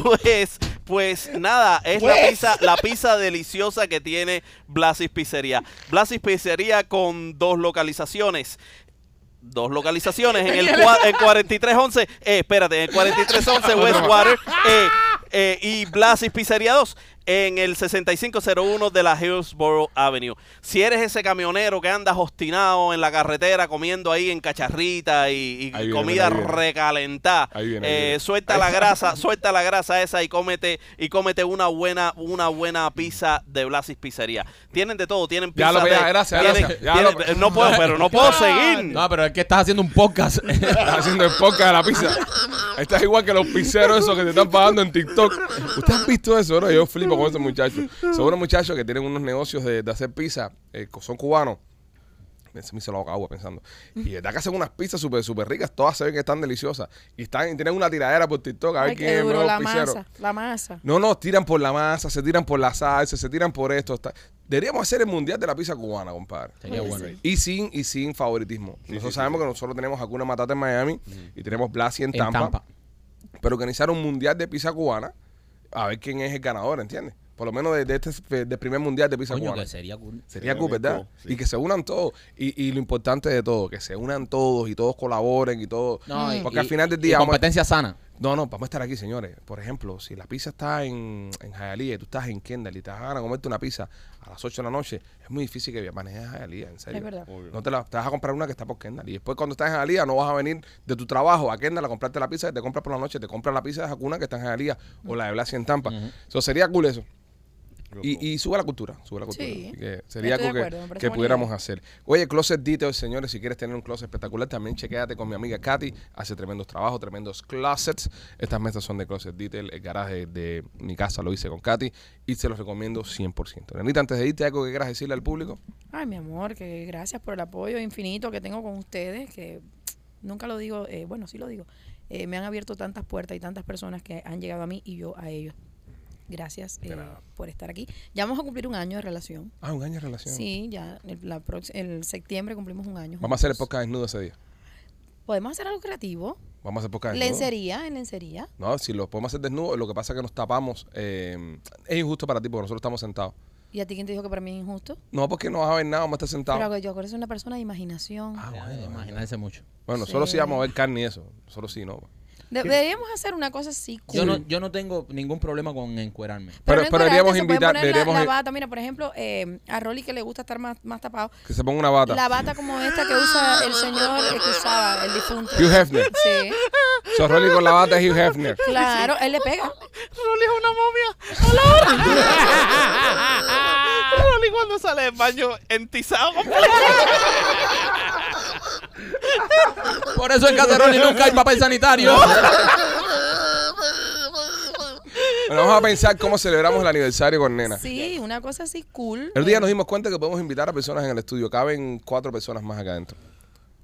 Speaker 5: Pues, pues nada, es la pizza, la pizza deliciosa que tiene Blasis Pizzería. Blasis Pizzería con dos localizaciones. Dos localizaciones en el, cua- en 4311, eh, espérate, en el 4311 Westwater eh, eh, y Blasis Pizzería 2 en el 6501 de la Hillsborough Avenue. Si eres ese camionero que andas obstinado en la carretera comiendo ahí en cacharrita y, y
Speaker 1: Ahí viene,
Speaker 5: comida
Speaker 1: ahí viene.
Speaker 5: recalentada,
Speaker 1: Ahí viene, ahí
Speaker 5: eh,
Speaker 1: viene.
Speaker 5: suelta la grasa, suelta la grasa esa y cómete y cómete una buena una buena pizza de Blasis Pizzería. Tienen de todo, tienen
Speaker 1: Ya
Speaker 5: pizza
Speaker 1: lo
Speaker 5: de,
Speaker 1: veía, gracias,
Speaker 5: tienen-
Speaker 1: gracias. Ya
Speaker 5: tienen-
Speaker 1: lo ve-
Speaker 5: eh, no puedo, pero no puedo seguir.
Speaker 2: No, pero es que estás haciendo un podcast.
Speaker 1: Estás haciendo el podcast de la pizza. Estás igual que los pizzeros esos que te están pagando en TikTok. ¿Ustedes han visto eso? no? Yo flipo con esos muchachos. Son unos muchachos que tienen unos negocios de, de hacer pizza. eh, son cubanos. Me- Se me hizo la boca agua pensando. Y de verdad que hacen unas pizzas súper, súper ricas. Todas se ven que están deliciosas. Y están, y tienen una tiradera por TikTok. A ver
Speaker 6: Ay,
Speaker 1: quién
Speaker 6: qué
Speaker 1: es el
Speaker 6: duro,
Speaker 1: nuevo
Speaker 6: la
Speaker 1: pizzero.
Speaker 6: masa, la masa.
Speaker 1: No, no, tiran por la masa, se tiran por la salsa, se tiran por esto. está- Deberíamos hacer el mundial de la pizza cubana, compadre.
Speaker 2: Sería bueno.
Speaker 1: Y sin, y sin favoritismo. nosotros sabemos que nosotros tenemos Hakuna Matata en Miami y tenemos Blasi en
Speaker 2: En
Speaker 1: Tampa,
Speaker 2: Tampa.
Speaker 1: Pero organizar un mundial de pizza cubana a ver quién es el ganador, ¿entiendes? Por lo menos de, de este de- del primer mundial de pizza
Speaker 2: Coño,
Speaker 1: cubana.
Speaker 2: que sería cool.
Speaker 1: Sería
Speaker 4: Sería
Speaker 1: cool,
Speaker 4: bien
Speaker 1: ¿verdad?
Speaker 4: cool, sí.
Speaker 1: Y que se unan todos. Y, y lo importante de todo, que se unan todos y todos colaboren y todo.
Speaker 2: No, y-
Speaker 1: Porque
Speaker 2: y-
Speaker 1: al final del
Speaker 2: y
Speaker 1: día. vamos a-
Speaker 2: competencia sana.
Speaker 1: no, no, vamos a estar aquí, señores. Por ejemplo, si la pizza está en, en Hialeah y tú estás en Kendall y te van a comerte una pizza a las 8 de la noche, es muy difícil que manejes a Hialeah, en serio.
Speaker 6: Es verdad.
Speaker 1: No te, la, te vas a comprar una que está por Kendall. Y después cuando estás en Hialeah no vas a venir de tu trabajo a Kendall a comprarte la pizza que te compras por la noche, te compras la pizza de Hakuna que está en Hialeah o la de Blasi en Tampa. Eso sería cool eso. Y, y sube la cultura, sube la cultura.
Speaker 6: Sí.
Speaker 1: Así que sería
Speaker 6: Estoy de
Speaker 1: algo que,
Speaker 6: acuerdo, me parece
Speaker 1: que
Speaker 6: buena
Speaker 1: pudiéramos
Speaker 6: idea.
Speaker 1: hacer. Oye, Closet Details, señores, si quieres tener un closet espectacular, también chequéate con mi amiga Katy. Hace tremendos trabajos, tremendos closets. Estas mesas son de Closet Detail. El garaje de mi casa lo hice con Katy y se los recomiendo 100%. Renita, antes de irte, ¿algo que quieras decirle al público?
Speaker 6: Ay, mi amor, que gracias por el apoyo infinito que tengo con ustedes, que nunca lo digo, eh, bueno, sí lo digo. Eh, me han abierto tantas puertas y tantas personas que han llegado a mí y yo a ellos. Gracias eh, por estar aquí. Ya vamos a cumplir un año de relación.
Speaker 1: Ah, un año de relación.
Speaker 6: Sí, ya el, la prox- el septiembre cumplimos un año.
Speaker 1: Vamos a hacer el
Speaker 6: juntos.
Speaker 1: podcast desnudo ese día.
Speaker 6: Podemos hacer algo creativo.
Speaker 1: Vamos a hacer podcast desnudo.
Speaker 6: Lencería, en lencería.
Speaker 1: No, si lo podemos hacer desnudo, lo que pasa es que nos tapamos. eh, es injusto para ti porque nosotros estamos sentados.
Speaker 6: ¿Y a ti quién te dijo que para mí es injusto?
Speaker 1: No, porque no vas a ver nada, vamos a estar sentados.
Speaker 6: Pero yo creo que soy una persona de imaginación.
Speaker 1: Ah, bueno,
Speaker 2: Ay, Imagínense mucho.
Speaker 1: Bueno, nosotros sí
Speaker 6: Sí.
Speaker 1: vamos a ver carne y eso. Nosotros sí, ¿no?
Speaker 6: De- deberíamos hacer una cosa así.
Speaker 2: Yo
Speaker 6: cool.
Speaker 2: no, yo no tengo ningún problema con encuerarme.
Speaker 1: Pero-
Speaker 6: no
Speaker 1: pero
Speaker 6: encuadrarte,
Speaker 1: deberíamos
Speaker 6: se puede
Speaker 1: invitar-
Speaker 6: poner la-
Speaker 1: deberíamos
Speaker 6: la,
Speaker 1: in-
Speaker 6: bata, mira, por ejemplo, eh, a Rolly que le gusta estar más, más tapado.
Speaker 1: Que se ponga una bata.
Speaker 6: La bata como esta que usa el señor eh, que usaba, el difunto.
Speaker 1: Hugh Hefner.
Speaker 6: Sí.
Speaker 1: So, Rolly con la bata de Hugh Hefner.
Speaker 6: Claro, él le pega.
Speaker 5: Rolly es una momia. Hola, ahora. Rolly cuando sale del baño entizado completo.
Speaker 2: Por eso en Caceroli nunca hay papel sanitario.
Speaker 1: Bueno, vamos a pensar cómo celebramos el aniversario con nena.
Speaker 6: Sí, una cosa así cool.
Speaker 1: El día nos dimos cuenta que podemos invitar a personas en el estudio. Caben cuatro personas más acá adentro.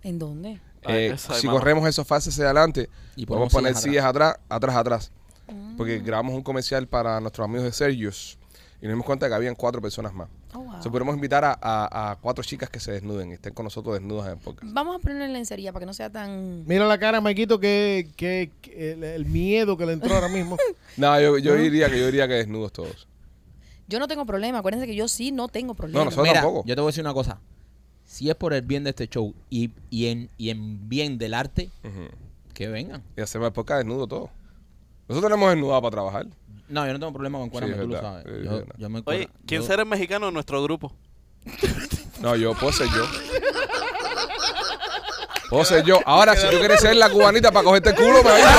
Speaker 6: ¿En dónde?
Speaker 5: Ay,
Speaker 1: Eh,
Speaker 5: eso,
Speaker 1: si
Speaker 5: mamá.
Speaker 1: corremos esos fases hacia adelante,
Speaker 2: Y
Speaker 1: y
Speaker 2: ponemos
Speaker 1: podemos poner sillas atrás, atrás, atrás.
Speaker 6: Mm.
Speaker 1: Porque grabamos un comercial para nuestros amigos de Sergius y nos dimos cuenta que habían cuatro personas más.
Speaker 6: Oh, wow.
Speaker 1: So, podemos invitar a, a- a cuatro chicas que se desnuden y estén con nosotros desnudas en el podcast.
Speaker 6: Vamos a ponerle lencería para que no sea tan.
Speaker 3: Mira la cara, Maquito, que, que, que el, el miedo que le entró ahora mismo.
Speaker 1: No, yo, yo diría que yo diría que desnudos todos.
Speaker 6: Yo no tengo problema. Acuérdense que yo sí no tengo problema.
Speaker 1: No, nosotros
Speaker 2: Mira,
Speaker 1: tampoco.
Speaker 2: yo te voy a decir una cosa. Si es por el bien de este show y, y en, y en bien del arte,
Speaker 1: Ujú.
Speaker 2: que vengan.
Speaker 1: Y hacemos el podcast desnudo todos. Nosotros tenemos desnudados para trabajar.
Speaker 2: No, yo no tengo problema con cuernos,
Speaker 1: Sí,
Speaker 2: tú lo
Speaker 1: verdad.
Speaker 2: sabes.
Speaker 1: Sí,
Speaker 2: Yo-
Speaker 1: verdad.
Speaker 2: yo me
Speaker 5: Oye,
Speaker 2: encuera-
Speaker 5: ¿quién
Speaker 2: yo-
Speaker 5: será el mexicano de nuestro grupo?
Speaker 1: No, yo puedo ser yo. Puedo ser yo. Ahora, si tú quieres ser la cubanita para cogerte el culo, me avisa.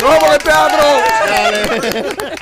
Speaker 1: ¡No, por el teatro!